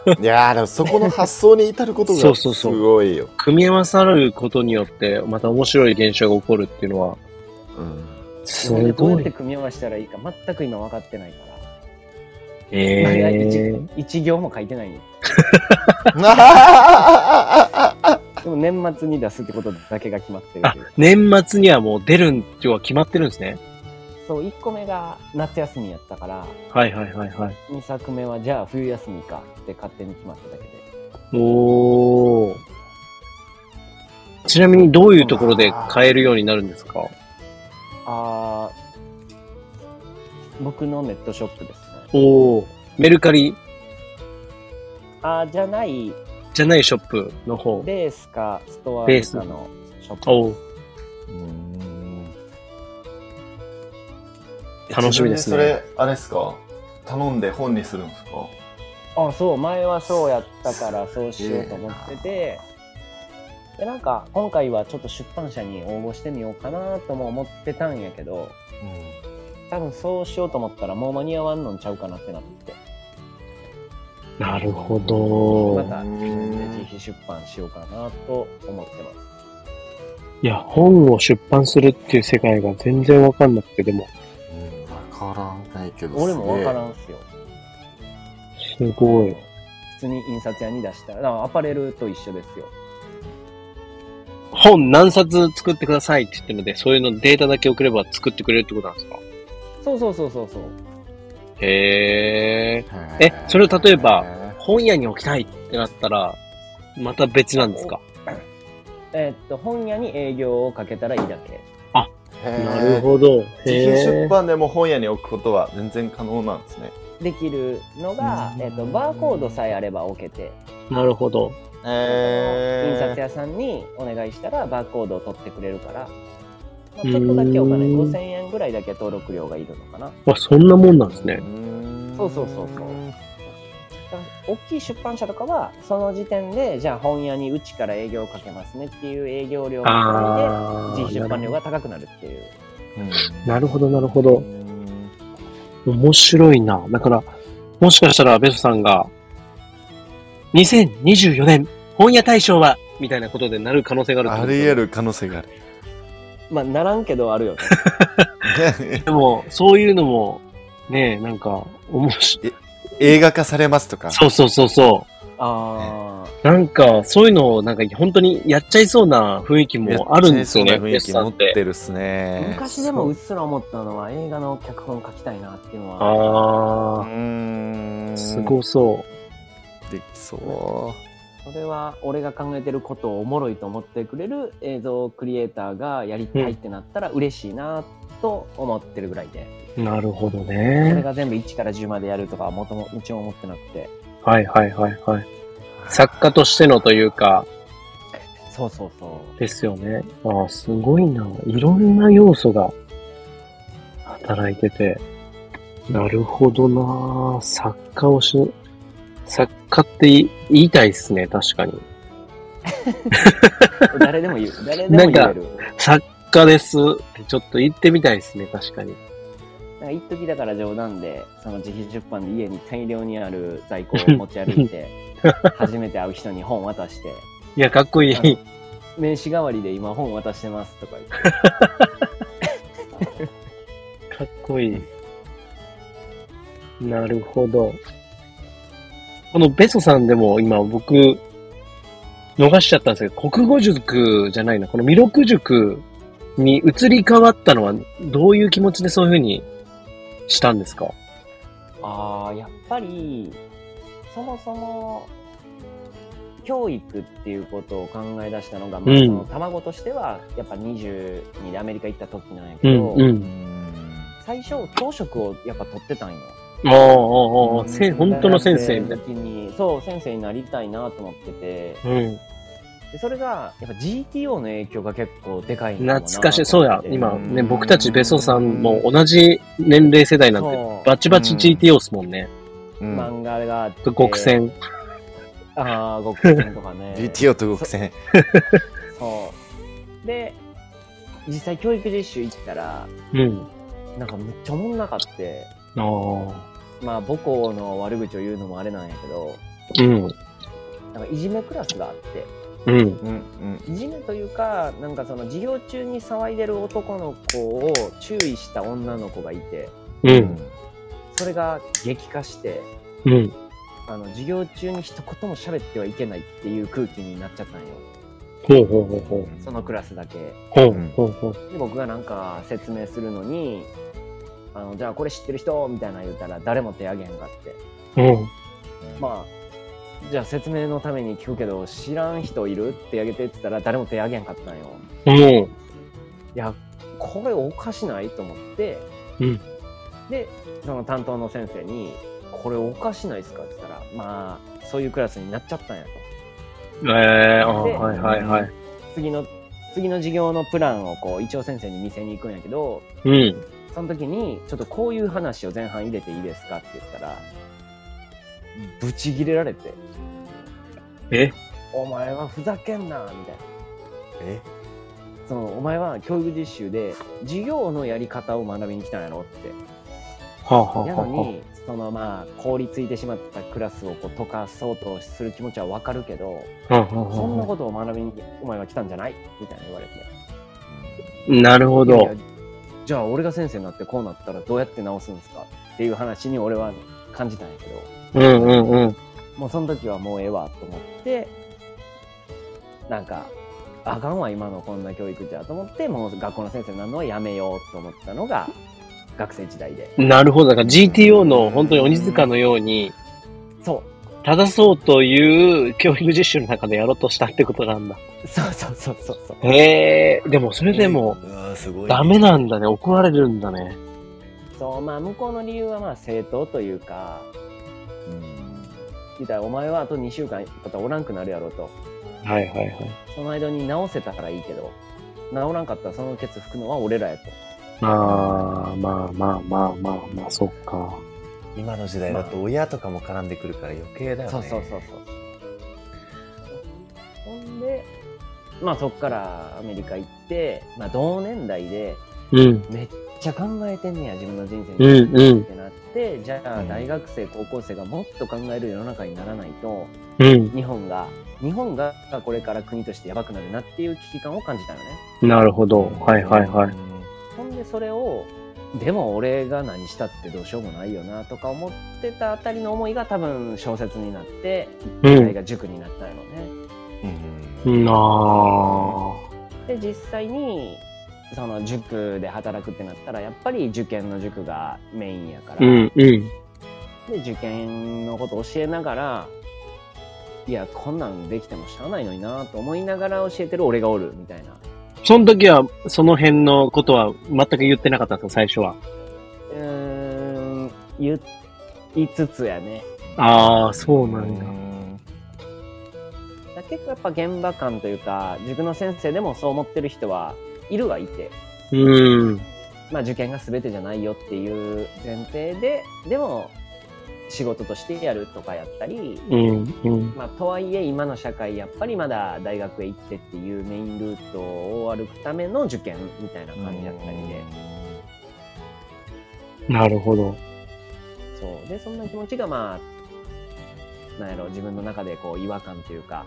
Speaker 1: ら
Speaker 6: いやーでもそこの発想に至ること
Speaker 2: そ
Speaker 6: が
Speaker 2: うそう
Speaker 6: す
Speaker 2: そう
Speaker 6: ごいよ
Speaker 2: 組み合わさることによって、また面白い現象が起こるっていうのは、
Speaker 6: うん
Speaker 2: す
Speaker 1: それでどうや
Speaker 2: ご
Speaker 1: って
Speaker 2: い。
Speaker 1: 組み合わせたらいいか全く今分かってないからまだ
Speaker 2: えー
Speaker 1: 一一行も書いてないんよでも年末に出すってことだけが決まってる
Speaker 2: あ
Speaker 1: けど、
Speaker 2: 年末にはもう出るっていうのは決まってるんですね。
Speaker 1: そう、1個目が夏休みやったから、
Speaker 2: はいはいはいはい。
Speaker 1: 2作目はじゃあ冬休みかって勝手に決まっただけで。
Speaker 2: おー。ちなみにどういうところで買えるようになるんですか
Speaker 1: あー、僕のネットショップですね。
Speaker 2: おー。メルカリ
Speaker 1: あー、じゃない、
Speaker 2: じゃないショップの方。
Speaker 1: ベースかストア
Speaker 2: ベー
Speaker 1: と
Speaker 2: ス
Speaker 1: かのショップ。
Speaker 2: おう楽しみですね
Speaker 6: 自分それあれですか頼んで本にするんですか
Speaker 1: あそう前はそうやったからそうしようと思ってて、でなんか今回はちょっと出版社に応募してみようかなとも思ってたんやけど、多分そうしようと思ったらもう間に合わんのんちゃうかなってなってて
Speaker 2: なるほど。
Speaker 1: また自分で自費出版しようかなと思ってます
Speaker 2: いや、本を出版するっていう世界が全然わかんなくて、でも、
Speaker 6: うんわからないけど
Speaker 1: 俺もわから
Speaker 6: ん
Speaker 1: んっすよ
Speaker 2: すごい。
Speaker 1: 普通に印刷屋に出したらだからアパレルと一緒ですよ
Speaker 2: 本何冊作ってくださいって言ってるので、そういうのデータだけ送れば作ってくれるってことなんですか
Speaker 1: そうそうそうそうそう
Speaker 2: へえ。えそれを例えば本屋に置きたいってなったら、また別なんですか
Speaker 1: えーっと本屋に営業をかけたらいいだけ
Speaker 6: な
Speaker 2: ほど。
Speaker 6: 自費出
Speaker 2: へ
Speaker 6: 版でも本屋に置くことは全然可能なんですね
Speaker 1: できるのが、えーっとバーコードさえあれば OK て、
Speaker 2: え。なるほど。
Speaker 6: え
Speaker 1: 印刷屋さんにお願いしたらバーコードを取ってくれるから、まあ、ちょっとだけお金
Speaker 2: うん
Speaker 1: 5000円ぐらいだけ登録料がいるのかな
Speaker 2: まあ、そんなもんなんですね。
Speaker 1: そうそうそうそう大きい出版社とかは、その時点で、じゃあ本屋にうちから営業をかけますねっていう営業料が込
Speaker 2: あ
Speaker 1: み
Speaker 2: あ
Speaker 1: で、自費出版料が高くなるっていう。
Speaker 2: なるほど、なるほど。面白いな。だから、もしかしたらベソさんが、2024年本屋大賞は、みたいなことでなる可能性があるってこ
Speaker 6: あ
Speaker 2: と
Speaker 6: り得る可能性がある。 *laughs*
Speaker 1: まあ、ならんけどあるよね。
Speaker 2: でも、そういうのも、ねえ、なんか、面白い。
Speaker 6: 映画化されますとか。
Speaker 2: そうそうそうそ
Speaker 1: あ *laughs*
Speaker 2: う。なんか、そういうのを、なんか、本当にやっちゃいそうな雰囲気もあるんですよね、
Speaker 6: めっ
Speaker 2: ベ
Speaker 6: ちゃ
Speaker 2: ソ
Speaker 6: そ
Speaker 2: さ
Speaker 6: うなん雰囲気持っ
Speaker 2: っ。
Speaker 6: ててるっす
Speaker 1: あ、
Speaker 6: ね。
Speaker 1: 昔でもうっすら思ったのは映画の脚本書きたいなっていうのは、
Speaker 6: う
Speaker 2: あ
Speaker 6: ーん。
Speaker 2: あ、すごそ
Speaker 6: できそ
Speaker 1: それは俺が考えてることをおもろいと思ってくれる映像クリエイターがやりたいってなったら嬉しいなと思ってるぐらいで、
Speaker 2: う。なるほど
Speaker 1: それ
Speaker 2: ね。
Speaker 1: が全部1から10までやるとかはもとももちろん思ってなく
Speaker 2: *laughs*
Speaker 1: て、
Speaker 2: はいはいはいはい。作家としてのというか、
Speaker 1: そうそうそ
Speaker 2: ですよね。ああ、すごいな。いろんな要素が働いてて。なるほどな。作家をし、作家ってい言いたいっすね、確かに。
Speaker 1: う。誰でも言う。誰でも言える。
Speaker 2: 作家ですってちょっと言ってみたいっすね、確かに。
Speaker 1: なんか一時だから冗談で、その自費出版で家に大量にある在庫を持ち歩い
Speaker 2: *laughs*
Speaker 1: て、初めて会う人に本渡して、
Speaker 2: いや、かっこいい。
Speaker 1: 名刺代わりで今本渡してますとか言って、
Speaker 2: かっこいい。なるほど。このベソさんでも今僕、逃しちゃったんですけど、国語塾じゃないな、この弥勒塾に移り変わったのは、どういう気持ちでそういうふうにしたんですか
Speaker 1: ああ、やっぱり、そもそも、教育っていうことを考え出したのが、まあ、
Speaker 2: うん
Speaker 1: その卵としては、やっぱ22でアメリカ行った時なんやけど、
Speaker 6: う。うーん。
Speaker 1: 最初、教職をやっぱ取ってたんよ。
Speaker 2: ああ、ああ、ああ、せん本当の先生みたい
Speaker 1: 大学生の時にそう、先生になりたいなと思ってて、
Speaker 2: な。うん。
Speaker 1: でそれが、やっぱ GTO の影響が結構でかいのかな
Speaker 2: 懐かしい。そうや、今ね、
Speaker 6: うん
Speaker 2: 僕たちベソさんも同じ年齢世代なんで、
Speaker 1: そう
Speaker 2: バチバチ
Speaker 6: うん
Speaker 2: GTO っすもんね。
Speaker 6: うん
Speaker 1: 漫画があって、
Speaker 2: 極。戦。
Speaker 1: ああ、極戦とか
Speaker 3: *laughs*
Speaker 1: ね。
Speaker 6: GTO と極戦。
Speaker 1: そう。で、実際教育実習行ったら、
Speaker 2: うん。
Speaker 1: なんかめっちゃおもんなかって、
Speaker 2: ああ。
Speaker 1: まあ母校の悪口を言うのもあれなんやけど、
Speaker 2: うん。
Speaker 1: なんかいじめクラスがあって、
Speaker 2: うん。
Speaker 6: うんうん。
Speaker 1: いじめというか、なんかその授業中に騒いでる男の子を注意した女の子がいて、
Speaker 2: うん。
Speaker 1: それが激化して、
Speaker 2: うん。
Speaker 1: あの授業中に一言も喋ってはいけないっていう空気になっちゃったんよ。
Speaker 2: ほうほうほうほ
Speaker 1: そのクラスだけ。
Speaker 2: う。ほう
Speaker 6: うん
Speaker 2: ほうほう。
Speaker 1: で僕がなんか説明するのにあのじゃあこれ知ってる人みたいな言うたら誰も手挙げへんかって
Speaker 2: うん。
Speaker 1: まあじゃあ説明のために聞くけど知らん人いるって挙げてって言ったら誰も手挙げへんかったんよ
Speaker 2: うん。
Speaker 1: いやこれおかしないと思って、
Speaker 2: うん
Speaker 1: でその担当の先生に「これおかしないですか?」って言ったら「まあそういうクラスになっちゃったんや」と
Speaker 2: ええあーはいはいはい。
Speaker 1: 次の次の授業のプランをこう一応先生に見せに行くんやけど
Speaker 2: うん。
Speaker 1: その時に、ちょっとこういう話を前半入れていいですかって言ったら、ブチギレられて、
Speaker 2: え
Speaker 1: お前はふざけんなみたいな。
Speaker 6: え
Speaker 1: その、お前は教育実習で、授業のやり方を学びに来たんやろって。
Speaker 2: はあはあ
Speaker 1: な
Speaker 2: は
Speaker 1: の
Speaker 2: あは
Speaker 1: に、そのまあ、凍りついてしまったクラスをこう溶かそうとする気持ちはわかるけど、
Speaker 2: あ。はあはあはあ
Speaker 1: そんなことを学びに、お前は来たんじゃないみたいな言われて。
Speaker 2: なるほ
Speaker 1: い
Speaker 2: ど
Speaker 1: やい。やじゃあ俺が先生になってこうなったらどうやって直すんですかっていう話に俺は感じたんやけど。
Speaker 2: うんうんうん。
Speaker 1: もうその時はもうええわと思って、なんか、あかんわ、今のこんな教育じゃと思って、もう学校の先生になるのはやめようと思ったのが、学生時代で。
Speaker 2: なるほど。だから GTO の本当に鬼塚のように、
Speaker 1: そ
Speaker 2: 正そうという教育実習の中でやろうとしたってことなんだ。
Speaker 1: う。そうそうそうそうそう。
Speaker 2: へえ、でもそれでも、
Speaker 6: うわーすごい。
Speaker 2: ダメなんだね。怒られるんだね。
Speaker 1: そう、まあ、向こうの理由はまあ、正当というか、
Speaker 6: うん。
Speaker 1: 言ったら、お前はあと2週間、またおらんくなるやろと。
Speaker 2: はいはいはい。
Speaker 1: その間に直せたからいいけど、直らんかったらそのケツ拭くのは俺らやと。
Speaker 2: まあまあまあまあまあまあ、そっか。
Speaker 6: 今の時代だと親とかも絡んでくるから余計だよね。
Speaker 1: そうそうそうそうほんでまあそっからアメリカ行って、まあ、同年代で
Speaker 2: うん。
Speaker 1: めっちゃ考えてんねや自分の人生
Speaker 2: う
Speaker 1: に
Speaker 2: んうん
Speaker 1: ってなってじゃあ大学生高校生がもっと考える世の中にならないと
Speaker 2: うん。
Speaker 1: 日本が日本がこれから国としてやばくなるなっていう危機感を感じたのね
Speaker 2: なるほど。はいはいはい。
Speaker 1: ほんでそれをでも俺が何したってどうしようもないよなとか思ってたあたりの思いが多分小説になって
Speaker 2: う
Speaker 1: それ
Speaker 2: ん。
Speaker 1: が塾になったのね、
Speaker 6: うん。
Speaker 2: うんあ
Speaker 1: で実際にその塾で働くってなったらやっぱり受験の塾がメインやから、
Speaker 2: ーうんうん。
Speaker 1: で受験のこと教えながらいやこんなんできてもしゃあないのになと思いながら教えてる俺がおるみたいな、
Speaker 2: その時は、その辺のことは全く言ってなかったんですよ、最初は。
Speaker 1: うーん言いつつやね
Speaker 2: ああ、そうなんだ。
Speaker 1: だから結構やっぱ現場感というか塾の先生でもそう思ってる人はいるはいて、
Speaker 2: うん。
Speaker 1: まあ、受験が全てじゃないよっていう前提ででも仕事としてやるとかやったり、
Speaker 2: うん。うん。
Speaker 1: まあ、とはいえ今の社会やっぱりまだ大学へ行ってっていうメインルートを歩くための受験みたいな感じやったりで、
Speaker 2: なるほど。
Speaker 1: そうでそんな気持ちがまあなんやろ自分の中でこう違和感というか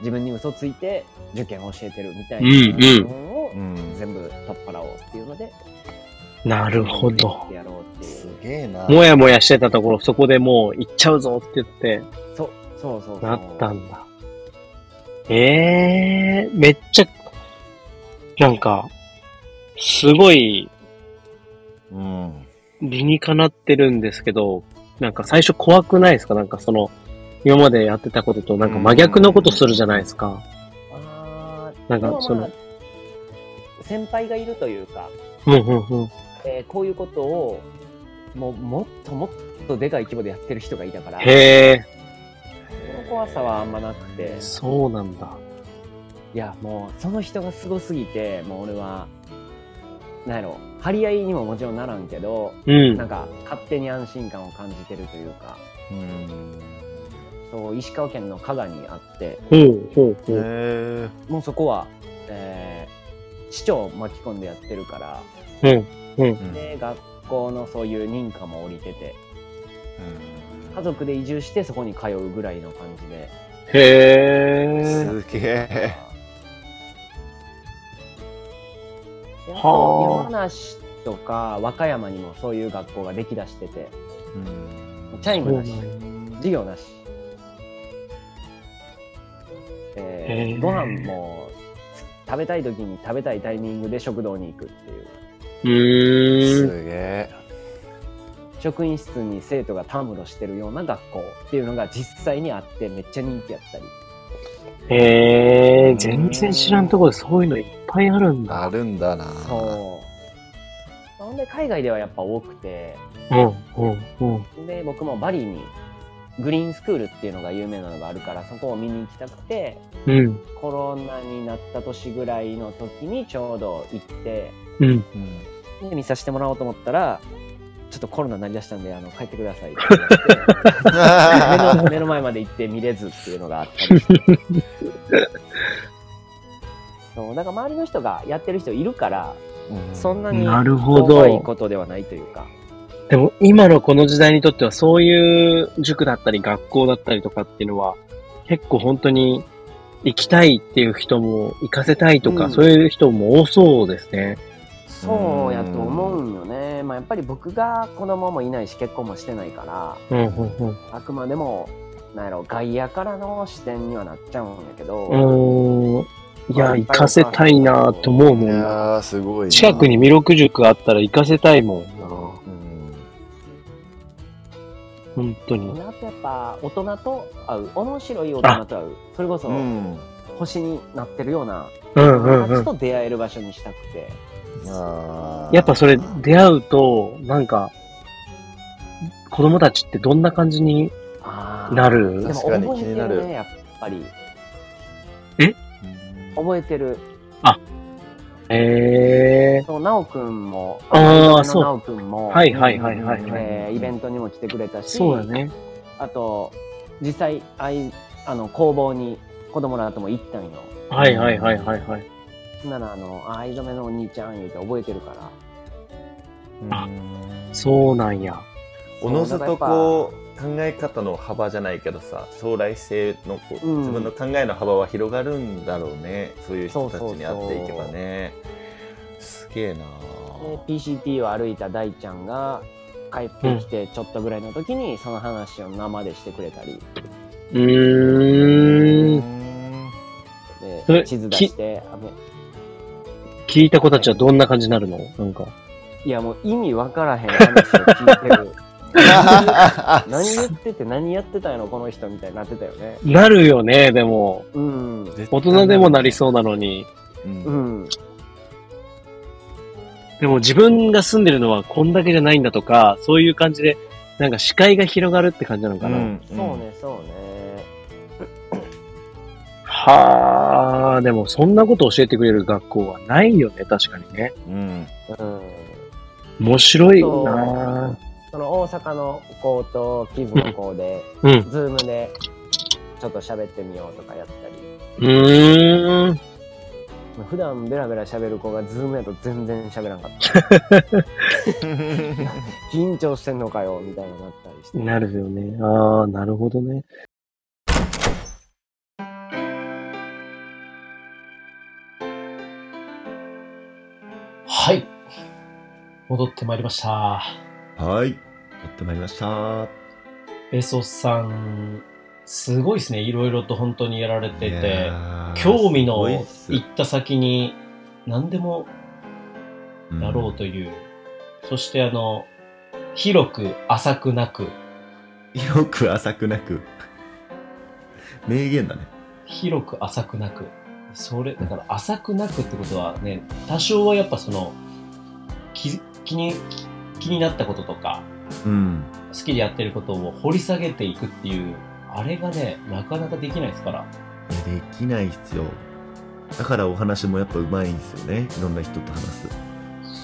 Speaker 1: 自分に嘘ついて受験を教えてるみたいな
Speaker 2: うんうん
Speaker 1: 自分を
Speaker 6: うん。
Speaker 1: 全部取っ払おうっていうので
Speaker 2: な
Speaker 1: な
Speaker 2: るほど。
Speaker 1: やろうってい
Speaker 6: す
Speaker 1: う
Speaker 6: げえな。
Speaker 2: もやもやしてたところ、そこでもう行っちゃうぞって言って、
Speaker 1: そうそうそうそう
Speaker 2: なったんだ。ええー、めっちゃ、なんか、すごい
Speaker 6: うん。
Speaker 2: 理にかなってるんですけど、なんか最初怖くないですかなんかその、今までやってたこととなんか真逆のことするじゃないですか。
Speaker 1: あー
Speaker 2: なん
Speaker 1: で
Speaker 2: か
Speaker 1: もまあ
Speaker 2: その
Speaker 1: 先輩がいるというか
Speaker 2: うんうんうん。
Speaker 1: えーこういうことをもうもっともっとでかい規模でやってる人がいたからこ
Speaker 2: へえ、
Speaker 1: の怖さはあんまなくて
Speaker 2: そうなんだ。
Speaker 1: いやもうその人がすごすぎてもう俺はなんやろ張り合いにももちろんならんけど
Speaker 2: うん。
Speaker 1: なんか勝手に安心感を感じてるというか
Speaker 6: うん。
Speaker 1: そう石川県の加賀にあって
Speaker 2: ほうほうほう。
Speaker 6: へ
Speaker 1: もうそこは、えー市長を巻き込んでやってるから
Speaker 2: うん。
Speaker 1: で学校のそういう認可も降りてて家族で移住してそこに通うぐらいの感じで
Speaker 2: へえ。
Speaker 6: すげえ。
Speaker 1: であ
Speaker 2: はあ
Speaker 1: と山梨とか和歌山にもそういう学校ができだしててチャイムなし授業なし、えー
Speaker 2: へえ
Speaker 1: ご飯も食べたい時に食べたいタイミングで食堂に行くっていう
Speaker 2: うーん。
Speaker 6: すげえ。
Speaker 1: 職員室に生徒がたむろしてるような学校っていうのが実際にあってめっちゃ人気やったり
Speaker 2: へえ、全然知らんところでそういうのいっぱいあるんだ。
Speaker 6: あるんだな。
Speaker 1: そうほんで海外ではやっぱ多くて
Speaker 2: うん、うん、うん。
Speaker 1: で僕もバリにグリーンスクールっていうのが有名なのがあるからそこを見に行きたくて
Speaker 2: うん、
Speaker 1: コロナになった年ぐらいの時にちょうど行って
Speaker 2: うん。
Speaker 6: うん。
Speaker 1: で見させてもらおうと思ったらちょっとコロナになりだしたんであの帰ってくださいって言われて目の
Speaker 2: *laughs*
Speaker 1: 目の前まで行って見れずっていうのがあったりしてそうだから周りの人がやってる人いるから *laughs* そんなに
Speaker 2: なるほど
Speaker 1: 怖いことではないというか
Speaker 2: でも今のこの時代にとってはそういう塾だったり学校だったりとかっていうのは結構本当に行きたいっていう人も行かせたいとか、
Speaker 1: うん
Speaker 2: そういう人も多そうですね。
Speaker 1: そうやと思うんよね、まあ、やっぱり僕が子供もいないし結婚もしてないから
Speaker 2: うん、うん、
Speaker 1: あくまでもなんやろ外野からの視点にはなっちゃうんやけど、
Speaker 2: うん。うーん。い
Speaker 6: ま
Speaker 2: や、
Speaker 6: あ
Speaker 2: 行かせたいなと思う
Speaker 6: い
Speaker 2: もんな。
Speaker 6: やー、すごいな。
Speaker 2: 近くに弥勒塾あったら行かせたいもんな。
Speaker 6: うん。
Speaker 2: 本当に。
Speaker 1: あとやっぱ大人と会う面白い大人と会うそれこそ
Speaker 6: うん。
Speaker 1: 星になってるような
Speaker 2: うん、う
Speaker 1: 友
Speaker 2: ん、う
Speaker 1: 達
Speaker 2: ん。
Speaker 1: と出会える場所にしたくて、
Speaker 6: あー
Speaker 2: やっぱそれ出会うと、なんか、子供たちってどんな感じに
Speaker 1: あー
Speaker 2: なる
Speaker 1: でも
Speaker 6: 確かに
Speaker 1: 覚えて
Speaker 6: 気にな
Speaker 1: る
Speaker 6: る
Speaker 1: ねやっぱり
Speaker 2: え
Speaker 1: 覚えてる
Speaker 7: へえ。
Speaker 1: そう、なおくんも、
Speaker 7: あー
Speaker 1: 私
Speaker 7: そ
Speaker 1: の
Speaker 7: う
Speaker 1: なおくんも、
Speaker 7: はいはいはいはいはい
Speaker 1: えーイベントにも来てくれたし、
Speaker 7: そうだね。
Speaker 1: あと、実際、あいあの工房に子供らとも行ったんよ。
Speaker 7: はいはいはいはいはい。
Speaker 1: なら、あの、あ藍染めのお兄ちゃん言うて覚えてるから。
Speaker 7: そうなんや。
Speaker 8: おのずとこう考え方の幅じゃないけどさ将来性のこう、
Speaker 1: うん
Speaker 8: 自分の考えの幅は広がるんだろうねそういう人たち
Speaker 1: そうそう
Speaker 8: に
Speaker 1: そう
Speaker 8: 会っていけばねすげえな
Speaker 1: で PCT を歩いた大ちゃんが帰ってきてちょっとぐらいの時にその話を生でしてくれたり、
Speaker 7: う
Speaker 2: *laughs*
Speaker 7: ーん。そ
Speaker 1: で
Speaker 7: れ
Speaker 1: 地図出してあめ
Speaker 7: 聞いた子たちはどんな感じになるのなんか。
Speaker 1: いやもう意味わからへん話を聞いてる
Speaker 3: *laughs*
Speaker 1: 何言ってて何やってたんやろこの人みたいになってたよね
Speaker 7: なるよね、でも。
Speaker 1: うん
Speaker 3: *laughs*
Speaker 7: 大人でもなりそうなのに。
Speaker 8: うん
Speaker 1: うん
Speaker 7: でも自分が住んでるのはこんだけじゃないんだとか、そういう感じで、なんか視界が広がるって感じなのかな。
Speaker 8: うん
Speaker 1: そうねそうね
Speaker 7: はあ、でもそんなこと教えてくれる学校はないよね、確かにね。
Speaker 8: うん
Speaker 1: うん
Speaker 7: 面白い
Speaker 1: そう
Speaker 7: な
Speaker 1: その大阪の子とキズの子で、
Speaker 7: うん。
Speaker 1: ズームでちょっと喋ってみようとかやったり
Speaker 7: うーん。
Speaker 1: 普段ベラベラ喋る子がズームやと全然喋らんかった。
Speaker 8: *laughs*
Speaker 1: 緊張してんのかよみたいになったり
Speaker 2: *laughs*
Speaker 1: して。
Speaker 7: なるよね。ああ、なるほどね。
Speaker 2: はい。戻ってまいりました。
Speaker 3: はい。やってまいりました。
Speaker 2: ベソスさん、すごいですね。いろいろと本当にやられて
Speaker 3: い
Speaker 2: て、
Speaker 3: やー
Speaker 2: 興味の
Speaker 3: すごい
Speaker 2: 行
Speaker 3: っすう
Speaker 2: った先に何でも
Speaker 3: ん
Speaker 2: やろうという。そしてあの、広く浅くなく、
Speaker 3: 広く浅くなく。名言だね。
Speaker 2: 広く浅くなく。それ、だから浅くなくってことはね、多少はやっぱその、気気に、気になったこととか、
Speaker 3: うん。
Speaker 2: 好きでやってることを掘り下げていくっていう、あれがね、なかなかできないですから。
Speaker 3: えできない必要。だからお話もやっぱうまいんですよね。いろんな人と話す。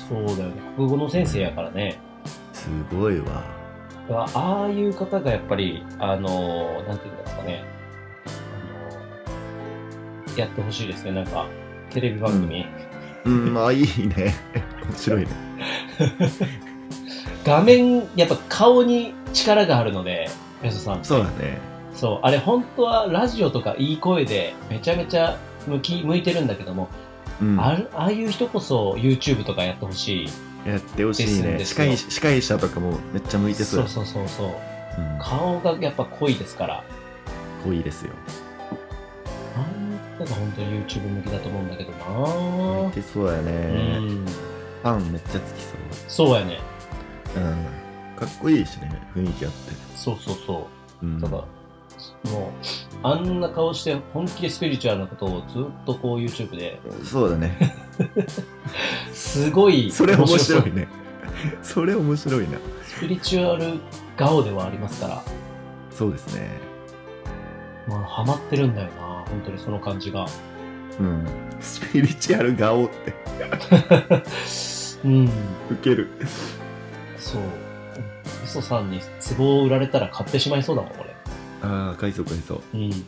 Speaker 2: そうだよね。国語の先生やからね。
Speaker 3: すごいわ。
Speaker 2: だからああいう方がやっぱり、あのーなんていうんですかね、あのーやってほしいですね、なんか、テレビ番組。 *laughs*
Speaker 3: うん、あ、いいね。面白いね。
Speaker 2: 画面、やっぱ顔に力があるので、ヤスさん。
Speaker 3: そうだね。
Speaker 2: そう、あれ本当はラジオとかいい声でめちゃめちゃ向き向いてるんだけども、
Speaker 3: うん。
Speaker 2: あるああいう人こそ YouTube とかやってほしい。
Speaker 3: やってほしい
Speaker 2: で
Speaker 3: ね。
Speaker 2: す
Speaker 3: 司
Speaker 2: んで
Speaker 3: 会
Speaker 2: す
Speaker 3: 司会者とかもめっちゃ向いてそう
Speaker 2: そう
Speaker 3: や。
Speaker 2: そうそうそう。
Speaker 3: うんか
Speaker 2: 顔がやっぱ濃いですから。
Speaker 3: っこいいですよ。
Speaker 2: ああいう人が本当に YouTube 向きだと思うんだけどな
Speaker 3: 向いてそうや
Speaker 2: う
Speaker 3: ね。
Speaker 2: ん。
Speaker 3: ファンめっちゃつきそう。
Speaker 2: そうやね。
Speaker 3: うん。かっこいいしね。雰囲気あって。
Speaker 2: そうそうそう。
Speaker 3: うん。
Speaker 2: ただ、もう、あんな顔して本気でスピリチュアルなことをずっとこう YouTube で、
Speaker 3: そうだね。
Speaker 2: すごい
Speaker 3: それ面
Speaker 2: そう
Speaker 3: 白いね。 *laughs* それ面白いな。
Speaker 2: スピリチュアル顔ではありますから、
Speaker 3: そうですね。
Speaker 2: まあ、ハマってるんだよな、本当にその感じ
Speaker 3: *laughs*
Speaker 2: が。
Speaker 3: うん。スピリチュアル顔って
Speaker 2: うん、
Speaker 3: ウケる。
Speaker 2: そう。磯さんに壺を売られたら買ってしまいそうだもん、俺。
Speaker 3: ああ、かいそうかいそう。
Speaker 2: うん。い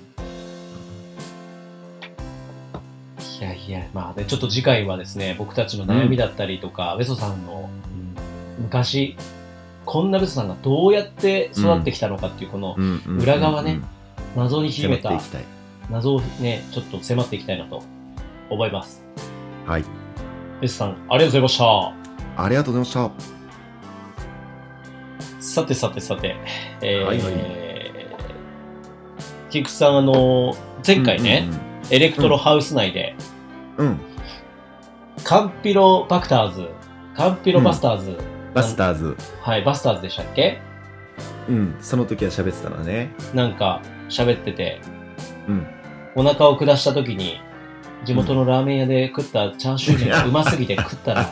Speaker 2: やいや、まあね、ちょっと次回はですね、僕たちの悩みだったりとか、ベソさんの、うん昔、こんなベソさんがどうやって育ってきたのかっていう、この
Speaker 3: うんうん
Speaker 2: 裏側ね、謎に秘
Speaker 3: 広め
Speaker 2: め
Speaker 3: て
Speaker 2: た
Speaker 3: いきたい。
Speaker 2: 謎をね、ちょっと迫っていきたいなと思います。
Speaker 3: はい。
Speaker 2: ベソさん、ありがとうございました。
Speaker 3: ありがとうございまし
Speaker 2: さてさてさて、えー、
Speaker 3: はいは
Speaker 2: 菊池さん、あの、
Speaker 3: た。
Speaker 2: 前回ね、エレクトロハウス内で、
Speaker 3: うん。うんうん。
Speaker 2: カンピロバクターズ、カンピロバスターズ、
Speaker 3: バスターズ。
Speaker 2: はい、バスターズでしたっけ
Speaker 3: うん。その時は喋ってたのね。
Speaker 2: なんか喋ってて、
Speaker 3: うん。
Speaker 2: お腹を下した時に、地元のラーメン屋で食ったチャーシュー麺がうますぎて食っ
Speaker 3: *laughs*
Speaker 2: たら、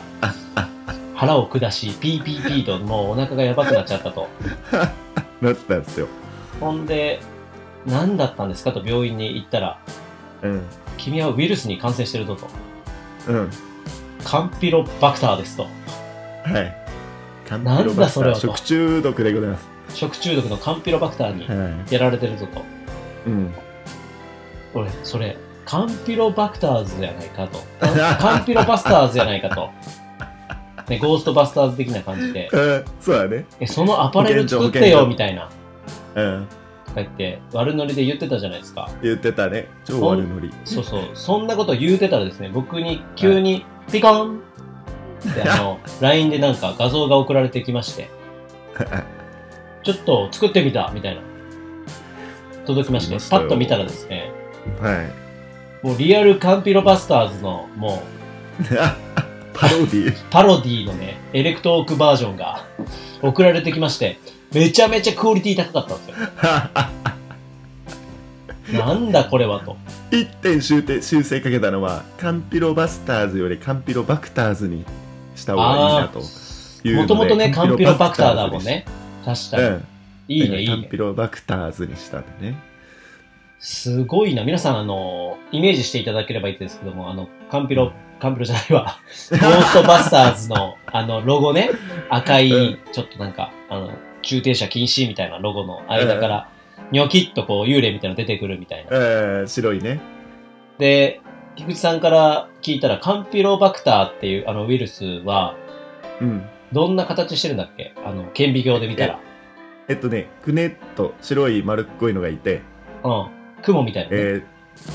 Speaker 2: 腹を下し、ピーピーピーともうお腹がやばくなっちゃったと。
Speaker 3: なってたんですよ。
Speaker 2: ほんで、何だったんですかと病院に行ったら、
Speaker 3: うん。
Speaker 2: 君はウイルスに感染してるぞと。
Speaker 3: うん。
Speaker 2: カンピロバクターですと。
Speaker 3: はい。カン
Speaker 2: なんだそれはと
Speaker 3: 食中毒でございます。
Speaker 2: 食中毒のカンピロバクターに
Speaker 3: は
Speaker 2: やられてるぞと。
Speaker 3: い。うん。
Speaker 2: 俺、それ、カンピロバクターズじゃな
Speaker 3: *laughs*
Speaker 2: いかと。カンカンピロバスターズじゃないかと。ね、ゴーストバスターズ的な感じで、
Speaker 3: うんそうだね。
Speaker 2: えそのアパレル作っ
Speaker 3: 保
Speaker 2: て
Speaker 3: 健所保健
Speaker 2: よ
Speaker 3: 所
Speaker 2: みたいな、
Speaker 3: うん。
Speaker 2: とか言って、悪ノリで言ってたじゃないですか。
Speaker 3: 言ってたね。超悪ノリ。
Speaker 2: そうそう、そんなこと言うてたらですね、僕に急に、ピコンって
Speaker 3: *laughs*
Speaker 2: あの、LINE でなんか画像が送られてきまして、ちょっと作ってみたみたいな、届きまし
Speaker 3: 届き
Speaker 2: て、
Speaker 3: ました
Speaker 2: パ
Speaker 3: よ
Speaker 2: ッと見たらですね、
Speaker 3: はい。 *laughs*
Speaker 2: もうリアルカンピロバスターズの、もう、
Speaker 3: パロディ。
Speaker 2: パロディのね、エレクトークバージョンが送られてきまして、めちゃめちゃクオリティ高かったんです
Speaker 3: *laughs*
Speaker 2: よ。なんだこれは
Speaker 3: *laughs*
Speaker 2: と。
Speaker 3: 一点修正修正かけたのは、カンピロバスターズよりカンピロバクターズにした方がいいなというの
Speaker 2: も
Speaker 3: で。
Speaker 2: ともとね、カンピロバクターだもんね。確
Speaker 3: カンピロバ
Speaker 2: かに。
Speaker 3: クターズにし。
Speaker 2: いい
Speaker 3: うん。
Speaker 2: ね、い
Speaker 3: カ
Speaker 2: い
Speaker 3: ン
Speaker 2: ね。
Speaker 3: ピロバクターズにしたんだね。
Speaker 2: すごいな。皆さん、あの、イメージしていただければいいですけども、あの、カンピロ、カンピロじゃないわ。ゴーストバスターズの、あの、ロゴね。赤い、
Speaker 3: うん
Speaker 2: ちょっとなんか、あの、駐停車禁止みたいなロゴの間から、ニョキッとこう、幽霊みたいなの出てくるみたいな。
Speaker 3: うん、白いね。
Speaker 2: で、菊池さんから聞いたら、カンピロバクターっていう、あの、ウイルスは、
Speaker 3: うん。
Speaker 2: どんな形してるんだっけあの、顕微鏡で見たら。
Speaker 3: えっとね、くねっと白い丸っこいのがいて、
Speaker 2: うん。雲みたいなね、
Speaker 3: え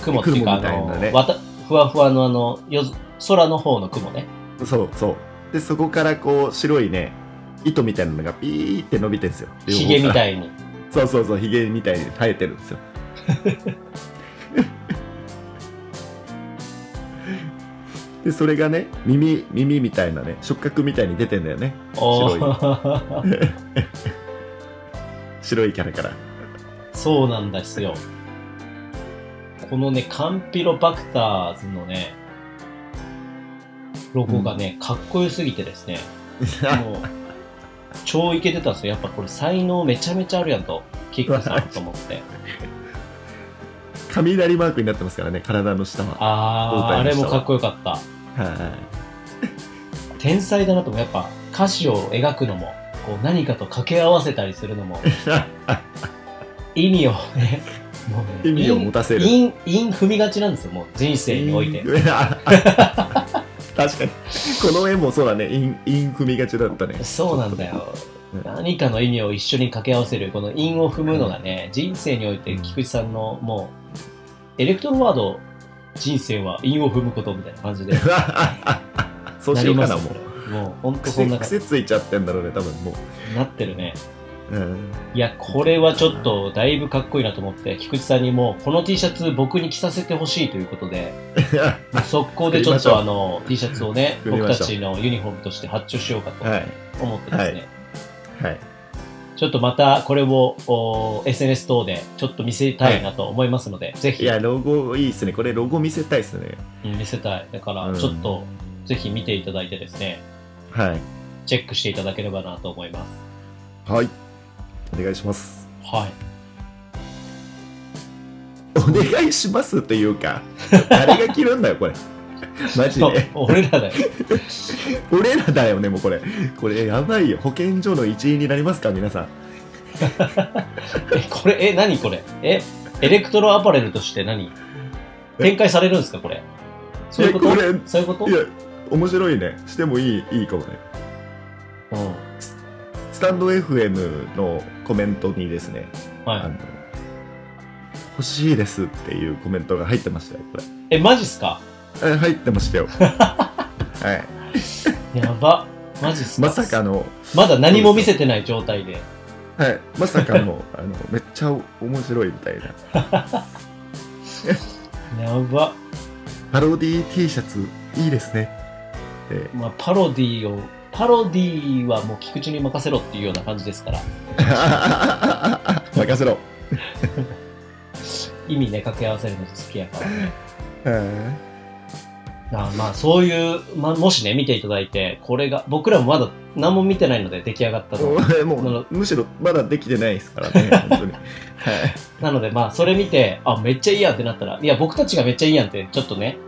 Speaker 2: 雲っていうか、あ
Speaker 3: 雲みたいな
Speaker 2: の、
Speaker 3: ね
Speaker 2: わたふわふわのあの、よ空の方の雲ね。
Speaker 3: ーそうそう。で、そこからこう白いね、糸みたいなのがピーって伸びてんですよ。
Speaker 2: ヒゲみ
Speaker 3: い。
Speaker 2: たいに。
Speaker 3: そうそうそう、ヒゲみたいに生えてるんです
Speaker 2: *laughs*
Speaker 3: よ。で、それがね、耳、耳みたいなね、触覚みたいに出てんだよね。
Speaker 2: おー *laughs*
Speaker 3: 白いキャラ
Speaker 2: *laughs*
Speaker 3: から。
Speaker 2: そうなんですよ。このね、カンピロバクターズのね、ロゴがね、かっこよすぎてです *laughs* ね、もう、超イケてたんですよ。やっぱこれ才能めちゃめちゃあるやんと、キックさんと思って。
Speaker 3: 雷マークになってますからね、体の下は。
Speaker 2: あー、あ
Speaker 3: 胴体の
Speaker 2: れ
Speaker 3: 下
Speaker 2: も
Speaker 3: は
Speaker 2: かっこよかった。
Speaker 3: はい。
Speaker 2: 天才だなと思う。やっぱ歌詞を描くのも、こう何かと掛け合わせたりするのも、意味をね、もうね
Speaker 3: 意味を持たせる。
Speaker 2: 陰、陰踏みがちなんですよ、もう人生に
Speaker 3: *laughs*
Speaker 2: おいて。
Speaker 3: 確かに。この絵もそうだね、イン、イン踏みがちだった
Speaker 2: *laughs*
Speaker 3: ね。
Speaker 2: そうなんだよ。
Speaker 3: うん。
Speaker 2: 何かの意味を一緒に掛け合わせる、この陰を踏むのがね、人生において菊池さんのもう、エレクトロワード、人生は陰を踏むことみたいな感じで
Speaker 3: そう
Speaker 2: な
Speaker 3: しよ
Speaker 2: り
Speaker 3: う
Speaker 2: ま
Speaker 3: か
Speaker 2: す
Speaker 3: な、も
Speaker 2: こ
Speaker 3: う。
Speaker 2: れもう、ほんとそ
Speaker 3: 癖
Speaker 2: んな感
Speaker 3: 癖ついちゃってんだろうね、多分も
Speaker 2: じなってるね。
Speaker 3: う。うん。
Speaker 2: いや、これはちょっと、だいぶかっこいいなと思って、菊池さんにもう、この T シャツ僕に着させてほしいということで、もう速攻でちょ
Speaker 3: 作りま
Speaker 2: っ
Speaker 3: しょ
Speaker 2: と
Speaker 3: う
Speaker 2: あの、T シャツをね、
Speaker 3: *laughs* 作り
Speaker 2: 僕
Speaker 3: ましょう
Speaker 2: たちのユニフォームとして発注しようかと
Speaker 3: はい。
Speaker 2: 思ってですね。
Speaker 3: はいはい。
Speaker 2: ちょっとまたこれをお SNS 等でちょっと見せたいなと思いますので、ぜ
Speaker 3: い
Speaker 2: ひ、
Speaker 3: や、ロゴいいっすね。これ、ロゴ見せたいっすね。
Speaker 2: うん見せたい。だか
Speaker 3: う
Speaker 2: ら、
Speaker 3: ん
Speaker 2: ちょっとぜひ見ていただいてですね、
Speaker 3: はい。
Speaker 2: チェックしていただければなと思います。
Speaker 3: はい。お願いします。
Speaker 2: はい。
Speaker 3: お願いしますというか、誰が着るんだよ、こ
Speaker 2: *laughs*
Speaker 3: れ。マジで。
Speaker 2: そう俺らだよ。
Speaker 3: 俺らだよね、もうこれ。これ、やばいよ。保健所の一員になりますか、皆さん。
Speaker 2: え、これ、え、何これえ、エレクトロアパレルとして何展開されるんですかこれ。そういうこ
Speaker 3: え
Speaker 2: と
Speaker 3: これ
Speaker 2: そういうこと
Speaker 3: いや、面白いね。してもいい、いいかもね。
Speaker 2: うん。
Speaker 3: スタンド FM のコメントにですね、あ
Speaker 2: はい。
Speaker 3: の欲しいですっていうコメントが入ってましたよ、こ
Speaker 2: え、マジっすか
Speaker 3: れ。え入ってま *laughs* したよ。は
Speaker 2: やば。マジっす
Speaker 3: い。
Speaker 2: か
Speaker 3: まさかの、
Speaker 2: まだ何も見せてない状態で。
Speaker 3: はい。まさかの、あの、めっちゃ面白いみたいな。
Speaker 2: やば。
Speaker 3: パロディ T シャツ、いいですね。え
Speaker 2: まあ、パロディを、パロディはもう菊池に任せろっていうような感じですから、
Speaker 3: ー任せろ。
Speaker 2: 意味ね、掛け合わせるの好きやからね。
Speaker 3: うん
Speaker 2: あまあ、そういう、まあ、もしね、見ていただいて、これが、僕らもまだ何も見てないので出来上がったの。
Speaker 3: もう、むしろまだできてないですからね、本当に。 *laughs* はい。
Speaker 2: なので、まあ、それ見て、あ、めっちゃいいやんってなったら、いや、僕たちがめっちゃいいやんって、ちょっとね、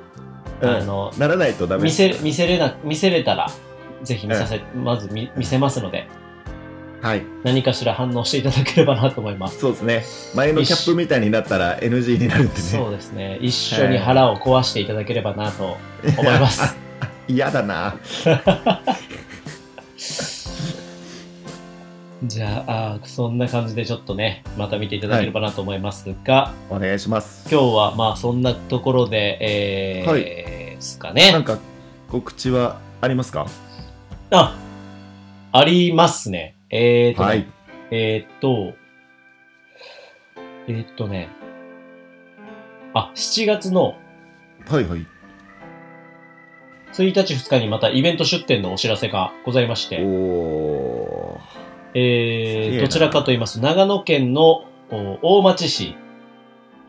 Speaker 2: あの、
Speaker 3: ならないとダメ
Speaker 2: 見せ、見せれな、見せれたら、ぜひ見させ、まず見見せますので、
Speaker 3: はい。
Speaker 2: 何かしら反応していただければなと思います。
Speaker 3: そうですね。前のキャップみたいになったら NG になるんで
Speaker 2: そ
Speaker 3: ね。
Speaker 2: うですね。一緒に腹を壊していただければなと思います。
Speaker 3: *laughs* 嫌だな。
Speaker 2: じゃああー、そんな感じでちょっとね、また見ていただければなと思いますが、
Speaker 3: お願いします。
Speaker 2: 今日はまあそんなところで、えー
Speaker 3: はい
Speaker 2: ですか
Speaker 3: なん
Speaker 2: ね。
Speaker 3: か告知はありますか
Speaker 2: あ、ありますね。えーとね、
Speaker 3: はい。
Speaker 2: えーっと、えーっとね、あ、7月の
Speaker 3: はいはい。
Speaker 2: 1日2日にまたイベント出店のお知らせがございまし
Speaker 3: お
Speaker 2: て、
Speaker 3: おす
Speaker 2: え
Speaker 3: げえ
Speaker 2: ー、
Speaker 3: な
Speaker 2: どちらかと言いますと、長野県のお大町市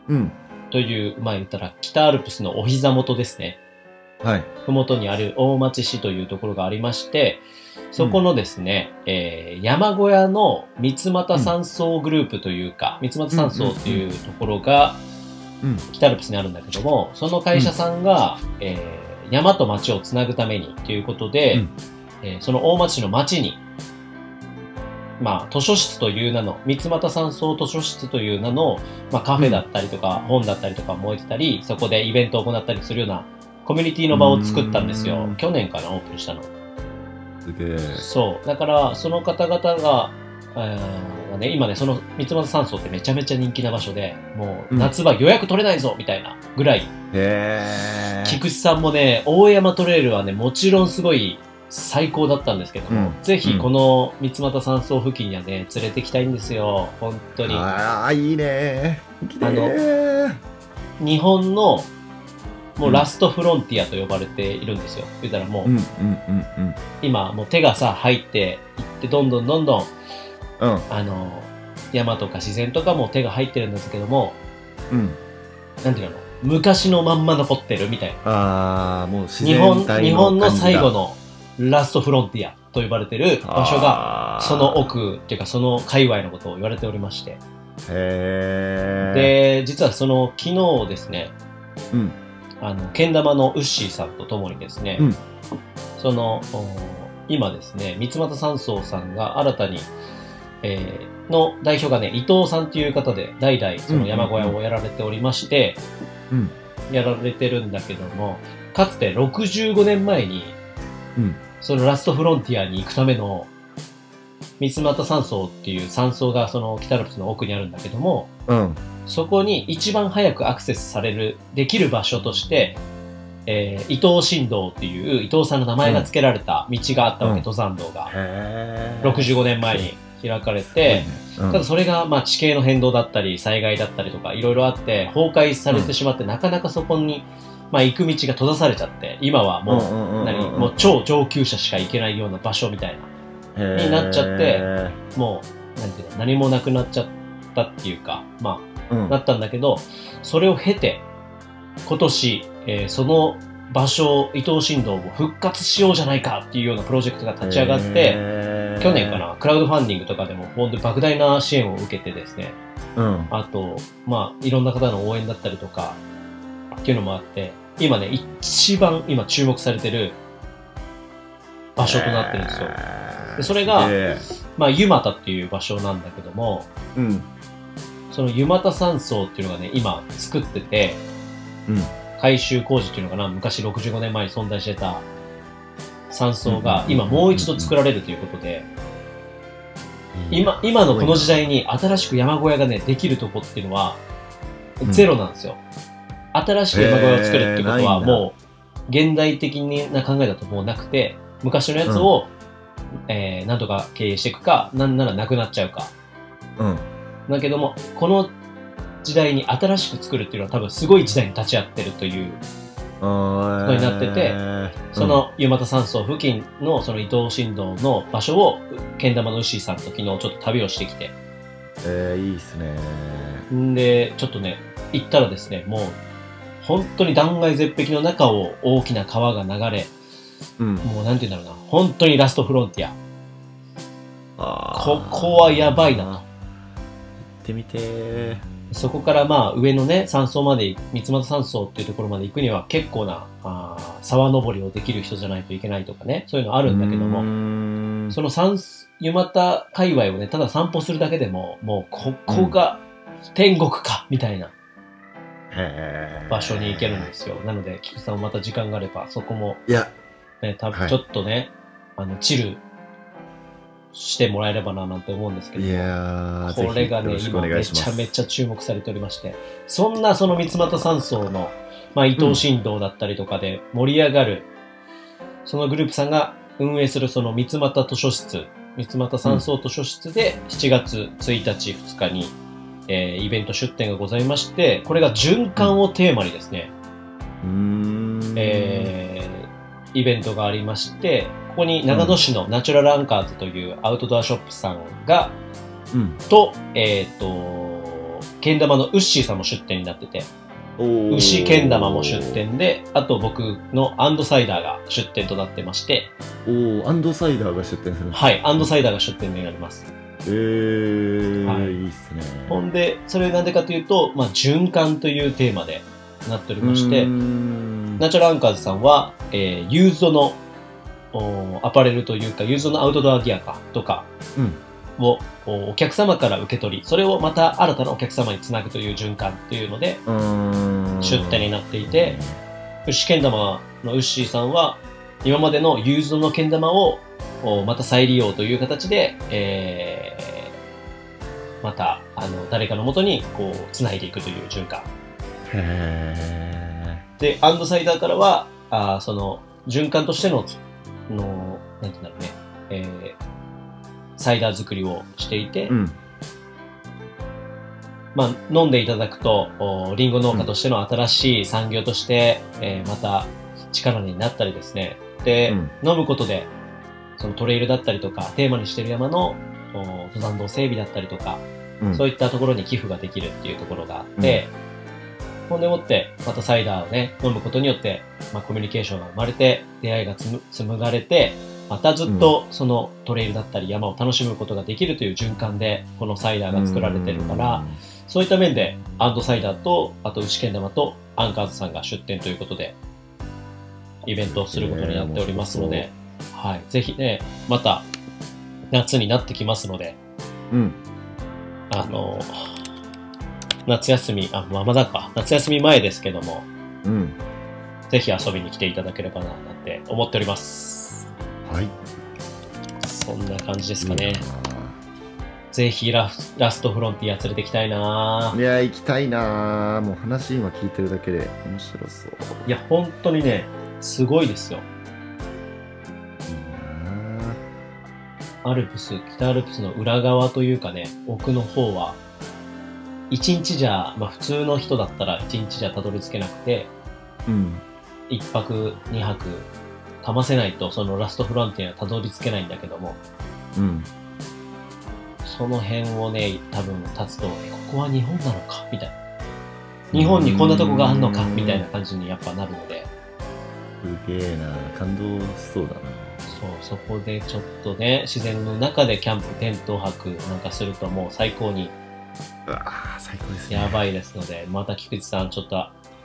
Speaker 3: ー。うん。
Speaker 2: という、まあ言ったら北アルプスのお膝元ですね。
Speaker 3: はい。
Speaker 2: ふもとにある大町市というところがありまして、そこのですね、えー山小屋の三俣山荘グループというか、三俣山荘というところが、
Speaker 3: うん。
Speaker 2: 北アルプスにあるんだけども、その会社さんが、えー山と町をつなぐためにということで、
Speaker 3: うん
Speaker 2: えーその大町の町に、まあ、図書室という名の、三俣山荘図書室という名の、まあ、カフェだったりとか、本だったりとか燃えてたり、そこでイベントを行ったりするようなコミュニティの場を作ったんです
Speaker 3: う
Speaker 2: よ
Speaker 3: ん。
Speaker 2: 去年かな、オープンしたの。
Speaker 3: すげえ。
Speaker 2: そう。だから、その方々が、えーね、今ね、その三俣山荘ってめちゃめちゃ人気な場所で、も
Speaker 3: う
Speaker 2: う
Speaker 3: ん
Speaker 2: 夏場予約取れないぞみたいなぐらい、
Speaker 3: へえ。
Speaker 2: 菊池さんもね、大山トレイルはね、もちろんすごい最高だったんですけども、
Speaker 3: うん
Speaker 2: ぜひ
Speaker 3: うん
Speaker 2: この三俣山荘付近にはね、連れてきたいんですよ、本当に。
Speaker 3: ああ、いいね。きれい
Speaker 2: あの日本のもうラストフロンティアと呼ばれているんですよ。言ったらもう、
Speaker 3: うんうんうん
Speaker 2: 今もう手がさ、入っていって、どんどんどんどん、
Speaker 3: うん。うん
Speaker 2: あの、山とか自然とかも手が入ってるんですけども、
Speaker 3: うん。
Speaker 2: なんていうの、昔のまんま残ってるみたいな。
Speaker 3: ああ、もう自
Speaker 2: 日
Speaker 3: 然
Speaker 2: 本、
Speaker 3: 体
Speaker 2: 日本の
Speaker 3: 感じだ
Speaker 2: 最後のラストフロンティアと呼ばれてる場所が、
Speaker 3: が
Speaker 2: その奥っていうかその界隈のことを言われておりまして、
Speaker 3: へえ
Speaker 2: で実はその昨日ですね
Speaker 3: うん
Speaker 2: あのけん玉のウッシーさんとともにですね、
Speaker 3: うん
Speaker 2: そのお今ですね三俣山荘さんが新たに、えーの代表がね伊藤さんという方で代々その山小屋をやられておりまして、
Speaker 3: うん
Speaker 2: やられてるんだけどもかつて65年前に、
Speaker 3: うん
Speaker 2: そのラストフロンティアに行くための三俣山荘っていう山荘がその北アルプスの奥にあるんだけども
Speaker 3: うん
Speaker 2: そこに一番早くアクセスされるできる場所として、えー伊藤新道っていう伊藤さんの名前が付けられた道があったわけ、
Speaker 3: うん
Speaker 2: 登山道が
Speaker 3: へえ
Speaker 2: 65年前に開かれて、
Speaker 3: うん
Speaker 2: ただそれがまあ地形の変動だったり災害だったりとかいろいろあって崩壊されてしまって、なかなかそこに、まあ、行く道が閉ざされちゃって今はもう,、
Speaker 3: んんんん
Speaker 2: 何もう超上級者しか行けないような場所みたいな
Speaker 3: へー
Speaker 2: になっちゃってもうなんていうの何もなくなっちゃったっていうかまあ
Speaker 3: うん
Speaker 2: だったんだけど、それを経て、今年、えーその場所、伊藤新道を復活しようじゃないかっていうようなプロジェクトが立ち上がって、
Speaker 3: へー
Speaker 2: 去年かな、クラウドファンディングとかでも、本当に莫大な支援を受けてですね、
Speaker 3: うん
Speaker 2: あと、まあ、いろんな方の応援だったりとか、っていうのもあって、今ね、一番今注目されてる場所となってるんですよ。でそれが
Speaker 3: へー
Speaker 2: まあ、湯俣っていう場所なんだけども、
Speaker 3: うん
Speaker 2: その湯俣山荘っていうのがね、今作ってて、
Speaker 3: うん
Speaker 2: 改修工事っていうのかな、昔65年前に存在してた山荘が
Speaker 3: う、ん
Speaker 2: 今もう一度作られるということで、今、今のこの時代に新しく山小屋がね、できるとこっていうのは、
Speaker 3: ん
Speaker 2: ゼロなんですよ。新しく山小屋を作るってこと
Speaker 3: へーない
Speaker 2: は、
Speaker 3: んだ
Speaker 2: もう、現代的な考えだともうなくて、昔のやつを、えーなんとか経営していくか、なんならなくなっちゃうか、
Speaker 3: うん
Speaker 2: だけどもこの時代に新しく作るっていうのは多分すごい時代に立ち会ってるという
Speaker 3: あ
Speaker 2: ことになってて
Speaker 3: て
Speaker 2: その湯俣山荘付近のその伊藤新道の場所をけん玉の牛井さんと昨日ちょっと旅をしてきて
Speaker 3: えーいいっすね
Speaker 2: んでちょっとね行ったらですねもう本当に断崖絶壁の中を大きな川が流れ
Speaker 3: うん
Speaker 2: もうなんて言うんだろうな本当にラストフロンティア
Speaker 3: あー
Speaker 2: ここはやばいな
Speaker 3: 行ってみてー
Speaker 2: そこからまあ上のね、山荘まで、三俣山荘っていうところまで行くには結構なあー沢登りをできる人じゃないといけないとかね、そういうのあ
Speaker 3: あ
Speaker 2: るんだけども、
Speaker 3: も
Speaker 2: その三湯俣界隈をね、ただ散歩するだけでも、もうここが天国か、みたいな場所に行けるんですよ。なので、菊池さんもまた時間があれば、そこも
Speaker 3: いや、
Speaker 2: ね、多分
Speaker 3: はい
Speaker 2: ちょっとね、あの、チルしてもらえればななんて思うんですけど
Speaker 3: い、やー
Speaker 2: これがね、
Speaker 3: ぜひよろし
Speaker 2: 今
Speaker 3: くお願
Speaker 2: め
Speaker 3: いしま
Speaker 2: ち
Speaker 3: す。
Speaker 2: ゃめちゃ注目されておりまして、そんなその三俣山荘の、まあ、伊藤新道だったりとかで盛り上がる、そのグループさんが運営するその三俣図書室、三俣山荘図書室で7月1日、2日に、えーイベント出展がございまして、これが循環をテーマにですね、
Speaker 3: うーん
Speaker 2: えーイベントがありまして、ここに長野市のナチュラルアンカーズというアウトドアショップさんが、
Speaker 3: うん
Speaker 2: と、えっ、と、けん玉のウッシーさんも出店になってて、
Speaker 9: お
Speaker 2: 牛けん玉も出店で、あと僕のアンドサイダーが出店となってまして、
Speaker 3: おお、アンドサイダーが出店するんです
Speaker 2: はい、アンドサイダーが出店になります。
Speaker 3: えー、
Speaker 2: はい
Speaker 3: い、いっすね。
Speaker 2: ほんで、それなんでかというと、まあ、循環というテーマでなっておりまして
Speaker 3: うー、ん
Speaker 2: ナチュラルアンカーズさんは、えーユーズドのおーアパレルというか、ユーズドのアウトドアギアかとか
Speaker 3: うん
Speaker 2: を、おお客様から受け取り、それをまた新たなお客様につなぐという循環というので、
Speaker 3: うーん
Speaker 2: 出店になっていて、牛けん玉のウッシーさんは、今までのユーズドのけん玉をおまた再利用という形で、えーまたあの誰かのもとにこうつないでいくという循環。
Speaker 3: へ
Speaker 2: で、アンドサイダーからは、あーその循環としての、のなんていうんだろうね、えーサイダー作りをしていて、
Speaker 3: ーうん。
Speaker 2: まあ、飲んでいただくと、おリンゴ農家としての新しい産業として、えーまた力になったりですね。で、
Speaker 3: うん
Speaker 2: 飲むことで、そのトレイルだったりとか、テーマにしてる山の、お登山道整備だったりとか、
Speaker 3: うん
Speaker 2: そういったところに寄付ができるっていうところがあって、ほんでもって、またサイダーをね、飲むことによって、まあ、コミュニケーションが生まれて、出会いがつむ紡がれて、またずっとそのトレイルだったり山を楽しむことができるという循環で、このサイダーが作られてるから、そういった面で、アンドサイダーと、あと、牛けん玉と、アンカーズさんが出店ということで、イベントをすることになっておりますので、はい、ぜひね、また、夏になってきますので、
Speaker 3: うん。
Speaker 2: あの、夏休み、あ、まあまだか、夏休み前ですけども、
Speaker 3: うん。
Speaker 2: ぜひ遊びに来ていただければな、なんて思っております。
Speaker 3: はい。
Speaker 2: そんな感じですか
Speaker 3: い
Speaker 2: ね
Speaker 3: い。
Speaker 2: ぜひラフ、ラストフロンティア連れてきたいな
Speaker 3: なあいや、行きたいなあもう話今聞いてるだけで面白そう。
Speaker 2: いや、本当にね、すごいですよ。
Speaker 3: いいな
Speaker 2: アルプス、北アルプスの裏側というかね、奥の方は、一日じゃ、まあ普通の人だったら一日じゃたどり着けなくて、
Speaker 3: あうん。
Speaker 2: 一泊、二泊、かませないとそのラストフロンティアにはたどり着けないんだけども、
Speaker 3: うん。
Speaker 2: その辺をね、多分立つと、えここは日本なのかみたいな。日本にこんなとこがあんのかみたいな感じにやっぱなるので、
Speaker 3: すげえな感動しそうだな
Speaker 2: そう、そこでちょっとね、自然の中でキャンプ、テント泊なんかするともう最高に
Speaker 3: うわー最高ですね。
Speaker 2: や
Speaker 3: *laughs*
Speaker 2: ば
Speaker 3: い。
Speaker 2: いですので、また菊池さん、ちょっと、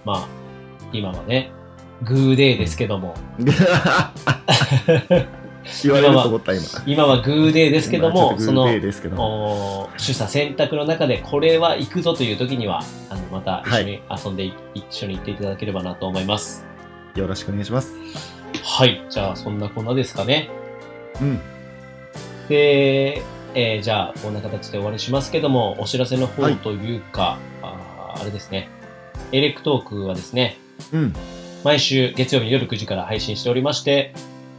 Speaker 2: まあ、今はね、グーデーですけど
Speaker 3: *laughs*
Speaker 2: も、
Speaker 3: 言われると思った今。
Speaker 2: 今はグーデーですけども、
Speaker 3: 今ち
Speaker 2: そ
Speaker 3: ょっとグ
Speaker 2: の
Speaker 3: ーデー、ですけども
Speaker 2: おー取捨選択の中で、これは行くぞという時には、あのまた一緒に遊んでい、一緒に行っていただければなと思います。
Speaker 3: よろしくお願いします。
Speaker 2: はい、じゃあ、そんなこんなですかね。
Speaker 3: うん。
Speaker 2: で、えーじゃあ、こんな形で終わりしますけども、お知らせの方というか、あーあれですね、エレクトークはですね、
Speaker 3: うん。
Speaker 2: 毎週月曜日夜9時から配信しておりまして、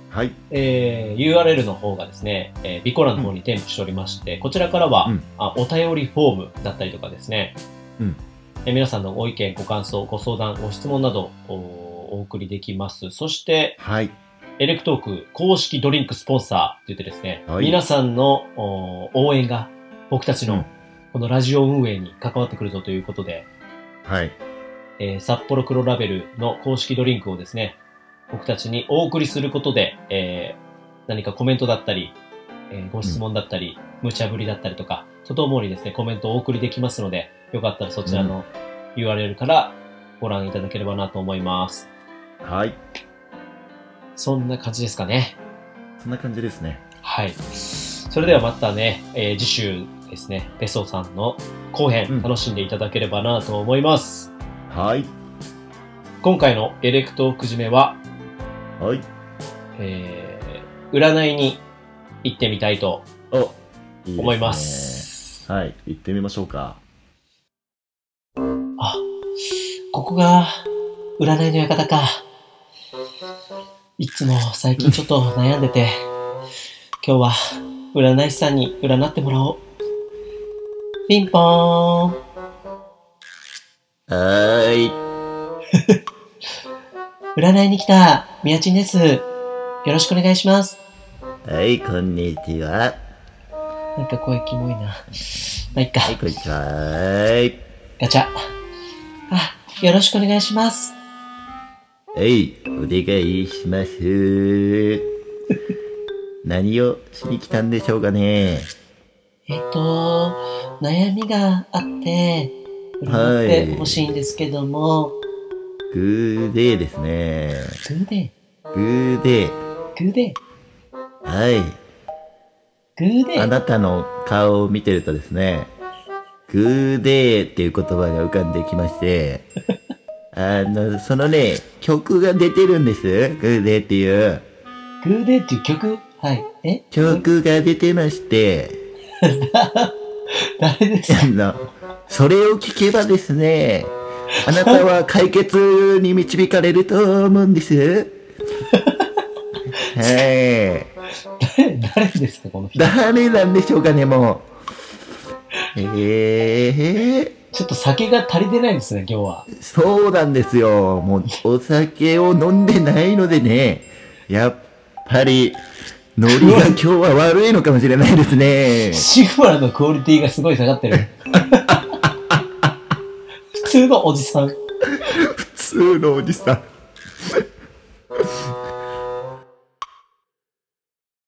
Speaker 3: はい。
Speaker 2: えー URL の方がですね、えービコラの方に添付しておりまして、こちらからは、
Speaker 3: うん
Speaker 2: あお便りフォームだったりとかですね、
Speaker 3: うん
Speaker 2: えー皆さんのご意見、ご感想、ご相談、ご質問などおお送りできます。そして、
Speaker 3: はい。
Speaker 2: エレクトーク公式ドリンクスポンサーといってですね、
Speaker 3: はい
Speaker 2: 皆さんのお応援が僕たち
Speaker 3: う
Speaker 2: の
Speaker 3: ん
Speaker 2: このラジオ運営に関わってくるぞということで、
Speaker 3: はい。
Speaker 2: えー札幌黒ラベルの公式ドリンクをですね、僕たちにお送りすることで、えー何かコメントだったり、えーご質問だったり、無茶ぶりだったりとか、とともにですね、コメントをお送りできますので、よかったらそちらの URL からご覧いただければなと思います。
Speaker 10: はい。
Speaker 2: そんな感じですかね。
Speaker 10: そんな感じですね。
Speaker 2: はい。それではまたね、えー次週ですね、ペソさんの後
Speaker 10: う
Speaker 2: 編、
Speaker 10: ん
Speaker 2: 楽しんでいただければなと思います。
Speaker 10: はい。
Speaker 2: 今回のエレクトーク締めは、
Speaker 10: はい。
Speaker 2: えー占いに行ってみたいと
Speaker 10: お、いいですね
Speaker 2: 思います。
Speaker 10: はい。行ってみましょうか。
Speaker 2: あ、ここが、占いの館か。いつも最近ちょっと悩んでて、今日は占い師さんに占ってもらおう。ピンポーン。
Speaker 3: はーい。
Speaker 2: 占いに来た、みやちんです。よろしくお願いします。
Speaker 3: はい、こんにちは。
Speaker 2: なんか声キモいな。まあ、いっか。
Speaker 3: こんにちは。はい。
Speaker 2: ガチャ。あ、よろしくお願いします。
Speaker 3: はい、お願いします。何をしに来たんでしょうかね。
Speaker 2: えっと、悩みがあって、
Speaker 3: は
Speaker 2: 占
Speaker 3: い
Speaker 2: ってほしいんですけども、
Speaker 3: グーデーですね。
Speaker 2: グーデ
Speaker 3: グーデー。
Speaker 2: ー、グーデー、
Speaker 3: はい。
Speaker 2: グーデー。
Speaker 3: あなたの顔を見てるとですね、グーデーっていう言葉が浮かんできまして、あの、そのね、曲が出てるんです。グーデーっていう。
Speaker 2: グーデーっていう曲はい。え
Speaker 3: 曲が出てまして、
Speaker 2: 誰です
Speaker 3: あの、それを聞けばですね、あなたは解決に導かれると思うんです。はい。
Speaker 2: 誰誰ですかこの人。
Speaker 3: 誰なんでしょうかね、もう。ええー。
Speaker 2: ちょっと酒が足りてないですね、今日は。
Speaker 3: そうなんですよ。もう、お酒を飲んでないのでね、やっぱり、ノリが今日は悪いのかもしれないです *laughs* ね。
Speaker 2: シフラのクオリティがすごい下が
Speaker 3: *laughs*
Speaker 2: ってる。普通のおじさん。
Speaker 3: 普通のおじさん。